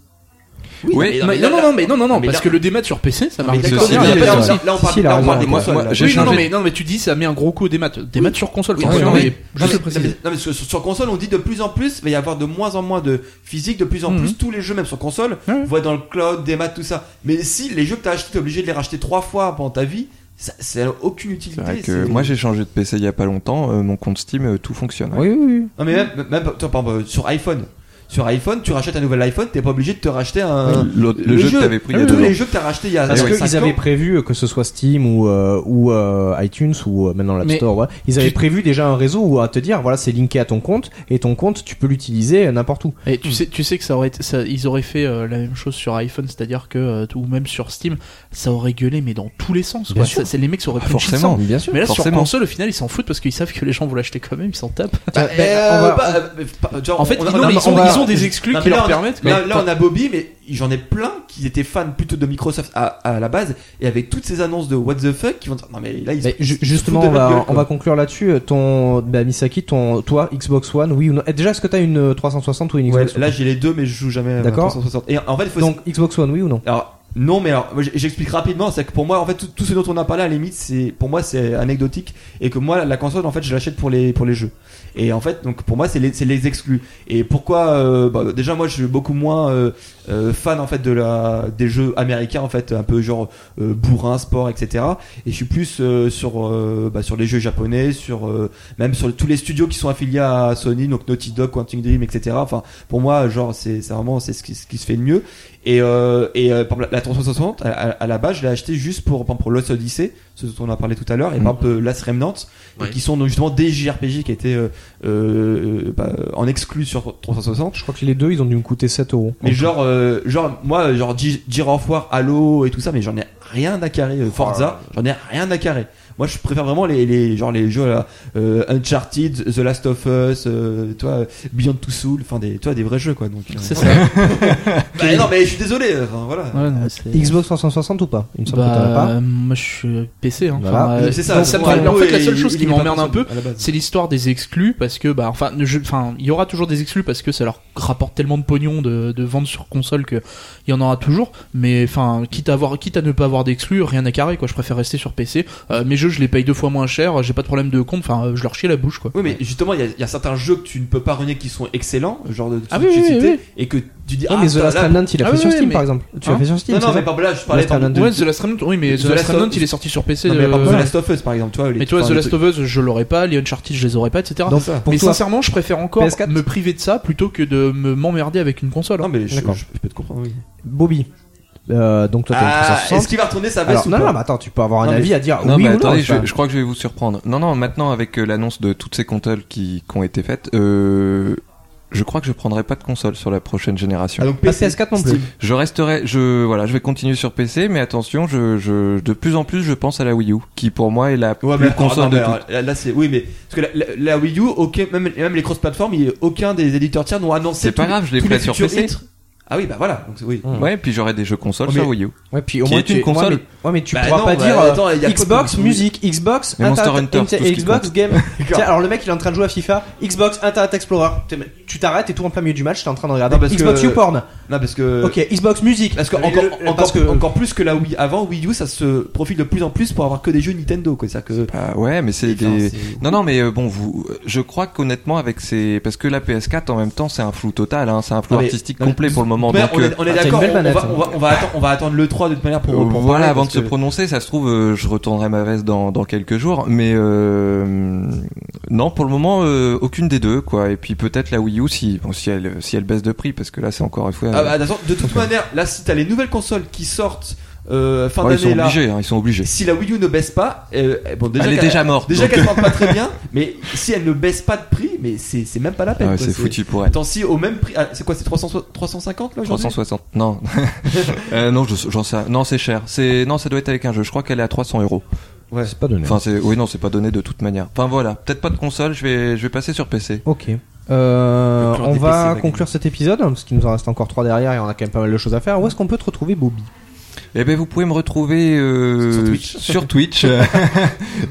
Oui, Mais- non, non, non, mais non, non, non, parce que le démat sur PC, ça marche. Mais plutôt d'accord, bien, mais y a pas là, de là, souci. là, on parle, Si, si, là, on là, parle là, des moi, consoles. moi, là. j'ai Oui, non, changé non, de- mais, non, mais tu dis ça met un gros coup au démat. Démat sur console, Oui, forcément, oui, mais Non, juste mais- le préciser. non, mais- non, mais sur, sur console, on dit de plus en plus, il va y avoir de moins en moins de physique, de plus en Mhm. plus tous les jeux, même sur console, Ouais. vont être dans le cloud, des maths, tout ça. Mais si les jeux que t'as achetés, t'es obligé de les racheter trois fois pendant ta vie, ça, ça n'a aucune C'est utilité. vrai que c'est- moi j'ai changé de PC il y a pas longtemps, euh, mon compte Steam euh, tout fonctionne. Oui, oui, oui. Non, mais même, même toi, par exemple, sur iPhone. Sur iPhone, tu rachètes un nouvel iPhone, t'es pas obligé de te racheter un. L'autre- Le, jeu que t'avais pris il y a tous deux Ah les ans. jeux que t'as racheté il y a Parce ouais, cinq qu'ils ans. avaient prévu que ce soit Steam ou, euh, ou euh, iTunes ou euh, maintenant l'App Mais Store, ouais. ils avaient tu- prévu déjà un réseau où à te dire voilà c'est linké à ton compte et ton compte tu peux l'utiliser euh, n'importe où. Et tu sais, tu sais que ça aurait, été- ça- ils auraient fait euh, la même chose sur iPhone, c'est-à-dire que euh, ou même sur Steam, ça aurait gueulé mais dans tous les sens. Bien Quoi. sûr. Ça, c'est les mecs qui auraient Ah, pris le shit forcément. sans. bien sûr. Mais là sur Forcément. console, au final, ils s'en foutent parce qu'ils savent que les gens vont l'acheter quand même, ils s'en tapent. Bah, Tiens, euh, ben, on va- bah, euh, bah, genre, en fait, on a- ils, on non, a- mais ils on ont, va- ils ont des exclus Non, qui mais leur là, on- permettent. Là, mais- là, on a Bobby, mais j'en ai plein qui étaient fans plutôt de Microsoft à, à la base, et avec toutes ces annonces de What the fuck, qui vont dire non mais là ils. Mais ils se ju- foutent de justement, on votre va, gueule, on quoi. va conclure là-dessus. Euh, Ton, bah, Misaki, ton, toi, Xbox One, oui ou non Eh, Déjà, est-ce que t'as une euh, 360 ou une Ouais, Xbox One là j'ai les deux, mais je joue jamais. à la D'accord. 360. Et en fait, il faut. Donc, Xbox One, oui ou non Alors non, mais alors moi, j- j'explique rapidement, c'est que pour moi, en fait, tout, tout ce dont on a parlé à la limite, c'est pour moi c'est anecdotique, et que moi la console, en fait, je l'achète pour les pour les jeux. Et en fait, donc pour moi, c'est les, c'est les exclus. Et pourquoi euh, bah, Déjà, moi, je suis beaucoup moins euh, euh, fan en fait de la des jeux américains en fait, un peu genre euh, bourrin, sport, etc. Et je suis plus euh, sur euh, bah, sur les jeux japonais, sur euh, même sur tous les studios qui sont affiliés à Sony, donc Naughty Dog, Quantic Dream, etc. Enfin, pour moi, genre, c'est c'est vraiment c'est ce qui, ce qui se fait de mieux. Et euh, et euh, par exemple, la 360, à, à- à la base, je l'ai acheté juste pour par exemple, pour Lost Odyssey, ce dont on a parlé tout à l'heure, et par exemple euh, Last Remnant, et Ouais. qui sont donc justement des JRPG qui étaient euh, euh, bah, en exclu sur 360. Je crois que les deux, ils ont dû me coûter 7 euros. Mais genre, euh, genre, moi, genre, G- Gear of War, Halo et tout ça, mais j'en ai rien à carrer. euh, Forza, j'en ai rien à carrer. Moi, je préfère vraiment les, les genre les jeux là, euh, Uncharted, The Last of Us, euh, toi, euh, Beyond Two Soul, enfin des, toi, des vrais jeux quoi. Donc, euh, C'est ça. voilà. Bah, non, mais je suis désolé. Enfin voilà. Ouais, non, c'est- Xbox 360 ou pas Il me semble que t'en as Bah, pas. euh, moi je suis PC. Hein. Voilà. Enfin, Mais euh, c'est ça, ça. ça me pour moi, fait- en fait, la Halo, seule il- chose il qui est pas m'emmerde un console, peu, à la base. c'est l'histoire des exclus parce que bah enfin je- enfin il y aura toujours des exclus parce que ça leur rapporte tellement de pognon de, de ventes sur console que il y en aura toujours mais enfin quitte à avoir quitte à ne pas avoir d'exclus rien à carrer quoi je préfère rester sur PC Euh, mes jeux je les paye deux fois moins cher j'ai pas de problème de compte enfin euh, je leur chie la bouche quoi Oui, mais justement, il y, a- il y a certains jeux que tu ne peux pas renier qui sont excellents, genre de Ah que oui, j'ai oui, cité, oui. et que tu dis Non, ah mais The putain, Last là- Remnant, il a Ah fait oui, sur oui, Steam, mais- par exemple. Tu Hein l'as fait sur Steam Non, non, c'est mais ça par là, je parlais Last par- Remnant non, deux. ouais The Last Remnant oui mais The The, Last Last Remnant of- il est sorti sur PC mais par euh, contre, The Last of Us, par exemple, tu vois. les- mais tu vois enfin, The les Last trucs- of Us je l'aurais pas les Uncharted je les aurais pas etc Donc, ça. pour mais toi, sincèrement je préfère encore PS4. me priver de ça plutôt que de me m'emmerder avec une console hein. Non, mais je, D'accord. je- je peux te comprendre, oui. Bobby. Euh, donc toi, t'as une Ah, 360. est-ce qu'il va retourner sa veste Alors, ou non, pas non, mais attends, tu peux avoir un Non, mais- avis à dire Non oui mais ou attendez, non. je, ça. je crois que je vais vous surprendre. Non non, maintenant avec euh, l'annonce de toutes ces consoles qui, qui ont été faites, euh, je crois que je prendrai pas de console sur la prochaine génération. Ah, donc Pas PC. PS4 non plus. Je resterai, je voilà, je vais continuer sur PC, mais attention, je, je de plus en plus je pense à la Wii U, qui pour moi est la Ouais, mais plus attends, console non, de mais euh, toutes. alors, là, là, c'est oui, mais parce que la, la- la Wii U, aucun, même, même les cross-platforms, il- aucun des éditeurs tiers n'ont annoncé. C'est pas tous les- grave, je l'ai tous pris les sur futurs PC. titres. Ah oui, bah voilà. Donc, c'est- oui. Hum. Ouais, puis j'aurais des jeux consoles Oh, mais- sur Wii U. Ouais, puis au Qui moins est une tu au moins, console. mais- Ouais, mais tu Bah pourras non, pas bah, dire euh, attends, il y a quoi Xbox comme- musique, Xbox Mais Monster Internet- Hunter, Inter- tout ce qui Xbox compte. Game. Tiens, alors le mec il est en train de jouer à FIFA, Xbox Internet Explorer. T'es- mais Tu t'arrêtes et tout en plein milieu du match, t'es en train de regarder Non, parce Xbox que- YouPorn. Non, parce euh, que. OK, Xbox Music. Parce que Le- encore, le- encore, parce que- encore plus que la Wii avant Wii U ça se profile de plus en plus pour avoir que des jeux Nintendo quoi c'est que Bah ouais, mais c'est Enfin, des. c'est- Non non, mais euh, bon, vous, je crois qu'honnêtement avec ces, parce que la PS4 en même temps c'est un flou total, hein, c'est un flou Non, mais- artistique non, mais- complet pour le moment. Mais donc, on euh, est, on est Ah, t'as d'accord une on, belle on va, manette. on, va, on va attendre, on va attendre le 3 de toute manière pour, pour parler, voilà, avant de parce se que- prononcer, ça se trouve, euh, je retournerai ma veste dans, dans quelques jours, mais euh, non, pour le moment, euh, aucune des deux, quoi. Et puis peut-être la Wii U si, bon, si elle, si elle baisse de prix, parce que là, c'est encore une fois. Ah euh, bah, d'accord, de toute manière, là, si t'as les nouvelles consoles qui sortent euh, fin ouais, ils sont d'année là, obligés, hein, ils sont obligés. si la Wii U ne baisse pas, euh, bon déjà elle est qu'elle- déjà morte. déjà donc, qu'elle ne pas très bien, mais si elle ne baisse pas de prix, mais c'est c'est même pas la ah peine. ouais, quoi, c'est foutu pour elle. Attends, si au même prix, ah, c'est quoi, c'est 300 350 là aujourd'hui 360. Non, Euh, non, je- j'en sais. Non, c'est cher. C'est non, ça doit être avec un jeu. Je crois qu'elle est à 300 euros. Ouais. C'est pas donné. Enfin, c'est oui, non, c'est pas donné de toute manière. Enfin voilà, peut-être pas de console. Je vais, je vais passer sur PC. Ok. Euh, Le plan on des PC, va d'accord. conclure cet épisode hein, parce qu'il nous en reste encore trois derrière et on a quand même pas mal de choses à faire. Où est-ce qu'on peut te retrouver, Bobby Eh ben vous pouvez me retrouver euh, Sur Twitch. sur, Twitch, euh,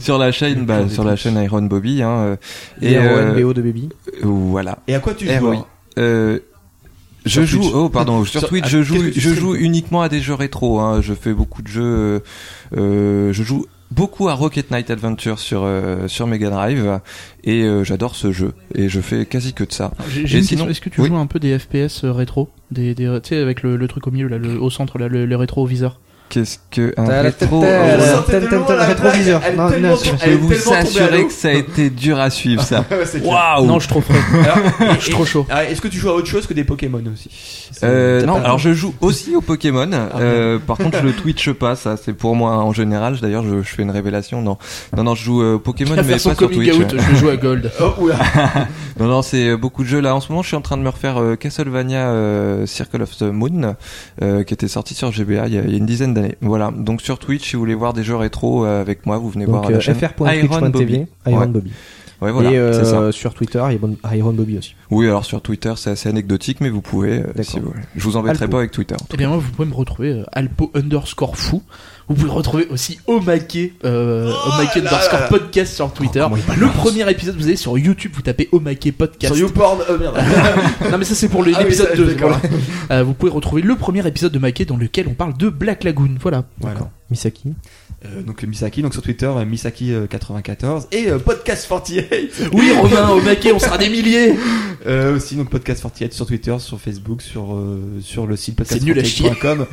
sur la chaîne, bah, sur la chaîne Iron Bobby, hein, euh, et Et euh, BO de Baby. voilà. Et à quoi tu Eh joues hein oui. alors Euh, Je Sur joue, Twitch. oh pardon, sur Sur- Twitch, ah, je joue, qu'est-ce que tu je streames, joue toi uniquement à des jeux rétro. Hein. Je fais beaucoup de jeux. euh, euh, je joue beaucoup à Rocket Knight Adventure sur euh, sur Mega Drive et euh, j'adore ce jeu et je fais quasi que de ça. J'ai Et j'ai une sinon- question. Est-ce que tu oui. joues un peu des FPS euh, rétro des, des, Tu sais, avec le, le truc au milieu, là, le- au centre, là, le, le rétro au viseur Qu'est-ce que un T'as la rétro tête- oh, Euh, Elle Elle a- sortait de tel- tel- l'eau, tel- la rétroviseur. blague, elle est Non, tellement non, tombée- Je elle est vous tellement tombée à s'assurer l'eau. que ça a été dur à suivre ça. Ouais, Ah, c'est clair. Waouh. Non, je suis trop frais. Alors, Je suis trop chaud. ah, Est-ce que tu joues à autre chose que des Pokémon aussi Euh, T'as non, pas le alors temps. je joue aussi au Pokémon. Euh, par contre, je le Twitch pas. Ça, c'est pour moi en général. D'ailleurs, je, je fais une révélation. Non, non, non, je joue euh, au Pokémon, mais À pas faire son sur Twitch. coming out, je vais jouer à Gold. Oh, oula. Non, non, c'est euh, beaucoup de jeux. Là, en ce moment, je suis en train de me refaire euh, Castlevania euh, Circle of the Moon, euh, qui était sorti sur GBA il y a, il y a une dizaine d'années. Voilà. Donc sur Twitch, si vous voulez voir des jeux rétro euh, avec moi, vous venez voir Donc la euh, chaîne Iron Bobby. fr.twitch.tv Iron Ouais. Bobby. Ouais, voilà, Et c'est ça. euh, sur Twitter, Iron- Iron Bobby aussi. Oui, alors sur Twitter, c'est assez anecdotique, mais vous pouvez. euh, D'accord. si vous voulez. Je vous embêterai Alpo. pas avec Twitter. Eh bien, moi, vous pouvez me retrouver euh, Alpo underscore fou. Vous pouvez retrouver aussi Omake, euh, Oh Omake là underscore là. podcast sur Twitter. comment il le premier épisode, vous allez sur YouTube, vous tapez Omake podcast. Sur YouPorn, oh merde. non, mais ça, c'est pour le- Ah oui, l'épisode ça, 2. d'accord. voilà. Euh, vous pouvez retrouver le premier épisode de Make dans lequel on parle de Black Lagoon. Voilà. Voilà. Misaki. Euh, donc Misaki, donc sur Twitter euh, Misaki94 et euh, Podcast48. Oui, Romain, Omake, on sera des milliers. Euh, aussi donc Podcast48 sur Twitter, sur Facebook, sur euh, sur le site C'est nul à chier. podcast48.com.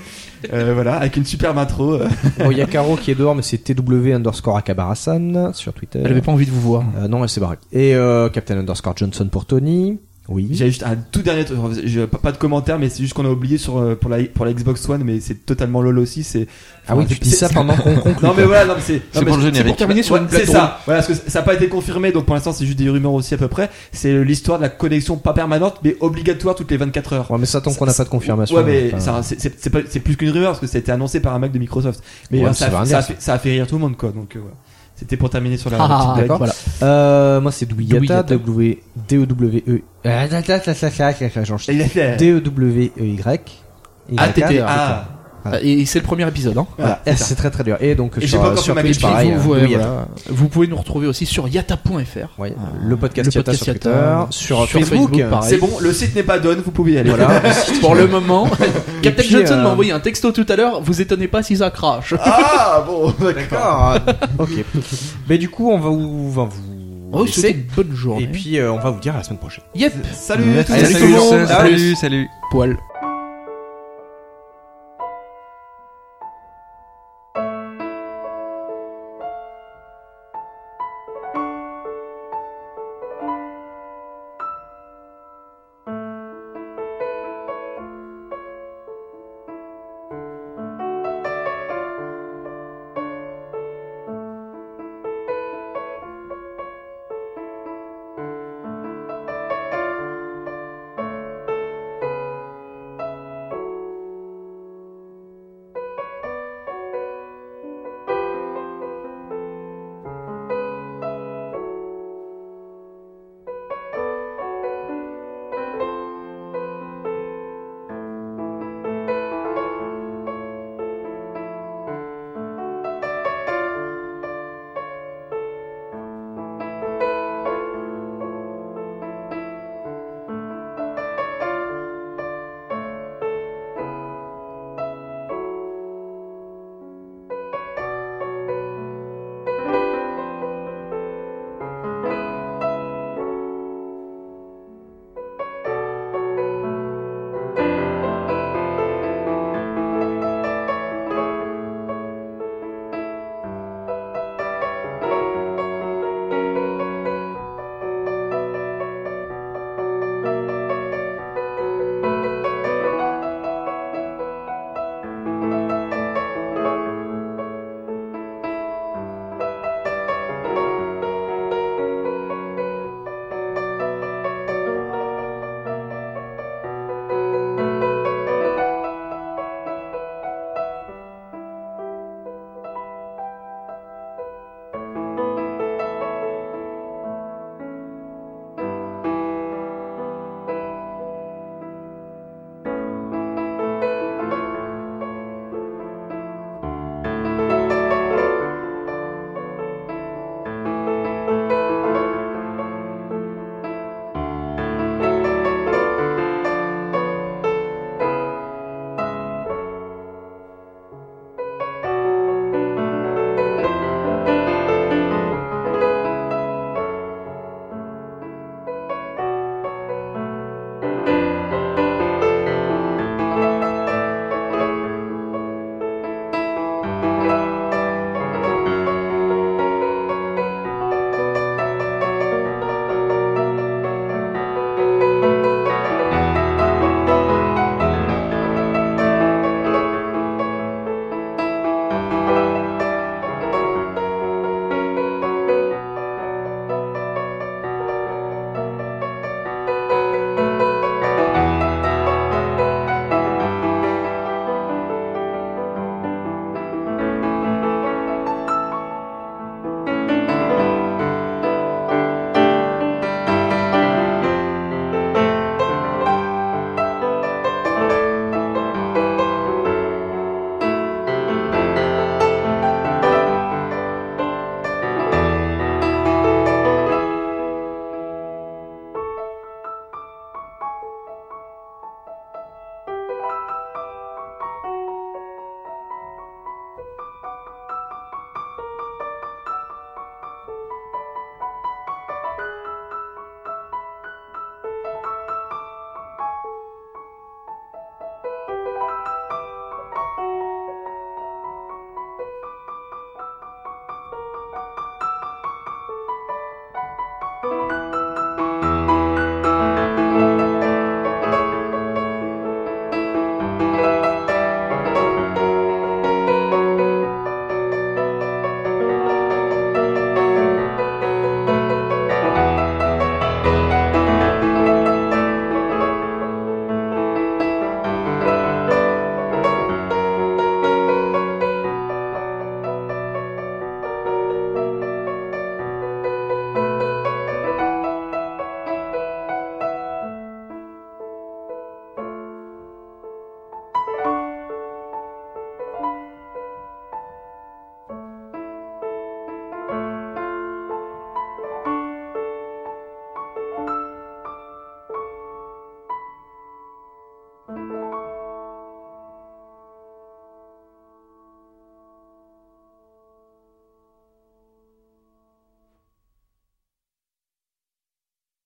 euh, voilà, avec une superbe intro. euh. Bon, il y a Caro qui est dehors, mais c'est TW underscore Akabarasan sur Twitter. Elle avait pas envie de vous voir. Euh, non, elle s'est barrée. Et euh, Captain underscore Johnson pour Tony. Oui. J'avais juste un tout dernier truc, je- pas, pas de commentaire mais c'est juste qu'on a oublié sur euh, pour la pour la Xbox One mais c'est totalement lol aussi, c'est Ah oui, Enfin, tu dis ça c'est- pendant qu'on conclut. Non mais voilà, non mais c'est non, C'est mais pour le C'est pour générique. terminer sur Ouais, une c'est plateforme. ça. Voilà, parce que ça n'a pas été confirmé, donc pour l'instant c'est juste des rumeurs aussi à peu près. C'est l'histoire de la connexion pas permanente, mais obligatoire toutes les 24 heures. Ouais, mais ça tombe qu'on n'a pas de confirmation. Ouais, mais Enfin, ça, c'est- c'est c'est pas- c'est plus qu'une rumeur parce que c'était annoncé par un mec de Microsoft. Mais Ouais, euh, c'est ça, pas un ça, a gars, fait, ça a fait rire tout le monde, quoi. Donc euh, voilà. C'était pour terminer sur la. Ah, petite blague. d'accord. Voilà. Euh, moi, c'est Douyata. Douyata. W D O W E. Ah, là, là, là, là, là, là, là, j'enchaîne. Il a fait. D O W E Y. ATTA. Ah, Voilà. Et c'est le premier épisode. Hein. Voilà. Eh, C'est très très dur. Et donc Et j'ai sur, pas encore sur fait ma Twitch, clip. pareil. hein. Vous- ouais, Douyata. voilà. Vous pouvez nous retrouver aussi sur yata.fr. Ouais, le podcast Le Yata podcast sur Twitter, Yata. sur, Sur Facebook, Facebook, pareil. ah, C'est bon, le site n'est pas donne, vous pouvez y aller. Voilà. Pour le moment, Captain puis, Johnson euh, m'a envoyé un texto tout à l'heure. Vous étonnez pas si ça crache. Ah bon, d'accord. D'accord. ok. Mais du coup, on va vous, on va vous Oh, laisser. c'était une bonne journée. Et puis, euh, on va vous dire à la semaine prochaine. yep, Salut, à tous. Allez, Salut salut, tout le monde. salut, salut. poil.